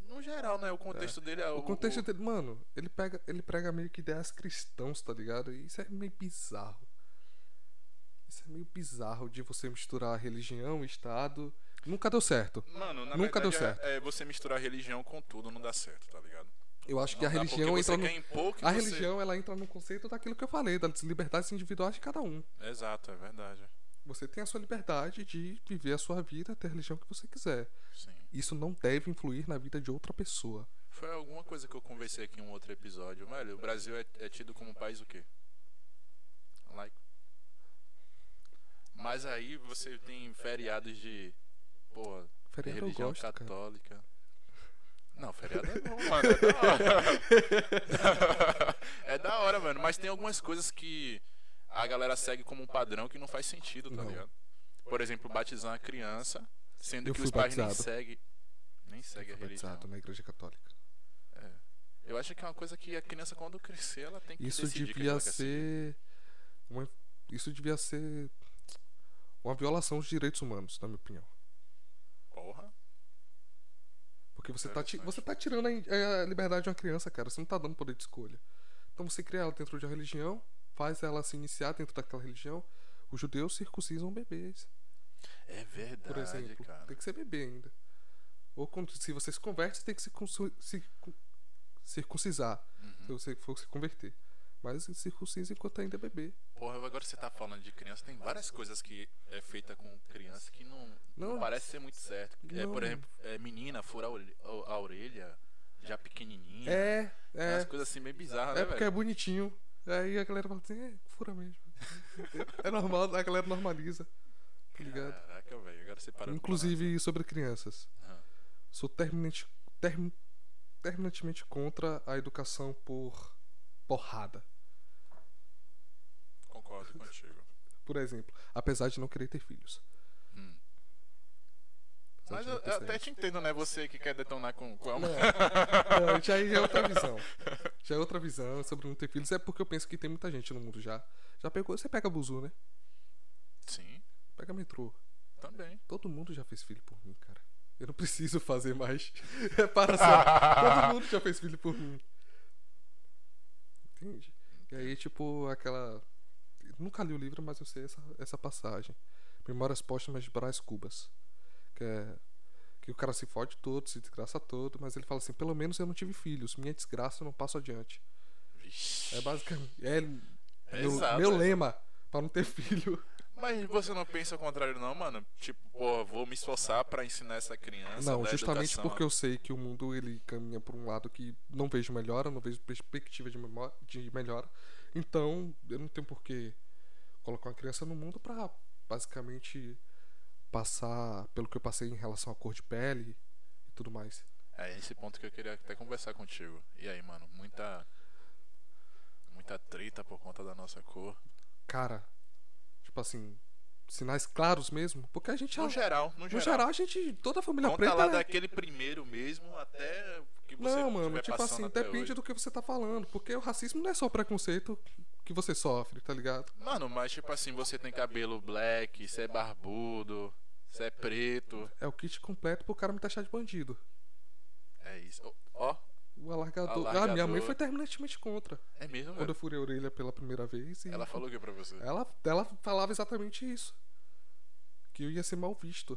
S1: No geral, né? O contexto dele é o.
S2: O contexto dele, mano, ele, pega, ele prega meio que ideias cristãos, tá ligado? E isso é meio bizarro. Isso é meio bizarro de você misturar religião, Estado. Nunca deu certo.
S1: Mano, na
S2: Nunca deu
S1: verdade,
S2: certo.
S1: É, é você misturar religião com tudo não dá certo, tá ligado?
S2: Eu acho que
S1: Não
S2: a
S1: dá,
S2: religião
S1: porque
S2: entra
S1: você
S2: no.
S1: quer impor que
S2: A
S1: você-
S2: religião, ela entra no conceito daquilo que eu falei, das liberdades individuais de cada um.
S1: Exato, é verdade.
S2: Você tem a sua liberdade de viver a sua vida, ter a religião que você quiser.
S1: Sim.
S2: Isso não deve influir na vida de outra pessoa.
S1: Foi alguma coisa que eu conversei aqui em um outro episódio. Velho, o Brasil é, é tido como um país o quê? Laico. Mas aí você tem feriados de. Porra,
S2: Feriado eu
S1: religião
S2: gosto, cara.
S1: católica. Não, feriado é bom, mano. É da hora. é da hora, mano. Mas tem algumas coisas que a galera segue como um padrão que não faz sentido, tá
S2: Não.
S1: ligado? Por exemplo, batizar uma criança, sendo
S2: Eu
S1: que
S2: fui
S1: os pais nem
S2: batizado.
S1: seguem. Nem segue a religião.
S2: Batizado na igreja católica.
S1: Eu acho que é uma coisa que a criança, quando crescer, ela tem que
S2: Isso
S1: decidir que
S2: devia
S1: ela quer
S2: ser. Uma, isso devia ser. Uma violação dos direitos humanos, na minha opinião.
S1: Porra.
S2: Porque você tá, ti-
S1: Interessante.
S2: você tá tirando a, in- a liberdade de uma criança, cara. Você não tá dando poder de escolha. Então você cria ela dentro de uma religião, faz ela se iniciar dentro daquela religião. Os judeus circuncisam bebês.
S1: É verdade,
S2: por exemplo.
S1: cara.
S2: Tem que ser bebê ainda. Ou quando, se você se converte, você tem que se, consu- se cu- circuncisar.
S1: Uhum.
S2: Se você for se converter. Mas se circuncisa enquanto ainda é bebê.
S1: Porra, agora você tá falando de criança, tem várias coisas que é feita com criança que não, não
S2: Não.
S1: parece ser muito certo. É,
S2: Não.
S1: por exemplo, é, menina furar a orelha- a orelha já pequenininha.
S2: É, é.
S1: Umas coisas assim meio bizarras,
S2: É
S1: né,
S2: porque é
S1: velho?
S2: bonitinho. Aí a galera fala assim, é, fura mesmo. É normal, a galera normaliza. Tá ligado?
S1: Caraca, velho, agora você parou.
S2: Inclusive sobre crianças.
S1: Ah.
S2: Sou terminante, term- terminantemente contra a educação por porrada,
S1: Concordo contigo.
S2: por exemplo. Apesar de não querer ter filhos.
S1: Hum.
S2: Apesar
S3: Mas
S2: de não
S3: eu,
S2: ter
S3: eu até
S2: sexo.
S3: te entendo, né? Você que quer detonar com, com
S2: É.
S3: a
S2: Não, já aí já é outra visão. Já é outra visão sobre não ter filhos. É porque eu penso que tem muita gente no mundo já. Já pegou. Você pega buzu, né?
S1: Sim,
S2: Pega metrô.
S1: também.
S2: Todo mundo já fez filho por mim, cara. Eu não preciso fazer mais reparação. Todo mundo já fez filho por mim. Entende? E aí, tipo, aquela. Eu nunca li o livro, mas eu sei essa, essa passagem. Memórias Póstumas de Brás Cubas. Que é. Que o cara se fode todo, se desgraça todo, mas ele fala assim: pelo menos eu não tive filhos, minha desgraça eu não passo adiante.
S1: Vixe.
S2: É basicamente. É meu,
S1: Pesado,
S2: meu
S1: é.
S2: lema pra não ter filho.
S1: Mas você não pensa o contrário, não, mano? Tipo, pô, vou me esforçar pra ensinar essa criança.
S2: Não,
S1: dar
S2: justamente
S1: educação. é.
S2: porque eu sei que o mundo ele caminha por um lado que não vejo melhora, não vejo perspectiva de, memó- de melhora. Então, eu não tenho por que colocar uma criança no mundo pra basicamente passar pelo que eu passei em relação à cor de pele e tudo mais.
S1: É esse ponto que eu queria até conversar contigo. E aí, mano, muita. Muita treta por conta da nossa cor.
S2: Cara, tipo assim, sinais claros mesmo, porque a gente
S1: No geral, no
S2: no
S1: geral.
S2: geral, a gente toda a família
S1: Conta
S2: preta
S1: lá
S2: é-
S1: daquele primeiro mesmo até que você
S2: Não, mano,
S1: tiver
S2: tipo
S1: passando
S2: assim,
S1: até
S2: depende
S1: hoje.
S2: do que você tá falando, porque o racismo não é só preconceito que você sofre, tá ligado?
S1: Mano, mas tipo assim, você tem cabelo black, você é barbudo, você é preto.
S2: É o kit completo pro cara me taxar de bandido.
S1: É isso. Ó, ó,
S2: O alargador. Ah, minha
S1: Alargador.
S2: mãe foi terminantemente contra.
S1: é mesmo,
S2: Quando eu
S1: velho.
S2: furei a orelha pela primeira vez. e-
S1: Ela falou o que pra você?
S2: ela, ela falava exatamente isso. Que eu ia ser mal visto.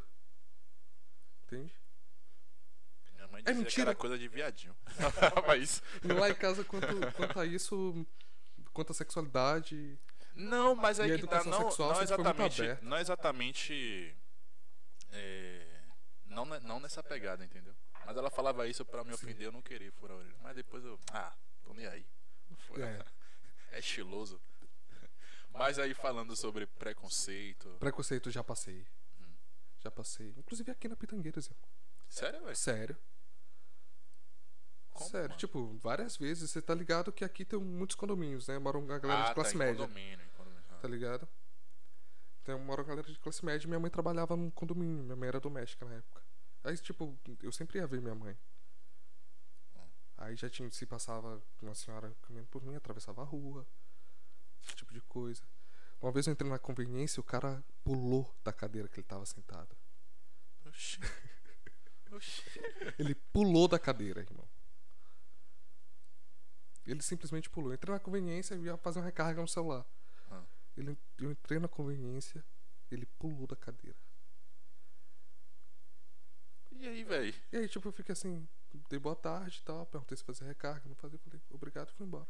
S2: Entende?
S1: Minha mãe dizia que
S2: mentira.
S1: era coisa de viadinho. Ela falava isso.
S2: E lá em casa, quanto, quanto a isso. Quanto a sexualidade.
S1: Não, mas
S2: E
S1: aí
S2: a
S1: que tá.
S2: educação
S1: Não,
S2: sexual
S1: não
S2: sempre foi muito
S1: exatamente.
S2: aberta.
S1: Não exatamente. é, não, ne- não nessa pegada, entendeu? Mas ela falava isso pra me ofender, eu não queria furar a orelha. Mas depois eu. Ah, tô nem aí. Não foi.
S2: É.
S1: É estiloso. Mas aí falando sobre preconceito.
S2: Preconceito já passei.
S1: Hum.
S2: Já passei. Inclusive aqui na Pitangueiras, eu.
S1: Sério, velho?
S2: Sério.
S1: é. Como,
S2: Sério,
S1: mano?
S2: tipo, várias vezes você tá ligado que aqui tem muitos condomínios, né? Mora uma galera
S1: Ah,
S2: de classe
S1: tá, em
S2: média,
S1: condomínio, em condomínio. Ah.
S2: tá ligado? Então mora uma galera de classe média e minha mãe trabalhava num condomínio, minha mãe era doméstica na época. Aí, tipo, eu sempre ia ver minha mãe. Aí já tinha, se passava uma senhora caminhando por mim, atravessava a rua, esse tipo de coisa. Uma vez eu entrei na conveniência o cara pulou da cadeira que ele tava sentado.
S1: Ah, Oxi. Oxi.
S2: Ele pulou da cadeira, irmão. Ele simplesmente pulou. Eu entrei na conveniência e ia fazer uma recarga no celular.
S1: Ah.
S2: Ele, eu entrei na conveniência, ele pulou da cadeira.
S1: E aí, velho?
S2: E aí, tipo, eu fiquei assim, dei boa tarde e tal, perguntei se fazia recarga, não fazia, falei, obrigado, e fui embora.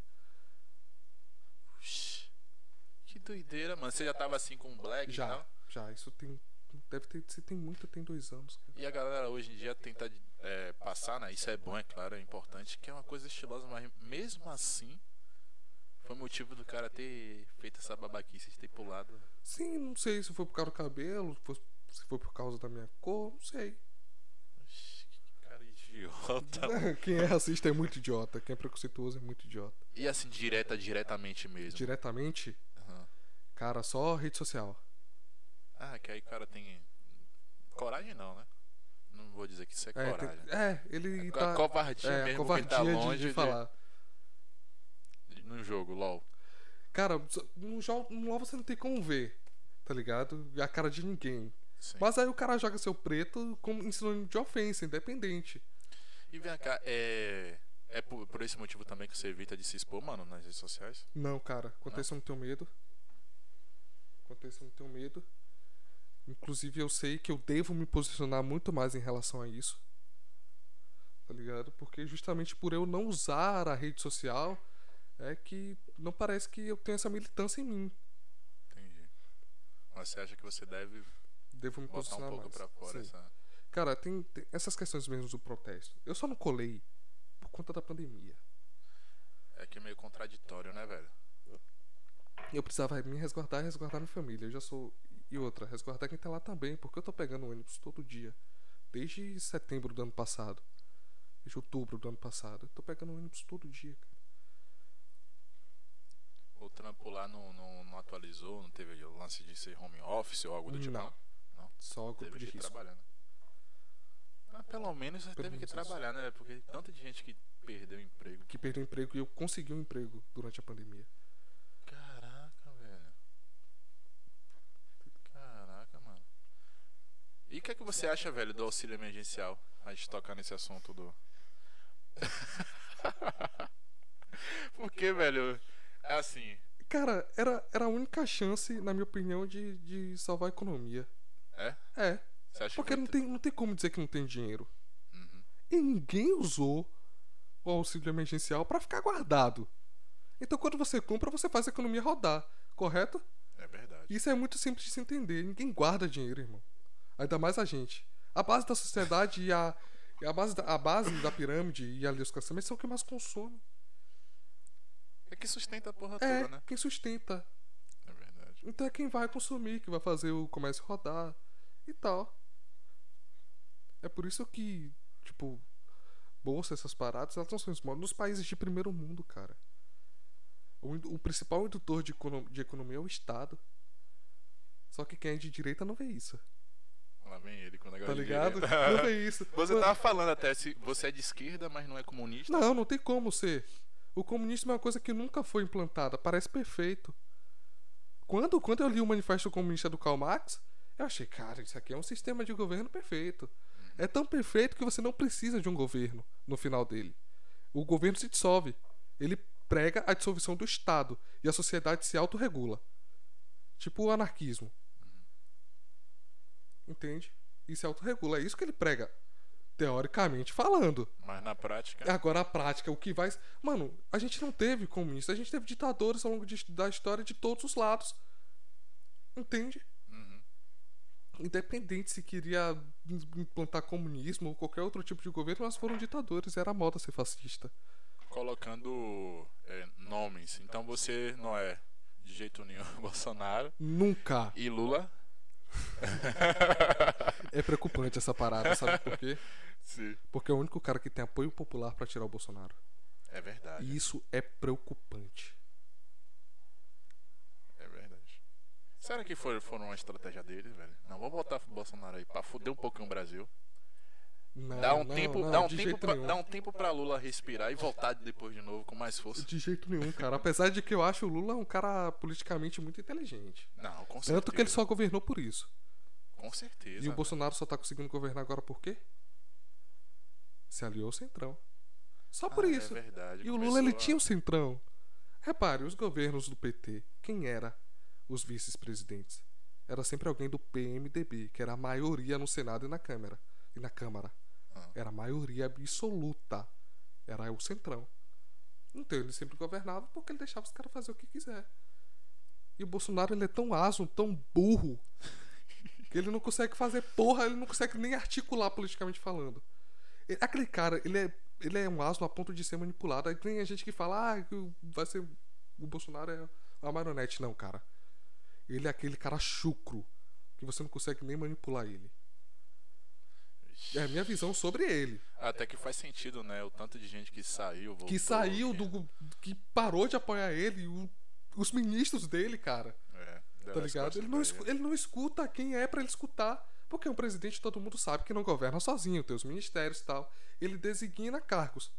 S1: Que doideira, mano. Você já tava assim com o black e
S2: já,
S1: tal?
S2: já, isso tem. Deve ter. Se tem muito, tem dois anos, cara.
S1: E a galera hoje em dia tenta é, passar, né? Isso é bom, é claro, é importante, que é uma coisa estilosa, mas mesmo assim foi motivo do cara ter feito essa babaquice de ter pulado.
S2: Sim, não sei se foi por causa do cabelo, se foi- se foi por causa da minha cor, não sei.
S1: Oxi, que cara idiota.
S2: Quem é racista é muito idiota, quem é preconceituoso é muito idiota.
S1: E assim, direta, diretamente mesmo.
S2: Diretamente,
S1: Então. Aham.
S2: cara, só rede social.
S1: Ah, que aí o cara tem. Coragem não, né? Não vou dizer que isso é
S2: É,
S1: coragem.
S2: tem- é, ele
S1: É co-
S2: tá.
S1: covardia
S2: É, a
S1: mesmo que
S2: covardia
S1: tá
S2: de-
S1: longe
S2: de,
S1: de-
S2: falar.
S1: No jogo, LOL.
S2: Cara, só- no jogo no LoL você não tem como ver, tá ligado? A cara de ninguém.
S1: Sim.
S2: Mas aí o cara joga seu preto como em sinônimo de ofensa, independente.
S1: E vem cá, é. É por, por esse motivo também que você evita de se expor, mano, nas redes sociais?
S2: Não, cara, quanto
S1: Não.
S2: isso eu não tenho medo. Quanto isso eu não tenho medo. Inclusive eu sei que eu devo me posicionar muito mais em relação a isso. Tá ligado? Porque justamente por eu não usar a rede social é que não parece que eu tenho essa militância em mim.
S1: Entendi. Mas você acha que você deve
S2: Devo me
S1: botar um
S2: posicionar
S1: pouco
S2: mais.
S1: pra fora
S2: Sim.
S1: essa.
S2: Cara, tem, tem essas questões mesmo do protesto. Eu só não colei por conta da pandemia.
S1: É que é meio contraditório, né, velho?
S2: Eu precisava me resguardar e resguardar minha família. Eu já sou. E outra, resguardar quem tá lá também, porque eu tô pegando ônibus todo dia. Desde setembro do ano passado. Desde outubro do ano passado. Eu tô pegando ônibus todo dia, cara.
S1: O trampo lá não, não, não atualizou, não teve o lance de ser home office ou algo do tipo.
S2: Não.
S1: Não?
S2: Só grupo
S1: Teve
S2: de
S1: que ir
S2: risco.
S1: trabalhando. Mas pelo menos você
S2: Pelo
S1: teve que
S2: menos isso.
S1: trabalhar, né? Porque tanta de gente que perdeu o emprego.
S2: Que perdeu o emprego e eu consegui um emprego durante a pandemia.
S1: Caraca, velho. Caraca, mano. E o que é que você acha, velho, do auxílio emergencial? A gente tocar nesse assunto do. Porque, velho, é assim.
S2: Cara, era, era a única chance, na minha opinião, de, de salvar a economia.
S1: É?
S2: É.
S1: Você acha
S2: Porque
S1: que.
S2: não tem, não tem como dizer que não tem dinheiro.
S1: Uhum.
S2: E ninguém usou o auxílio emergencial pra ficar guardado. Então quando você compra, você faz a economia rodar, correto?
S1: É verdade.
S2: Isso é muito simples de se entender. Ninguém guarda dinheiro, irmão. Ainda mais a gente. A base da sociedade e a, e a, base, da, a base da pirâmide e a alioscação são o que mais consome.
S1: É que sustenta a porra
S2: É,
S1: toda, né?
S2: quem sustenta.
S1: É verdade.
S2: Então é quem vai consumir, que vai fazer o comércio rodar e tal. É por isso que, tipo, bolsa, essas paradas, elas não são small. Nos países de primeiro mundo, cara. O, in- o principal indutor de, econo- de economia é o Estado. Só que quem é de direita não vê isso.
S1: Lá vem ele quando agora.
S2: Tá ligado? Não vê isso.
S1: Você tá
S2: Mano,
S1: tava falando até, se você é de esquerda, mas não é comunista.
S2: Não, não tem como ser. O comunismo é uma coisa que nunca foi implantada. Parece perfeito. Quando, quando eu li o Manifesto Comunista do Karl Marx, eu achei, cara, isso aqui é um sistema de governo perfeito. É tão perfeito que você não precisa de um governo no final dele. O governo se dissolve. Ele prega a dissolução do Estado e a sociedade se autorregula. Tipo o anarquismo. Entende? E se autorregula. É isso que ele prega, teoricamente falando.
S1: Mas na prática.
S2: Agora a prática, o que vai. Mano, a gente não teve comunista, a gente teve ditadores ao longo de- da história de todos os lados. Entende?
S1: Uhum.
S2: Independente se queria implantar comunismo ou qualquer outro tipo de governo, elas foram ditadores, era moda ser fascista.
S1: colocando é, nomes. Então você não é de jeito nenhum Bolsonaro
S2: Nunca.
S1: e Lula.
S2: É preocupante essa parada, sabe por quê?
S1: Sim.
S2: Porque é o único cara que tem apoio popular pra tirar o Bolsonaro.
S1: É verdade.
S2: E isso é preocupante.
S1: É verdade. Será que for, foram uma estratégia deles, velho? Não, vou botar o Bolsonaro aí pra fuder um pouquinho o Brasil.
S2: Não,
S1: Dá um
S2: não,
S1: tempo,
S2: não,
S1: dá um
S2: de
S1: tempo,
S2: jeito
S1: pra,
S2: nenhum.
S1: dá um tempo pra Lula respirar e voltar depois de novo com mais força.
S2: De jeito nenhum, cara. Apesar de que eu acho o Lula um cara politicamente muito inteligente.
S1: Não, com certeza.
S2: Tanto que ele só governou por isso.
S1: Com certeza.
S2: E o Bolsonaro só tá conseguindo governar agora por quê? Se aliou ao Centrão. Só por
S1: Ah,
S2: isso.
S1: É verdade.
S2: e o
S1: começou
S2: Lula, ele
S1: a-
S2: tinha um o Centrão. Repare, os governos do PT, quem era os vice-presidentes? Era sempre alguém do PMDB, que era a maioria no Senado e na Câmara. E na Câmara.
S1: Ah.
S2: Era a maioria absoluta. Era o Centrão. Então ele sempre governava porque ele deixava os caras fazer o que quiser. E o Bolsonaro, ele é tão asno, tão burro, que ele não consegue fazer porra, ele não consegue nem articular politicamente falando. E- Aquele cara, ele é, ele é um asno a ponto de ser manipulado. Aí tem a gente que fala, ah, que o- vai ser. O Bolsonaro é uma marionete. Não, cara. Ele é aquele cara chucro. Que você não consegue nem manipular ele. É a minha visão sobre ele.
S1: Até que faz sentido, né? O tanto de gente que saiu, voltou,
S2: Que saiu do. gu- Que parou de apoiar ele. o- os ministros dele, cara.
S1: É,
S2: Tá ligado? Ele não, escu- ele não escuta quem é pra ele escutar. Porque um presidente todo mundo sabe que não governa sozinho, tem os ministérios e tal. Ele designa cargos.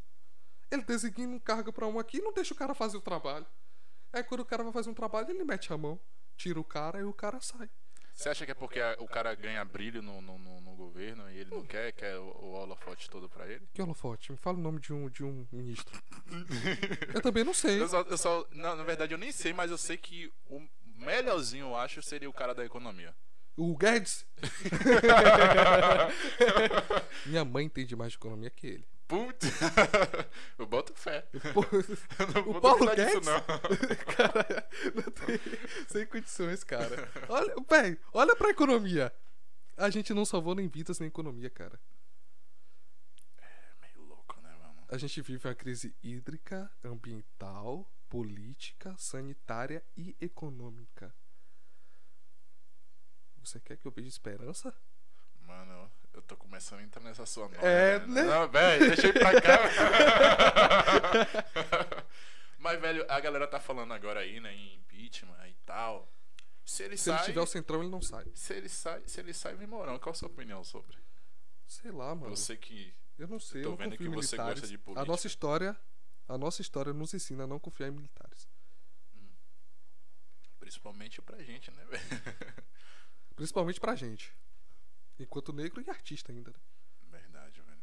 S2: Ele designa um cargo pra um aqui e não deixa o cara fazer o trabalho. Aí quando o cara vai fazer um trabalho, ele mete a mão, tira o cara e o cara sai.
S1: Você acha que é porque a- o cara ganha brilho no, no, no- no governo e ele não quer, quer o, o holofote todo pra ele?
S2: Que holofote, me fala o nome de um, de um ministro. eu também não sei.
S1: Eu só, eu só- não, na verdade eu nem sei, mas eu sei que o melhorzinho, eu acho, seria o cara da economia.
S2: O Guedes? Minha mãe entende mais de economia que ele.
S1: Putz! eu boto fé.
S2: Pô,
S1: Eu não
S2: O
S1: vou
S2: Paulo
S1: duvidar disso,
S2: Guedes?
S1: não.
S2: cara, não tem, sem condições, cara. Olha, véi, olha pra economia. A gente não salvou nem vidas nem economia, cara.
S1: É meio louco, né, mano?
S2: A gente vive uma crise hídrica, ambiental, política, sanitária e econômica. Você quer que eu veja esperança?
S1: Mano, eu tô começando a entrar nessa sua nova.
S2: É, né?
S1: Não, velho, deixa eu ir pra cá. Mas, velho, a galera tá falando agora aí, né, em impeachment e tal. Se ele
S2: Se
S1: sai.
S2: ele tiver o centrão, ele não sai.
S1: Se ele sai, se ele sai, vem Mourão. Qual a sua opinião sobre?
S2: Sei lá, mano.
S1: Você que.
S2: Eu não sei,
S1: tô
S2: eu não
S1: vendo
S2: confio
S1: que
S2: em
S1: você
S2: militares.
S1: gosta de
S2: a
S1: política.
S2: nossa história, a nossa história nos ensina a não confiar em militares.
S1: Principalmente pra gente, né, velho?
S2: Principalmente pra gente. Enquanto negro e artista ainda, né?
S1: Verdade, velho.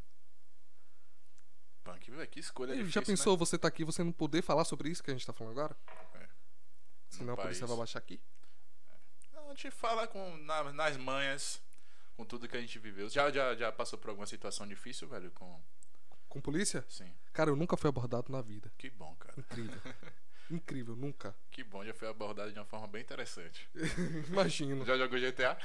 S1: Punk, velho, que escolha
S2: Ei,
S1: é difícil, né?
S2: já pensou você tá aqui você não poder falar sobre isso que a gente tá falando agora?
S1: É. No
S2: Senão a polícia
S1: país.
S2: vai baixar aqui?
S1: Né? Não, a gente fala com, na- nas manhas, com tudo que a gente viveu. Já, já, já passou por alguma situação difícil, velho? Com... assim?
S2: Com polícia?
S1: Sim.
S2: Cara, eu nunca fui abordado na vida.
S1: Que bom, cara.
S2: Incrível. Incrível, nunca.
S1: Que bom, já foi abordado de uma forma bem interessante.
S2: Imagino.
S1: Já jogou GTA?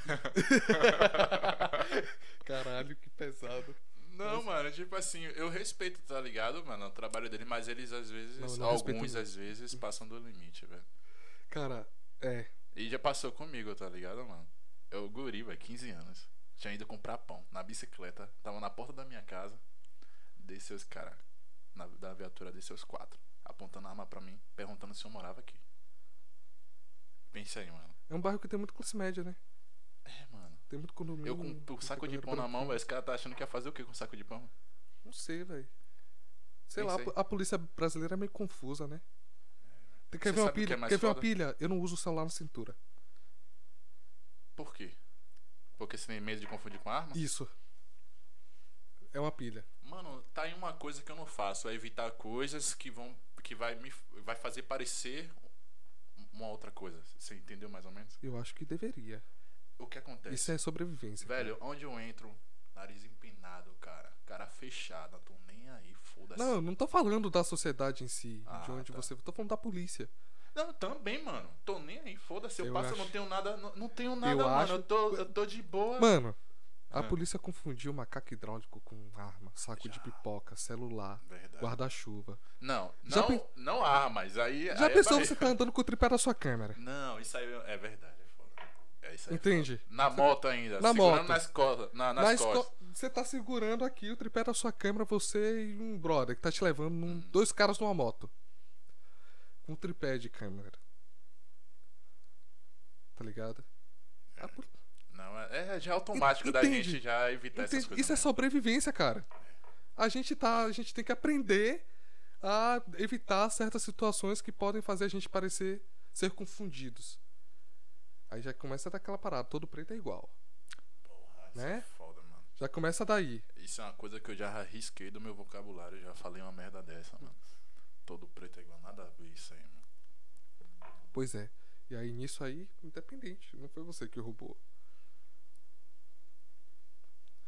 S2: Caralho, que pesado.
S1: Não, mano, tipo assim, eu respeito, tá ligado, mano, o trabalho dele, mas eles às vezes,
S2: Não, eu não respeito
S1: alguns
S2: mesmo.
S1: às vezes, passam do limite, velho.
S2: Cara, é.
S1: E já passou comigo, tá ligado, mano? Eu guri, velho, 15 anos. Tinha ido comprar pão na bicicleta, tava na porta da minha casa, desceu os caras, da viatura desceu os quatro, apontando a arma pra mim, perguntando se eu morava aqui. Pensa aí, mano.
S2: É um bairro que tem muito classe média, né?
S1: É, mano.
S2: Tem muito condomínio.
S1: Eu com o
S2: muita
S1: saco de
S2: galera
S1: pão na
S2: branca.
S1: mão, velho, esse cara tá achando que ia fazer o que com o saco de pão?
S2: Não sei, velho. Sei
S1: Nem
S2: lá,
S1: sei.
S2: a polícia brasileira é meio confusa, né?
S1: Você
S2: Tem- Quer ver uma
S1: sabe o que
S2: pilha?
S1: é mais
S2: Quer ver uma
S1: foda?
S2: pilha? Eu não uso o celular na cintura.
S1: Por quê? Porque você tem medo de confundir com arma?
S2: Isso. É uma pilha.
S1: Mano, tá aí uma coisa que eu não faço, é evitar coisas que vão que vai me vai fazer parecer uma outra coisa. Você entendeu mais ou menos?
S2: Eu acho que deveria.
S1: O que acontece?
S2: Isso é sobrevivência. cara.
S1: Velho, onde eu entro, nariz empinado, cara, cara fechada, tô nem aí, foda-se.
S2: Não, eu não tô falando da sociedade em si, de
S1: Ah,
S2: onde
S1: tá.
S2: você. Tô falando da polícia.
S1: Não, também, mano. Tô nem aí, foda-se. Eu,
S2: Eu
S1: passo, eu
S2: acho-
S1: não tenho nada, não, não tenho nada,
S2: Eu
S1: mano.
S2: acho-
S1: Eu tô eu tô de boa.
S2: Mano, A polícia confundiu macaco hidráulico com arma, saco de pipoca, celular,
S1: Verdade.
S2: guarda-chuva.
S1: Não,
S2: Já
S1: não,
S2: pen-
S1: não há, mas aí. aí
S2: Já
S1: é
S2: pensou
S1: barreira.
S2: você tá andando com o tripé da sua câmera?
S1: Não, isso aí é verdade, é foda. É isso aí. é
S2: Entende?
S1: foda. Na moto ainda,
S2: Na
S1: segurando
S2: moto.
S1: nas costas. Na, nas
S2: Na
S1: costas.
S2: esco- Você tá segurando aqui o tripé da sua câmera, você e um brother que tá te levando, num-
S1: Hum.
S2: dois caras numa moto. Com um tripé de câmera. Tá ligado? Ah, A pol-
S1: Não, é, é já automático da
S2: Entende?
S1: gente já evitar essas
S2: Entende?
S1: coisas.
S2: Isso é
S1: né?
S2: sobrevivência, cara. A gente tá, a gente tem que aprender a evitar certas situações que podem fazer a gente parecer ser confundidos. Aí já começa daquela parada, todo preto é igual.
S1: Porra, isso
S2: né?
S1: é foda, mano.
S2: Já começa daí.
S1: Isso é uma coisa que eu já arrisquei do meu vocabulário, eu já falei uma merda dessa, mano. Todo preto é igual, nada a ver isso aí, mano.
S2: Pois é. E aí nisso aí, independente, não foi você que roubou.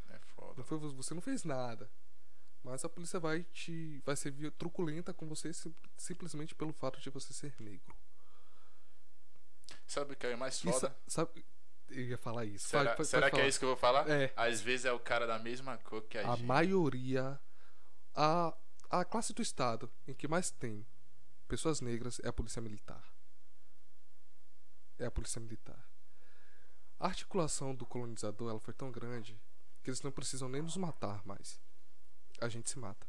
S1: É foda.
S2: Não foi vo- você não fez nada. Mas a polícia vai te vai ser vi- truculenta com você sim- simplesmente pelo fato de você ser negro.
S1: Sabe o que é mais
S2: E sa-
S1: foda?
S2: sabe eu ia falar isso.
S1: Será,
S2: Pode- pode-
S1: será
S2: pode
S1: que é
S2: falar.
S1: isso que eu vou falar?
S2: É.
S1: Às vezes é o cara da mesma cor que a,
S2: A
S1: gente.
S2: maioria a a classe do estado em que mais tem pessoas negras é a polícia militar. É a polícia militar. A articulação do colonizador ela foi tão grande que eles não precisam nem nos matar mais. A gente se mata.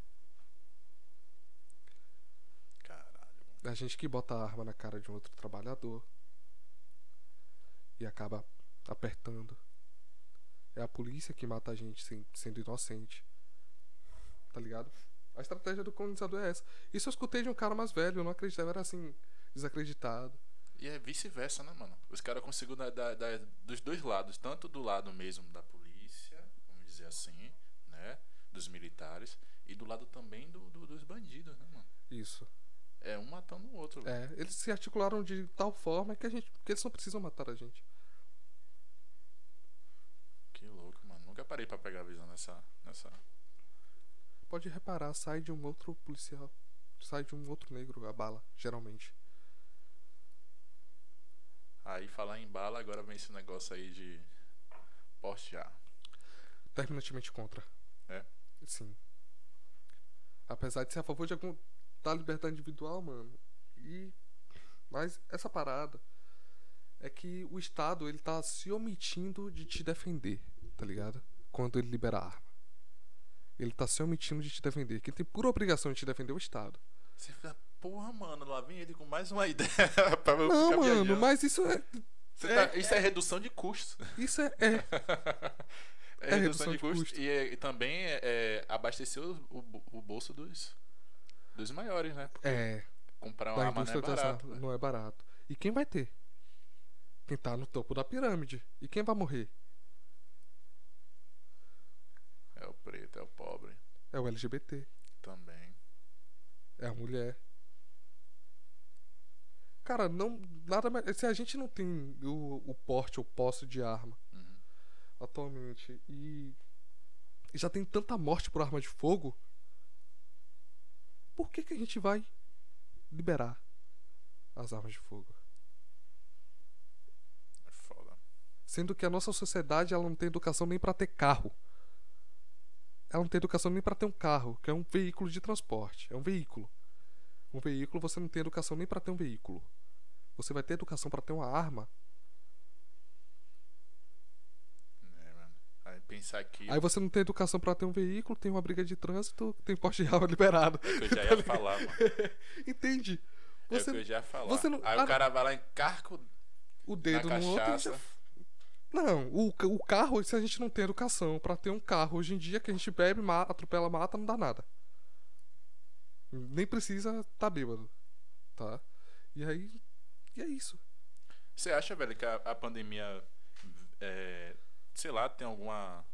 S1: Caralho.
S2: A gente que bota a arma na cara de um outro trabalhador e acaba apertando. É a polícia que mata a gente sem- sendo inocente. Tá ligado? A estratégia do colonizador é essa. Isso eu escutei de um cara mais velho, eu não acreditava, eu era assim, desacreditado.
S1: E é vice-versa, né, mano? Os caras conseguiram da- da- da- dos dois lados, tanto do lado mesmo da polícia, vamos dizer assim, né? Dos militares, e do lado também do- do- dos bandidos, né, mano?
S2: Isso.
S1: É um matando o outro. velho.
S2: É, eles se articularam de tal forma que a gente. que eles não precisam matar a gente.
S1: Que louco, mano. Nunca parei pra pegar a visão nessa. nessa...
S2: Pode reparar, sai de um outro policial. Sai de um outro negro a bala, geralmente.
S1: Aí falar em bala, agora vem esse negócio aí de postear.
S2: terminantemente contra.
S1: É?
S2: Sim. Apesar de ser a favor de algum, da liberdade individual, mano. E mas essa parada é que o Estado ele tá se omitindo de te defender, tá ligado? Quando ele libera a arma. Ele tá se omitindo de te defender. Quem tem pura obrigação de te defender é o Estado.
S1: Você fica, porra, mano, lá vem ele com mais uma ideia pra eu
S2: Não,
S1: ficar
S2: mano,
S1: viajando.
S2: mas isso é.
S1: Você tá- isso é, redução de custos.
S2: Isso é. é.
S1: É,
S2: É
S1: redução,
S2: redução
S1: de,
S2: de
S1: custos.
S2: custo.
S1: E, é- e também é, é, abastecer o, o bo- o bolso dos, dos maiores, né? Porque
S2: é.
S1: comprar uma
S2: da
S1: arma não é
S2: indústria das
S1: barato.
S2: armas
S1: né?
S2: não é barato. E quem vai ter? Quem tá no topo da pirâmide. E quem vai morrer?
S1: É o preto, é o pobre
S2: É o LGBT.
S1: também.
S2: É a mulher. Cara, não. Nada mais. Se a gente não tem o, o porte, o posse de arma
S1: Uhum.
S2: atualmente e. e já tem tanta morte por arma de fogo. Por que, que a gente vai liberar as armas de fogo?
S1: É foda.
S2: Sendo que a nossa sociedade ela não tem educação nem pra ter carro. Ela não tem educação nem pra ter um carro, que é um veículo de transporte, é um veículo. Um veículo você não tem educação nem pra ter um veículo. Você vai ter educação pra ter uma arma.
S1: É, mano. Aí pensar é que.
S2: Aí você não tem educação pra ter um veículo, tem uma briga de trânsito, tem porte de arma liberado.
S1: que eu já ia falar, mano.
S2: Entende?
S1: É o que
S2: tá Você
S1: eu já ia falar.
S2: você não-
S1: Aí
S2: ah,
S1: o cara vai lá em carco
S2: o dedo
S1: na
S2: no outro. e
S1: cachaça.
S2: já- Não, o, ca- o carro, se a gente não tem educação pra ter um carro hoje em dia que a gente bebe, ma- atropela, mata, não dá nada. Nem precisa tá bêbado, tá? E aí, e é isso.
S1: Você acha, velho, que a, a pandemia, é, sei lá, tem alguma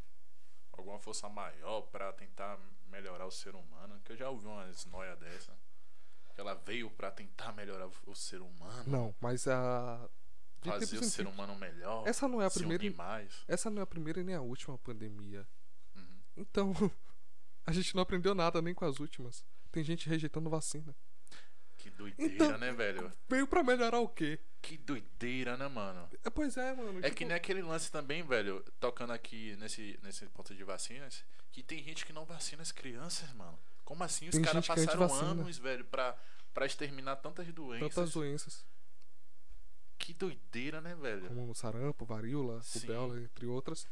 S1: alguma força maior pra tentar melhorar o ser humano? Que eu já ouvi umas noias dessa. Que ela veio pra tentar melhorar o, o ser humano,
S2: Não, mas a de
S1: fazer o
S2: tempos em
S1: ser um
S2: tempos-
S1: humano melhor,
S2: tipo Essa não é a
S1: se
S2: primeira,
S1: unir mais.
S2: essa não é a primeira e nem a última pandemia.
S1: Uhum.
S2: Então, a gente não aprendeu nada nem com as últimas. Tem gente rejeitando vacina.
S1: Que doideira,
S2: Então-
S1: né, velho?
S2: Veio pra melhorar o quê?
S1: Que doideira, né, mano?
S2: É, pois é, mano.
S1: É
S2: tipo,
S1: que nem aquele lance também, velho, tocando aqui nesse, nesse ponto de vacinas, que tem gente que não vacina as crianças, mano. Como assim? Os
S2: Tem
S1: caras
S2: gente que a gente
S1: passaram
S2: vacina.
S1: anos, velho, pra, pra exterminar tantas doenças.
S2: Tantas doenças,
S1: Que doideira, né, velho?
S2: como sarampo, varíola,
S1: Sim.
S2: rubéola, entre outras.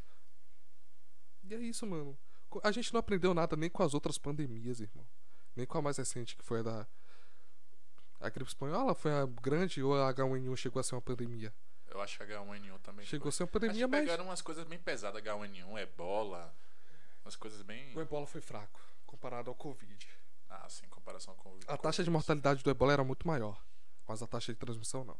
S2: E é isso, mano. Co- A gente não aprendeu nada nem com as outras pandemias, irmão. Nem com a mais recente, que foi a da. A gripe espanhola foi a grande ou a H1N1 chegou a ser uma pandemia?
S1: Eu acho que H1N1 também.
S2: Chegou a
S1: foi.
S2: ser uma
S1: Acho que
S2: pandemia, mas.
S1: pegaram umas coisas bem pesadas, H1N1, ebola. Umas coisas bem.
S2: O ebola foi fraco, comparado ao Covid.
S1: Ah, sim, em comparação com o.
S2: A taxa de mortalidade do ebola era muito maior, mas a taxa de transmissão não.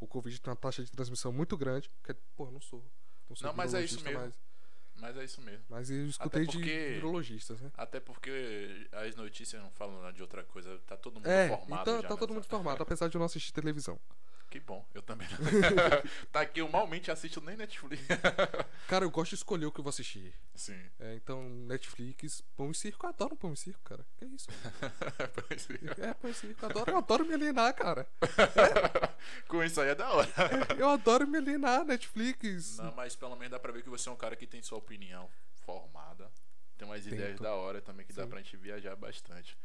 S2: O Covid tem uma taxa de transmissão muito grande, que, é- pô, eu não sou. Não, sou
S1: Não, mas é isso
S2: virologista,
S1: mesmo. Mas é isso mesmo.
S2: Mas, mas eu escutei de
S1: porque-
S2: virologistas, né?
S1: Até porque as notícias não falam nada de outra coisa. Tá todo mundo
S2: É,
S1: formado.
S2: então
S1: já né, É.
S2: tá todo
S1: nessa-
S2: mundo formado, apesar de eu não assistir televisão.
S1: Que bom, eu também. não. tá aqui, eu malmente assisto nem Netflix.
S2: Cara, eu gosto de escolher o que eu vou assistir.
S1: Sim.
S2: É, então, Netflix, Pão e Circo, eu adoro Pão e Circo, cara. Que isso?
S1: Pois é.
S2: É, Pão e Circo, eu adoro, eu adoro me alienar, cara.
S1: com isso aí é da hora.
S2: Eu adoro me alienar, Netflix.
S1: Não, mas pelo menos dá pra ver que você é um cara que tem sua opinião formada. Tem umas
S2: Tento.
S1: ideias da hora também que dá
S2: Sim.
S1: pra gente viajar bastante.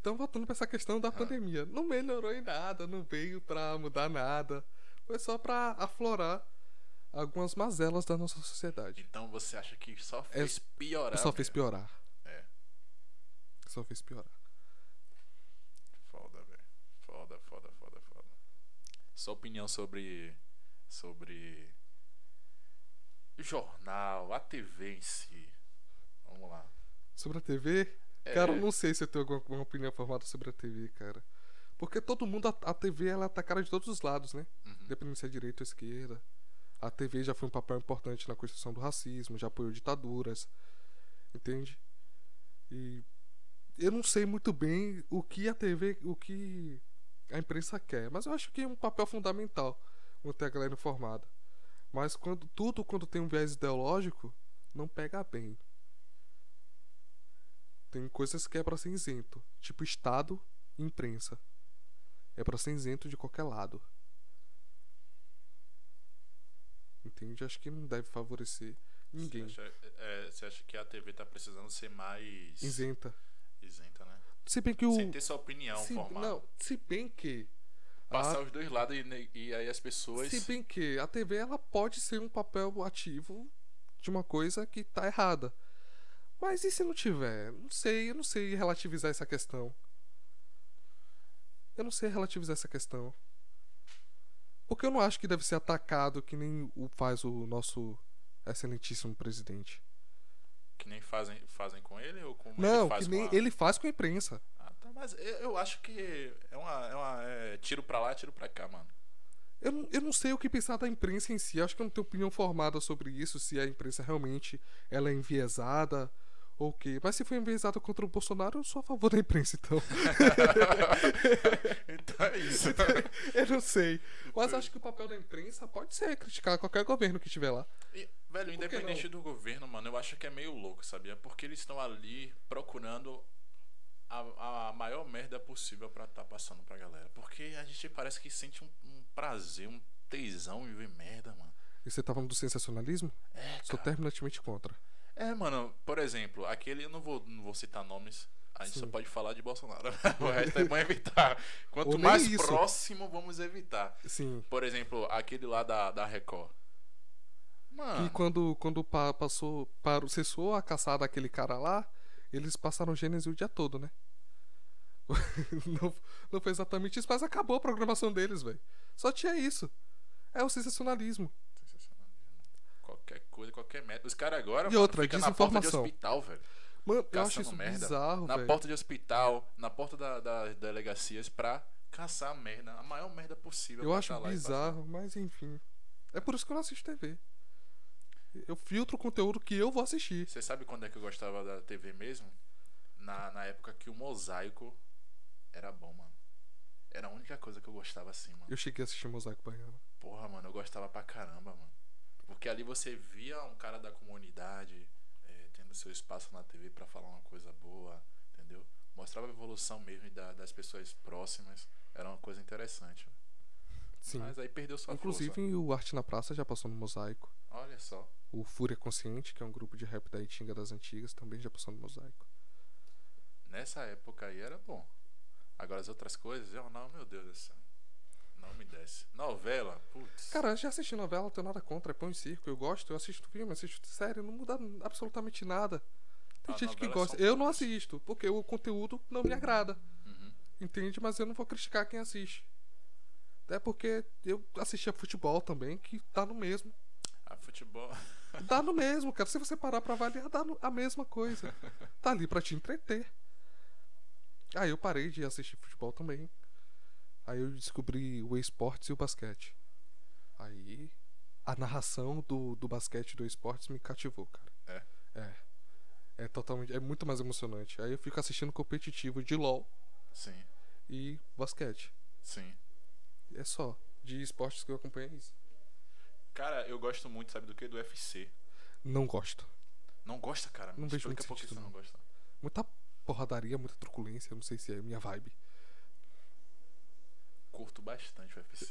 S2: Então, voltando pra essa questão da pandemia, não melhorou em nada, não veio pra mudar nada. Foi só pra aflorar algumas mazelas da nossa sociedade.
S1: Então você acha que só
S2: É,
S1: fez piorar?
S2: Só fez
S1: velho?
S2: piorar.
S1: É.
S2: Só fez piorar.
S1: Foda, velho. Foda, foda, foda, foda. Sua opinião sobre. sobre. jornal, a TV em si. Vamos lá.
S2: Sobre a TV,
S1: É,
S2: cara, eu não sei se eu tenho alguma, alguma opinião formada sobre a TV, cara. Porque todo mundo, a, a TV, ela é atacada de todos os lados, né?
S1: Uhum.
S2: Dependendo se é direita ou esquerda. A TV já foi um papel importante na construção do racismo, já apoiou ditaduras. Entende? E eu não sei muito bem o que a TV, o que a imprensa quer, mas eu acho que é um papel fundamental manter a galera informada. Mas quando tudo quando tem um viés ideológico, não pega bem. Tem coisas que é pra ser isento, tipo Estado e imprensa. É pra ser isento de qualquer lado. Entende? Acho que não deve favorecer ninguém.
S1: Você acha, é, você acha que a TV tá precisando ser mais.
S2: Isenta.
S1: isenta, né?
S2: Se bem que o.
S1: Sem ter sua opinião
S2: se,
S1: formada.
S2: não, se bem que.
S1: Passar
S2: a-
S1: os dois lados e, ne- e aí as pessoas.
S2: se bem que a TV ela pode ser um papel ativo de uma coisa que tá errada. Mas e se não tiver? Não sei, eu não sei relativizar essa questão. Eu não sei relativizar essa questão. Porque eu não acho que deve ser atacado que nem o faz o nosso excelentíssimo presidente.
S1: Que nem fazem, fazem com ele ou como ele
S2: não,
S1: faz
S2: que nem
S1: com a...
S2: ele faz com a imprensa.
S1: Ah, tá, mas eu, eu acho que é uma, é uma. é tiro pra lá, tiro pra cá, mano.
S2: Eu, não- eu não sei o que pensar da imprensa em si. Acho que eu não tenho opinião formada sobre isso, se a imprensa realmente ela é enviesada ou o quê. Mas se foi enviesada contra o Bolsonaro, eu sou a favor da imprensa, então.
S1: então é isso.
S2: eu não sei. Mas acho que o papel da imprensa pode ser criticar qualquer governo que tiver lá.
S1: E, velho,
S2: Por que
S1: independente do governo, mano, eu acho que é meio louco, sabia? Porque eles estão ali procurando a, a maior merda possível pra tá passando pra galera. Porque a gente parece que sente um, um prazer, um tesão em ver merda, mano.
S2: E você tá falando do sensacionalismo?
S1: É,
S2: Sou
S1: cara.
S2: terminantemente contra.
S1: É, mano, por exemplo, aquele eu não vou, não vou citar nomes. A gente só
S2: Sim.
S1: pode falar de Bolsonaro. o resto é bom evitar. Quanto
S2: Ou nem
S1: mais
S2: isso.
S1: próximo, vamos evitar.
S2: Sim.
S1: Por exemplo, aquele lá da, da Record. Mano,
S2: E quando, quando pa- passou, parou, cessou a caçada daquele cara lá, eles passaram Gênesis o dia todo, né? não, não foi exatamente isso, mas acabou a programação deles, velho. Só tinha isso. É o sensacionalismo.
S1: qualquer coisa, qualquer merda. Os caras agora
S2: E
S1: mano,
S2: outra,
S1: fica na porta de
S2: desinformação.
S1: hospital, velho.
S2: Mano, eu acho
S1: Caçando
S2: isso
S1: merda.
S2: bizarro,
S1: Na
S2: velho.
S1: porta de hospital, na porta da, das delegacias pra caçar a merda, a maior merda possível.
S2: Eu
S1: pra
S2: acho
S1: tá lá e
S2: bizarro, mas enfim. É por isso que eu não assisto TV. Eu filtro o conteúdo que eu vou assistir.
S1: Você sabe quando é que eu gostava da TV mesmo? Na, na época que o mosaico era bom, mano. Era a única coisa que eu gostava assim, mano.
S2: Eu cheguei a assistir Mosaico Baiano.
S1: Porra, mano, eu gostava pra caramba, mano. Porque ali você via um cara da comunidade eh, tendo seu espaço na TV pra falar uma coisa boa, entendeu? Mostrava a evolução mesmo da- das pessoas próximas. Era uma coisa interessante.
S2: Sim.
S1: Mas aí perdeu sua
S2: Inclusive,
S1: força.
S2: o Arte na Praça já passou no Mosaico.
S1: Olha só.
S2: O Fúria Consciente, que é um grupo de rap da Itinga das Antigas, também já passou no Mosaico.
S1: Nessa época aí era bom. Agora as outras coisas, eu não, meu Deus do céu. Não me desce. Novela, putz.
S2: Cara, eu já assisti novela, tenho nada contra, é pão e circo, eu gosto, eu assisto filme, assisto série, não muda absolutamente nada. Tem
S1: Ah,
S2: gente que
S1: novelas
S2: gosta.
S1: são
S2: Eu não
S1: poucas.
S2: assisto, porque o conteúdo não me agrada.
S1: Uhum.
S2: Entende? Mas eu não vou criticar quem assiste. Até porque eu assistia futebol também, que tá no mesmo.
S1: Ah, futebol.
S2: Dá no mesmo, cara. Se você parar pra avaliar, dá no- a mesma coisa. Tá ali pra te entreter. Aí eu parei de assistir futebol também. Aí eu descobri o esportes e o basquete. Aí a narração do, do basquete e do esportes me cativou, cara.
S1: É?
S2: É. É totalmente. É muito mais emocionante. Aí eu fico assistindo competitivo de LOL
S1: Sim,
S2: e basquete.
S1: sim.
S2: É só. De esportes que eu acompanho é isso.
S1: Cara, eu gosto muito, sabe do que? Do UFC.
S2: Não gosto.
S1: Não gosta, cara? Me
S2: Não vejo
S1: explica
S2: muito
S1: por que
S2: sentido,
S1: você não gosta.
S2: Muita porradaria, muita truculência, eu não sei se é minha vibe.
S1: Curto bastante o UFC.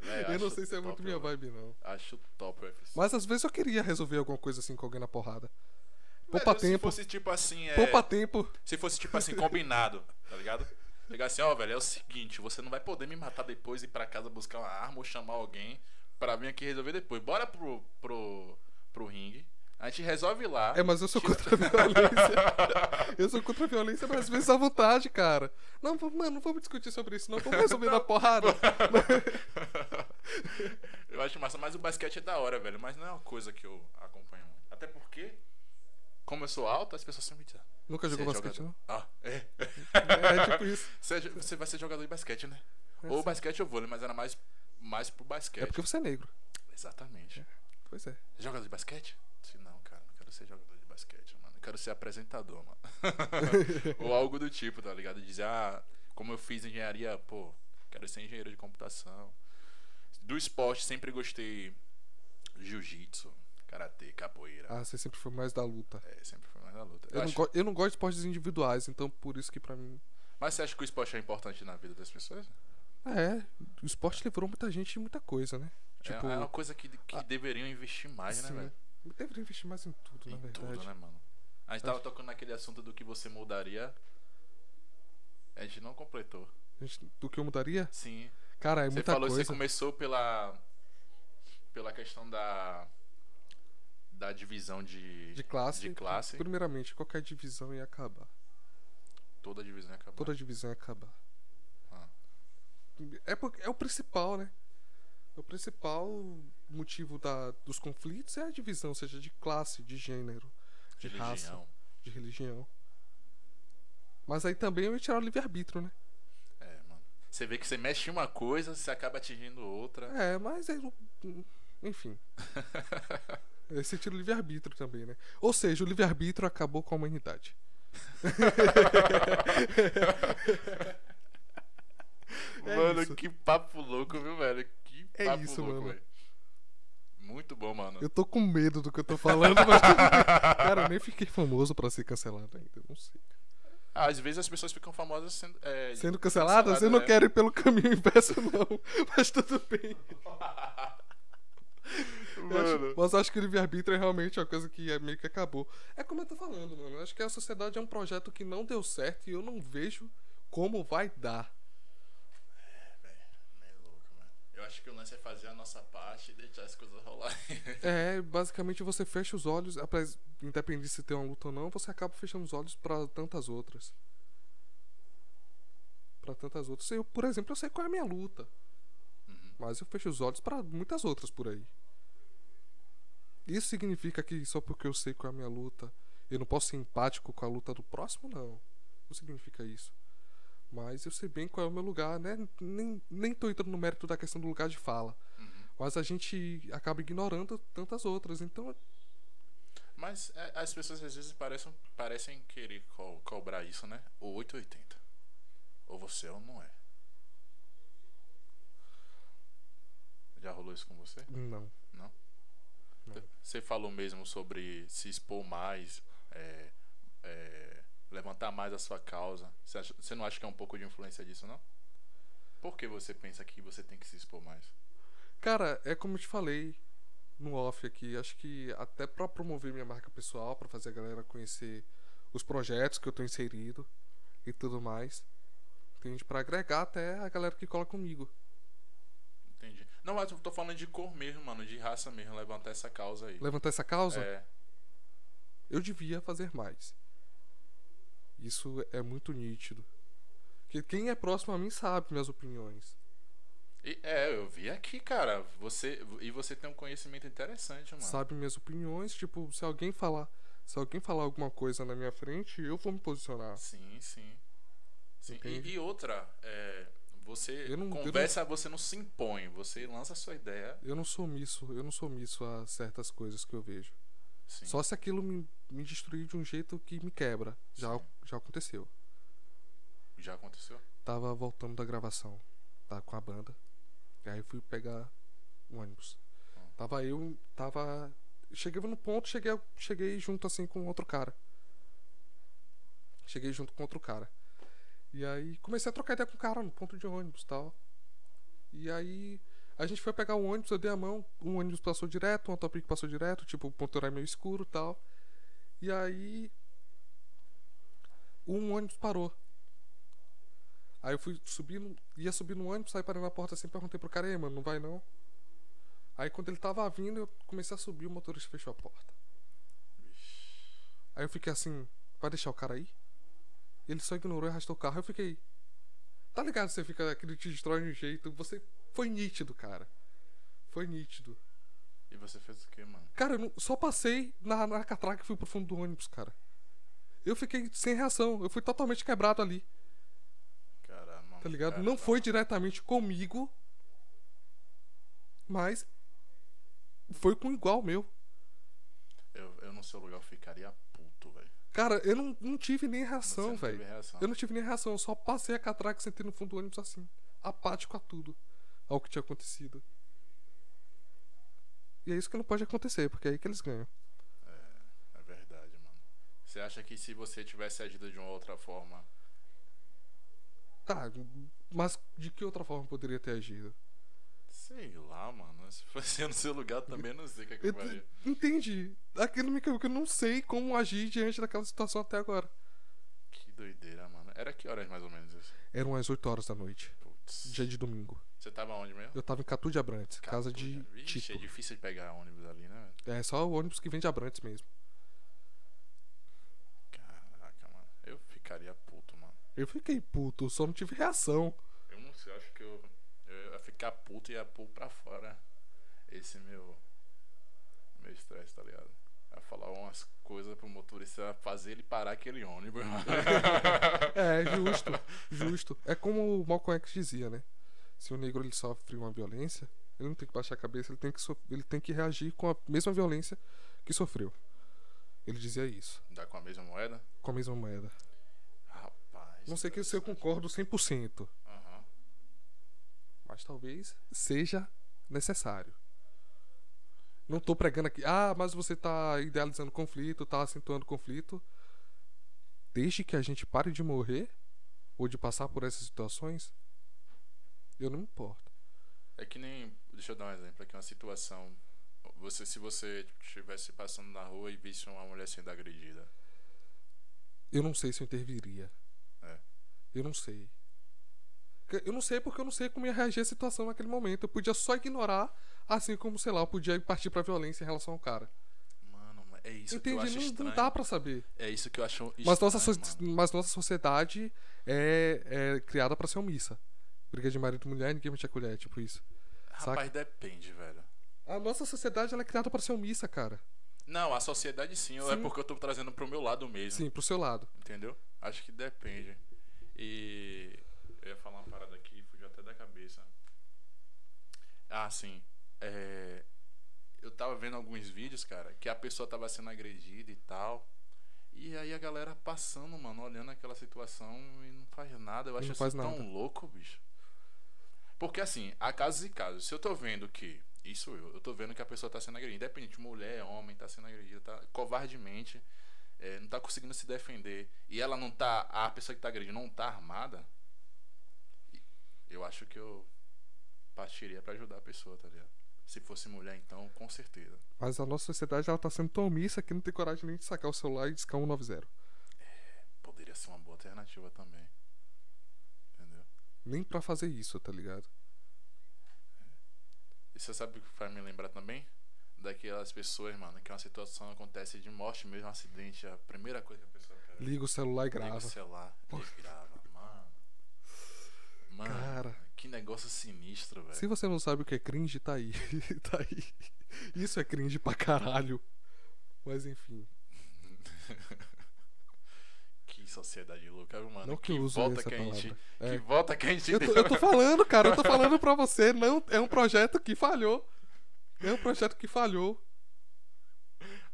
S1: Véi,
S2: eu não
S1: acho
S2: sei se é
S1: top, né,
S2: muito minha
S1: mano.
S2: vibe, não.
S1: Acho top o UFC.
S2: Mas às vezes eu queria resolver alguma coisa assim com alguém na porrada.
S1: Velho,
S2: Poupa
S1: Se
S2: tempo.
S1: fosse tipo assim, é.
S2: Poupa tempo.
S1: Se fosse tipo assim, combinado, tá ligado? Pegar assim, ó, velho, é o seguinte, você não vai poder me matar depois, ir pra casa buscar uma arma ou chamar alguém pra vir aqui resolver depois. Bora pro, pro, pro ringue, a gente resolve lá.
S2: É, mas eu sou
S1: Tira-
S2: contra a violência. Eu sou contra a violência, mas às vezes à vontade, cara. Não, v- mano, não vamos discutir sobre isso, não. Vamos resolver na porrada.
S1: Eu acho massa, mas o basquete é da hora, velho, mas não é uma coisa que eu acompanho muito. Até porque, como eu sou alto, as pessoas sempre dizem.
S2: Nunca
S1: "Você
S2: jogou
S1: é
S2: basquete,
S1: jogador?" Ah, é.
S2: não? É tipo isso.
S1: Você, é jo- você vai ser jogador de basquete, né? Ou basquete ou vôlei, mas era mais, mais pro basquete.
S2: É porque você é negro.
S1: Exatamente.
S2: Pois é.
S1: Jogador de basquete? Disse, não, cara, não quero ser jogador de basquete, mano. Eu quero ser apresentador, mano. Ou algo do tipo, tá ligado? Dizer, ah, como eu fiz engenharia, pô, quero ser engenheiro de computação. Do esporte, sempre gostei de jiu-jitsu, karatê, capoeira.
S2: Ah, você sempre foi mais da luta.
S1: É, sempre foi mais na luta. Eu
S2: Eu não,
S1: acho-
S2: go- eu não gosto de esportes individuais, então por isso que pra mim.
S1: Mas você acha que o esporte é importante na vida das pessoas?
S2: É, o esporte livrou muita gente de muita coisa, né?
S1: É-
S2: Tipo,
S1: é, uma coisa que, que
S2: ah,
S1: deveriam investir mais,
S2: sim.
S1: né, velho?
S2: Deveria investir mais em tudo, na
S1: Em
S2: verdade.
S1: tudo, né, mano? A gente tava tocando naquele assunto do que você mudaria. A gente não completou.
S2: Gente, Do que eu mudaria?
S1: Sim.
S2: Cara, é
S1: né? Você
S2: muita
S1: falou,
S2: coisa.
S1: você começou pela. pela questão da. da divisão de.
S2: De classe. então,
S1: De classe.
S2: Primeiramente, qualquer divisão ia acabar.
S1: Toda a divisão acabou.
S2: Toda divisão ia acabar.
S1: é? Ah.
S2: É, porque, é o principal, né? O principal motivo da, dos conflitos é a divisão, seja de classe, de gênero, de raça,
S1: Religião.
S2: de religião. Mas aí também eu ia tirar o livre-arbítrio, né?
S1: É, mano. Você vê que você mexe em uma coisa, você acaba atingindo outra.
S2: É, mas aí. não- Enfim. Esse tira o livre-arbítrio também, né? Ou seja, o livre-arbítrio acabou com a humanidade. É
S1: mano,
S2: isso.
S1: que papo louco, viu, velho? Que
S2: É
S1: papo
S2: isso,
S1: louco,
S2: mano.
S1: velho. Muito bom, mano.
S2: Eu tô com medo do que eu tô falando, mas. tudo bem. Cara, eu nem fiquei famoso pra ser cancelado ainda. Não sei.
S1: Ah, Às vezes as pessoas ficam famosas sendo. É,
S2: Sendo cancelado,
S1: Cancelado,
S2: eu não
S1: é.
S2: quero ir pelo caminho inverso, não. Mas tudo bem. Eu acho-
S1: Mano.
S2: mas eu acho que o livre-arbítrio é realmente uma coisa que é meio que acabou. É como eu tô falando, mano. Eu acho que a sociedade é um projeto que não deu certo e eu não vejo como vai dar.
S1: É louco, mano. Eu acho que o lance é fazer a nossa parte e deixar as coisas rolar.
S2: É, basicamente você fecha os olhos, apres- independente se tem uma luta ou não, você acaba fechando os olhos pra tantas outras. Pra tantas outras. Eu, por exemplo, eu sei qual é a minha luta,
S1: Uhum.
S2: mas eu fecho os olhos pra muitas outras por aí. Isso significa que só porque eu sei qual é a minha luta, eu não posso ser empático com a luta do próximo? Não. Não significa isso. Mas eu sei bem qual é o meu lugar, né? Nem, nem tô entrando no mérito da questão do lugar de fala.
S1: Uhum.
S2: Mas a gente acaba ignorando tantas outras. Então,
S1: Mas é, as pessoas às vezes parecem, parecem querer co- cobrar isso, né? Ou 880. Ou você ou não é. Já rolou isso com você?
S2: não.
S1: Não?
S2: Não.
S1: Você falou mesmo sobre se expor mais, é, é, levantar mais a sua causa. Você, acha- você não acha que é um pouco de influência disso, não? Por que você pensa que você tem que se expor mais?
S2: Cara, é como eu te falei no off aqui, acho que até pra promover minha marca pessoal, pra fazer a galera conhecer os projetos que eu tô inserido e tudo mais. Entende? Pra agregar até a galera que cola comigo.
S1: Entendi. Não, mas eu tô falando de cor mesmo, mano, de raça mesmo, levantar essa causa aí.
S2: Levantar essa causa?
S1: É.
S2: Eu devia fazer mais. Isso é muito nítido. Porque quem é próximo a mim sabe minhas opiniões.
S1: E- é, eu vi aqui, cara. Você e você tem um conhecimento interessante, mano.
S2: Sabe minhas opiniões, tipo, se alguém falar, se alguém falar alguma coisa na minha frente, eu vou me posicionar.
S1: Sim, sim. Sim,
S2: Entende?
S1: E, e outra, é, você
S2: Eu não- eu não-
S1: conversa, você não se impõe, você lança a sua ideia.
S2: Eu não sou omisso, eu não sou omisso a certas coisas que eu vejo.
S1: Sim.
S2: Só se aquilo me, me destruir de um jeito que me quebra. Já,
S1: Sim.
S2: já aconteceu.
S1: Já aconteceu?
S2: Tava voltando da gravação, tá com a banda. E aí fui pegar o ônibus.
S1: Ah.
S2: Tava eu, tava cheguei no ponto, cheguei cheguei junto assim com outro cara. Cheguei junto com outro cara. E aí comecei a trocar ideia com o cara no ponto de ônibus, e tal. E aí a gente foi pegar o ônibus, eu dei a mão, um ônibus passou direto, um autopic passou direto, tipo, o ponto era meio escuro, e tal. E aí um ônibus parou. Aí eu fui subindo, ia subir no ônibus, aí parei na porta assim, perguntei pro cara, ei, mano, não vai não? Aí quando ele tava vindo, eu comecei a subir, o motorista fechou a porta. Aí eu fiquei assim, vai deixar o cara aí? Ele só ignorou e arrastou o carro. Eu fiquei. Tá ligado? Você fica aquele te destrói de um jeito. Você. Foi nítido, cara. Foi nítido.
S1: E você fez o que, mano?
S2: Cara, eu não- só passei na, na catraca e fui pro fundo do ônibus, cara. Eu fiquei sem reação. Eu fui totalmente quebrado ali.
S1: Cara, mano.
S2: Tá ligado?
S1: cara,
S2: não foi diretamente comigo, mas foi com igual meu.
S1: Eu, eu no seu lugar eu ficaria puto, velho.
S2: Cara, eu não, não tive nem
S1: Você não
S2: reação,
S1: teve
S2: velho.
S1: reação.
S2: Eu não tive nem reação, eu só passei a catraca e sentei no fundo do ônibus assim, apático a tudo, ao que tinha acontecido. E é isso que não pode acontecer, porque é aí que eles ganham.
S1: É verdade, mano. Você acha que se você tivesse agido de uma outra forma.
S2: Tá, mas de que outra forma eu poderia ter agido?
S1: Sei lá, mano. Se fosse eu no seu lugar também, eu não sei o que é que
S2: Eu
S1: eu faria.
S2: te- entendi. Aquilo me caiu que eu não sei como agir diante daquela situação até agora.
S1: Que doideira, mano. Era que horas mais ou menos isso?
S2: Eram as 8 horas da noite,
S1: Putz.
S2: dia de domingo.
S1: Você tava onde mesmo?
S2: Eu tava em Catu de Abrantes, casa de tipo.
S1: Catuja. Vixe, é
S2: Tito.
S1: difícil de pegar ônibus ali, né, velho?
S2: É só o ônibus que vem de Abrantes mesmo.
S1: Caraca, mano. Eu ficaria puto, mano.
S2: Eu fiquei puto, só não tive reação.
S1: Eu não sei, eu acho que eu, eu ia ficar puto e ia pôr pra fora esse meu. Meu estresse, tá ligado? Eu Ia falar umas coisas pro motorista ia fazer ele parar aquele ônibus, mano.
S2: É, justo, justo. É como o Malcolm X dizia, né? Se o negro ele sofre uma violência, ele não tem que baixar a cabeça, ele tem que, so- ele tem que reagir com a mesma violência que sofreu. Ele dizia isso,
S1: Dá Tá com a mesma moeda?
S2: com a mesma moeda.
S1: Rapaz.
S2: Não sei que se eu
S1: interessante.
S2: concordo 100%,
S1: Aham.
S2: mas talvez seja necessário. Não tô pregando aqui, ah, mas você tá idealizando conflito, tá acentuando conflito. Desde que a gente pare de morrer ou de passar por essas situações, eu não me importo.
S1: É que nem. Deixa eu dar um exemplo aqui, uma situação. Você, se você tipo, estivesse passando na rua e visse uma mulher sendo agredida.
S2: Eu não sei se eu interviria.
S1: É.
S2: Eu não sei. Que- Eu não sei porque eu não sei como ia reagir à situação naquele momento. Eu podia só ignorar, assim como, sei lá, eu podia partir pra violência em relação ao cara.
S1: Mano, mas é isso que eu
S2: Entende?
S1: acho
S2: Não- Não,
S1: estranho.
S2: dá pra saber.
S1: É isso que eu acho estranho.
S2: Mas nossa, so-
S1: mano.
S2: mas nossa sociedade é, é criada pra ser omissa. Briga de marido e mulher, ninguém mete a colher, é tipo isso.
S1: Rapaz, depende, velho.
S2: A nossa sociedade ela é criada pra ser omissa, cara.
S1: Não, a sociedade sim, é
S2: Sim.
S1: porque eu tô trazendo pro meu lado mesmo.
S2: Sim, pro seu lado.
S1: Entendeu? Acho que depende. E. Eu ia falar uma parada aqui, fugiu até da cabeça. Ah, sim. É, Eu tava vendo alguns vídeos, cara, que a pessoa tava sendo agredida e tal. E aí a galera passando, mano, olhando aquela situação e não faz nada. Eu acho
S2: não
S1: isso
S2: faz
S1: tão
S2: nada.
S1: louco, bicho. Porque assim, há casos e casos. Se eu tô vendo que. Isso eu, eu tô vendo que a pessoa tá sendo agredida. Independente, mulher, homem, tá sendo agredida, tá covardemente. é, não tá conseguindo se defender. E ela não tá. A pessoa que tá agredindo não tá armada. Eu acho que eu partiria pra ajudar a pessoa, tá ligado? Se fosse mulher, então, com certeza.
S2: Mas a nossa sociedade ela tá sendo tão omissa que não tem coragem nem de sacar o celular e é discar 190.
S1: Poderia ser uma boa alternativa também. Entendeu?
S2: Nem pra fazer isso, tá ligado?
S1: E você sabe o que faz me lembrar também? Daquelas pessoas, mano, que uma situação acontece de morte mesmo, um acidente, a primeira coisa que a pessoa quer.
S2: Liga o celular e
S1: Liga
S2: grava.
S1: o celular e grava, mano. Mano,
S2: Cara.
S1: que negócio sinistro, velho.
S2: Se você não sabe o que é cringe, tá aí. tá aí. Isso é cringe pra caralho. Mas enfim.
S1: Que sociedade louca, viu, mano.
S2: Não que
S1: que
S2: eu use
S1: volta
S2: essa
S1: que a gente.
S2: palavra. É.
S1: Que volta que a gente
S2: Eu tô,
S1: deu.
S2: eu tô falando, cara, eu tô falando pra você. Não, é um projeto que falhou. É um projeto que falhou.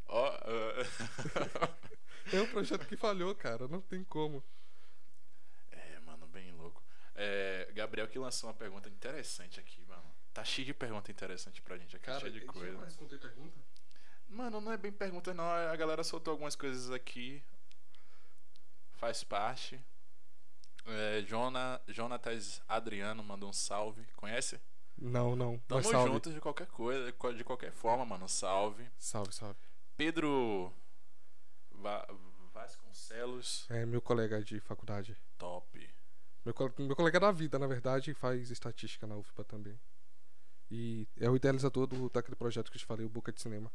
S1: Ó, ah.
S2: É um projeto que falhou, cara. Não tem como.
S1: É, mano, bem louco. É, Gabriel que lançou uma pergunta interessante aqui, mano. Tá cheio de pergunta interessante pra gente aqui, cheio de
S2: é
S1: coisa.
S2: pergunta?
S1: Mano, não é bem pergunta, não. A galera soltou algumas coisas aqui. Faz parte. É, Jona, Jonatas Adriano mandou um salve. Conhece?
S2: Não, não.
S1: Tamo
S2: Mas salve.
S1: juntos de qualquer coisa, de qualquer forma, mano. Um Salve.
S2: Salve, salve.
S1: Pedro Va- Vasconcelos,
S2: É meu colega de faculdade.
S1: top.
S2: Meu, cole- meu colega da vida, na verdade, faz estatística na UFPA também. E é o idealizador do, daquele projeto que eu te falei, o Boca de Cinema.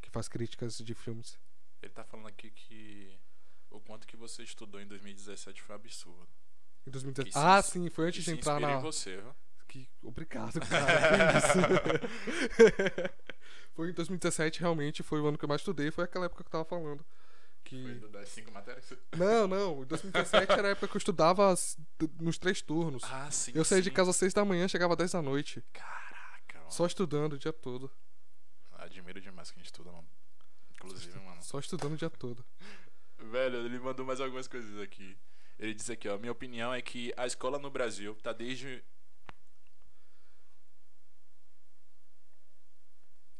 S2: Que faz críticas de filmes.
S1: Ele tá falando aqui que o quanto que você estudou em 2017 foi um absurdo.
S2: Em 2010.
S1: Que se
S2: Ah,
S1: ins-
S2: sim, foi antes
S1: E
S2: de
S1: se
S2: entrar
S1: inspira
S2: na.
S1: em você, viu?
S2: Que... Obrigado, cara. que isso. foi em 2017, realmente, foi o ano que eu mais estudei. Foi aquela época que eu tava falando. Que...
S1: Foi do- das cinco matérias?
S2: Não, não. Em 2017 era a época que eu estudava as- nos três turnos.
S1: Ah, sim.
S2: eu saía de
S1: sim.
S2: casa às seis da manhã, chegava às dez da noite.
S1: Caraca, mano.
S2: Só estudando o dia todo.
S1: Admiro demais quem estuda, mano. Inclusive, mano.
S2: Só estudando o dia todo.
S1: Velho, ele mandou mais algumas coisas aqui. Ele disse aqui, ó. Minha opinião é que a escola no Brasil tá desde.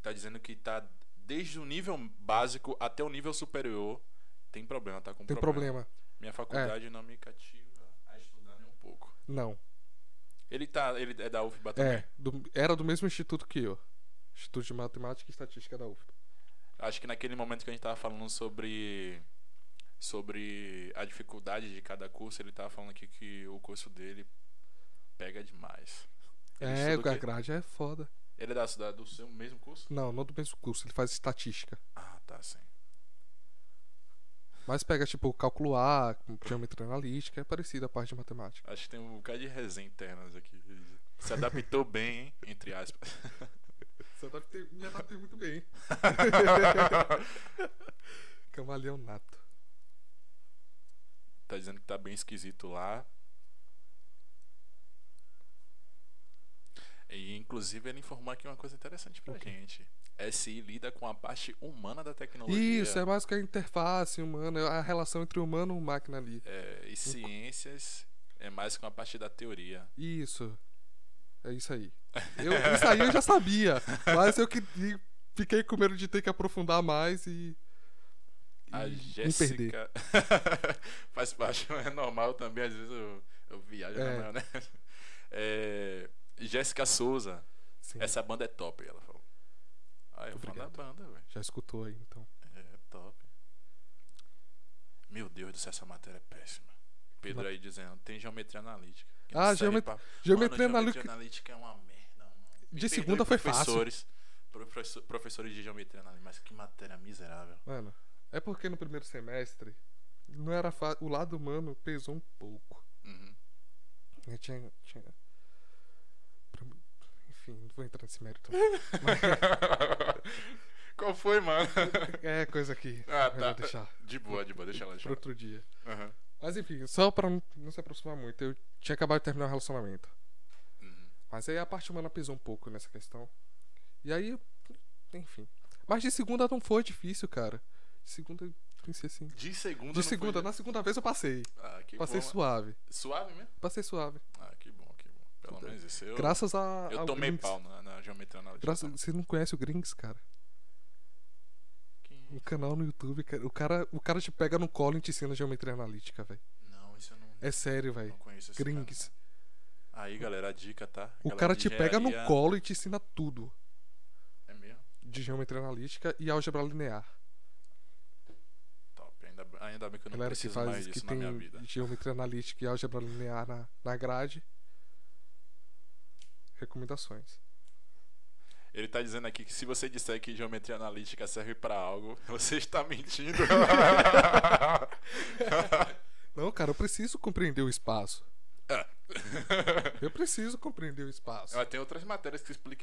S1: Tá dizendo que tá desde o nível básico até o nível superior. Tem problema, tá com
S2: Tem
S1: problema.
S2: problema.
S1: Minha faculdade não me cativa a estudar nem um pouco.
S2: Não.
S1: Ele tá. Ele é da UFBA também.
S2: É. do- Era do mesmo instituto que eu. Instituto de Matemática e Estatística da UFPA.
S1: Acho que naquele momento que a gente tava falando sobre sobre a dificuldade de cada curso, ele tava falando aqui que o curso dele pega demais. Ele
S2: É,
S1: estuda o
S2: a
S1: quê?
S2: grade é foda.
S1: Ele é da, da- do seu mesmo curso?
S2: Não, não do mesmo curso. Ele faz estatística.
S1: Ah, tá, sim.
S2: Mas pega, tipo, cálculo A, geometria analítica. É parecida a parte de matemática.
S1: Acho que tem um bocado de resenha internas aqui. Se adaptou bem, hein? Entre aspas.
S2: Você me adaptei muito bem. Camaleão nato.
S1: Tá dizendo que tá bem esquisito lá. E inclusive ele informou aqui uma coisa interessante pra
S2: O quê?
S1: gente. SI lida com a parte humana da tecnologia.
S2: Isso, é mais que a interface humana, a relação entre humano e máquina ali.
S1: É, e ciências é mais que uma parte da teoria.
S2: Isso. É isso aí. Eu, isso aí eu já sabia, mas eu que e fiquei com medo de ter que aprofundar mais e.
S1: A
S2: e me perder.
S1: Jéssica faz parte, é normal também, às vezes eu, eu viajo
S2: É.
S1: na maionese. É, Jéssica Souza,
S2: Sim,
S1: essa banda é top, ela falou. Ah, eu fã da
S2: Obrigado.
S1: banda, velho.
S2: Já escutou aí, então.
S1: É top. Meu Deus do céu, essa matéria é péssima. Pedro aí dizendo, tem geometria analítica. que não
S2: Ah,
S1: serve
S2: geomet-
S1: pra- Mano,
S2: geometria
S1: geometria
S2: analítica-
S1: analítica é uma merda, mano. Me
S2: De
S1: perdoe,
S2: segunda foi fácil.
S1: professores, professor- professores de geometria analítica, mas que matéria miserável.
S2: Mano, é porque no primeiro semestre não era fa... o lado humano pesou um pouco.
S1: Uhum.
S2: Eu tinha, tinha... Enfim, não vou entrar nesse mérito.
S1: Qual foi, mano?
S2: É coisa que
S1: Ah,
S2: eu
S1: tá.
S2: vou deixar
S1: De boa, de boa, deixa ela, deixa
S2: pra
S1: ela.
S2: outro dia.
S1: Uhum.
S2: Mas enfim, só pra não não se aproximar muito, eu tinha acabado de terminar o relacionamento.
S1: Uhum.
S2: Mas aí a parte humana pesou um pouco nessa questão. E aí, enfim. Mas de segunda não foi difícil, cara. De segunda, eu pensei assim.
S1: De segunda
S2: De
S1: não foi-
S2: segunda, na segunda vez eu passei.
S1: Ah, que
S2: Passei
S1: bom.
S2: suave.
S1: Suave mesmo?
S2: Passei suave.
S1: Ah, que bom, que bom. Pelo menos isso. Eu,
S2: Graças a.
S1: eu
S2: ao
S1: tomei
S2: Grinks.
S1: pau na, na geometria analítica. tá?
S2: Graças, você não conhece o Grinks, cara?
S1: Quem é
S2: Um canal no YouTube, cara. O cara, o cara te pega no colo e te ensina geometria analítica, velho.
S1: Não, isso eu não,
S2: É sério, velho.
S1: não conheço esse
S2: Grinks.
S1: cara, Aí, galera, a dica, tá?
S2: O
S1: Galera
S2: cara
S1: de
S2: te pega no
S1: engenharia-
S2: colo e te ensina tudo
S1: É mesmo?
S2: de geometria analítica e álgebra linear.
S1: Top. Ainda, ainda bem que eu não
S2: Galera que
S1: preciso
S2: faz
S1: mais
S2: que
S1: disso na minha
S2: tem
S1: vida.
S2: geometria analítica e álgebra linear na, na grade. Recomendações.
S1: Ele tá dizendo aqui que se você disser que geometria analítica serve pra algo, você está mentindo.
S2: Não, cara, eu preciso compreender o espaço.
S1: É.
S2: Eu preciso compreender o espaço.
S1: Mas Tem outras matérias que explicam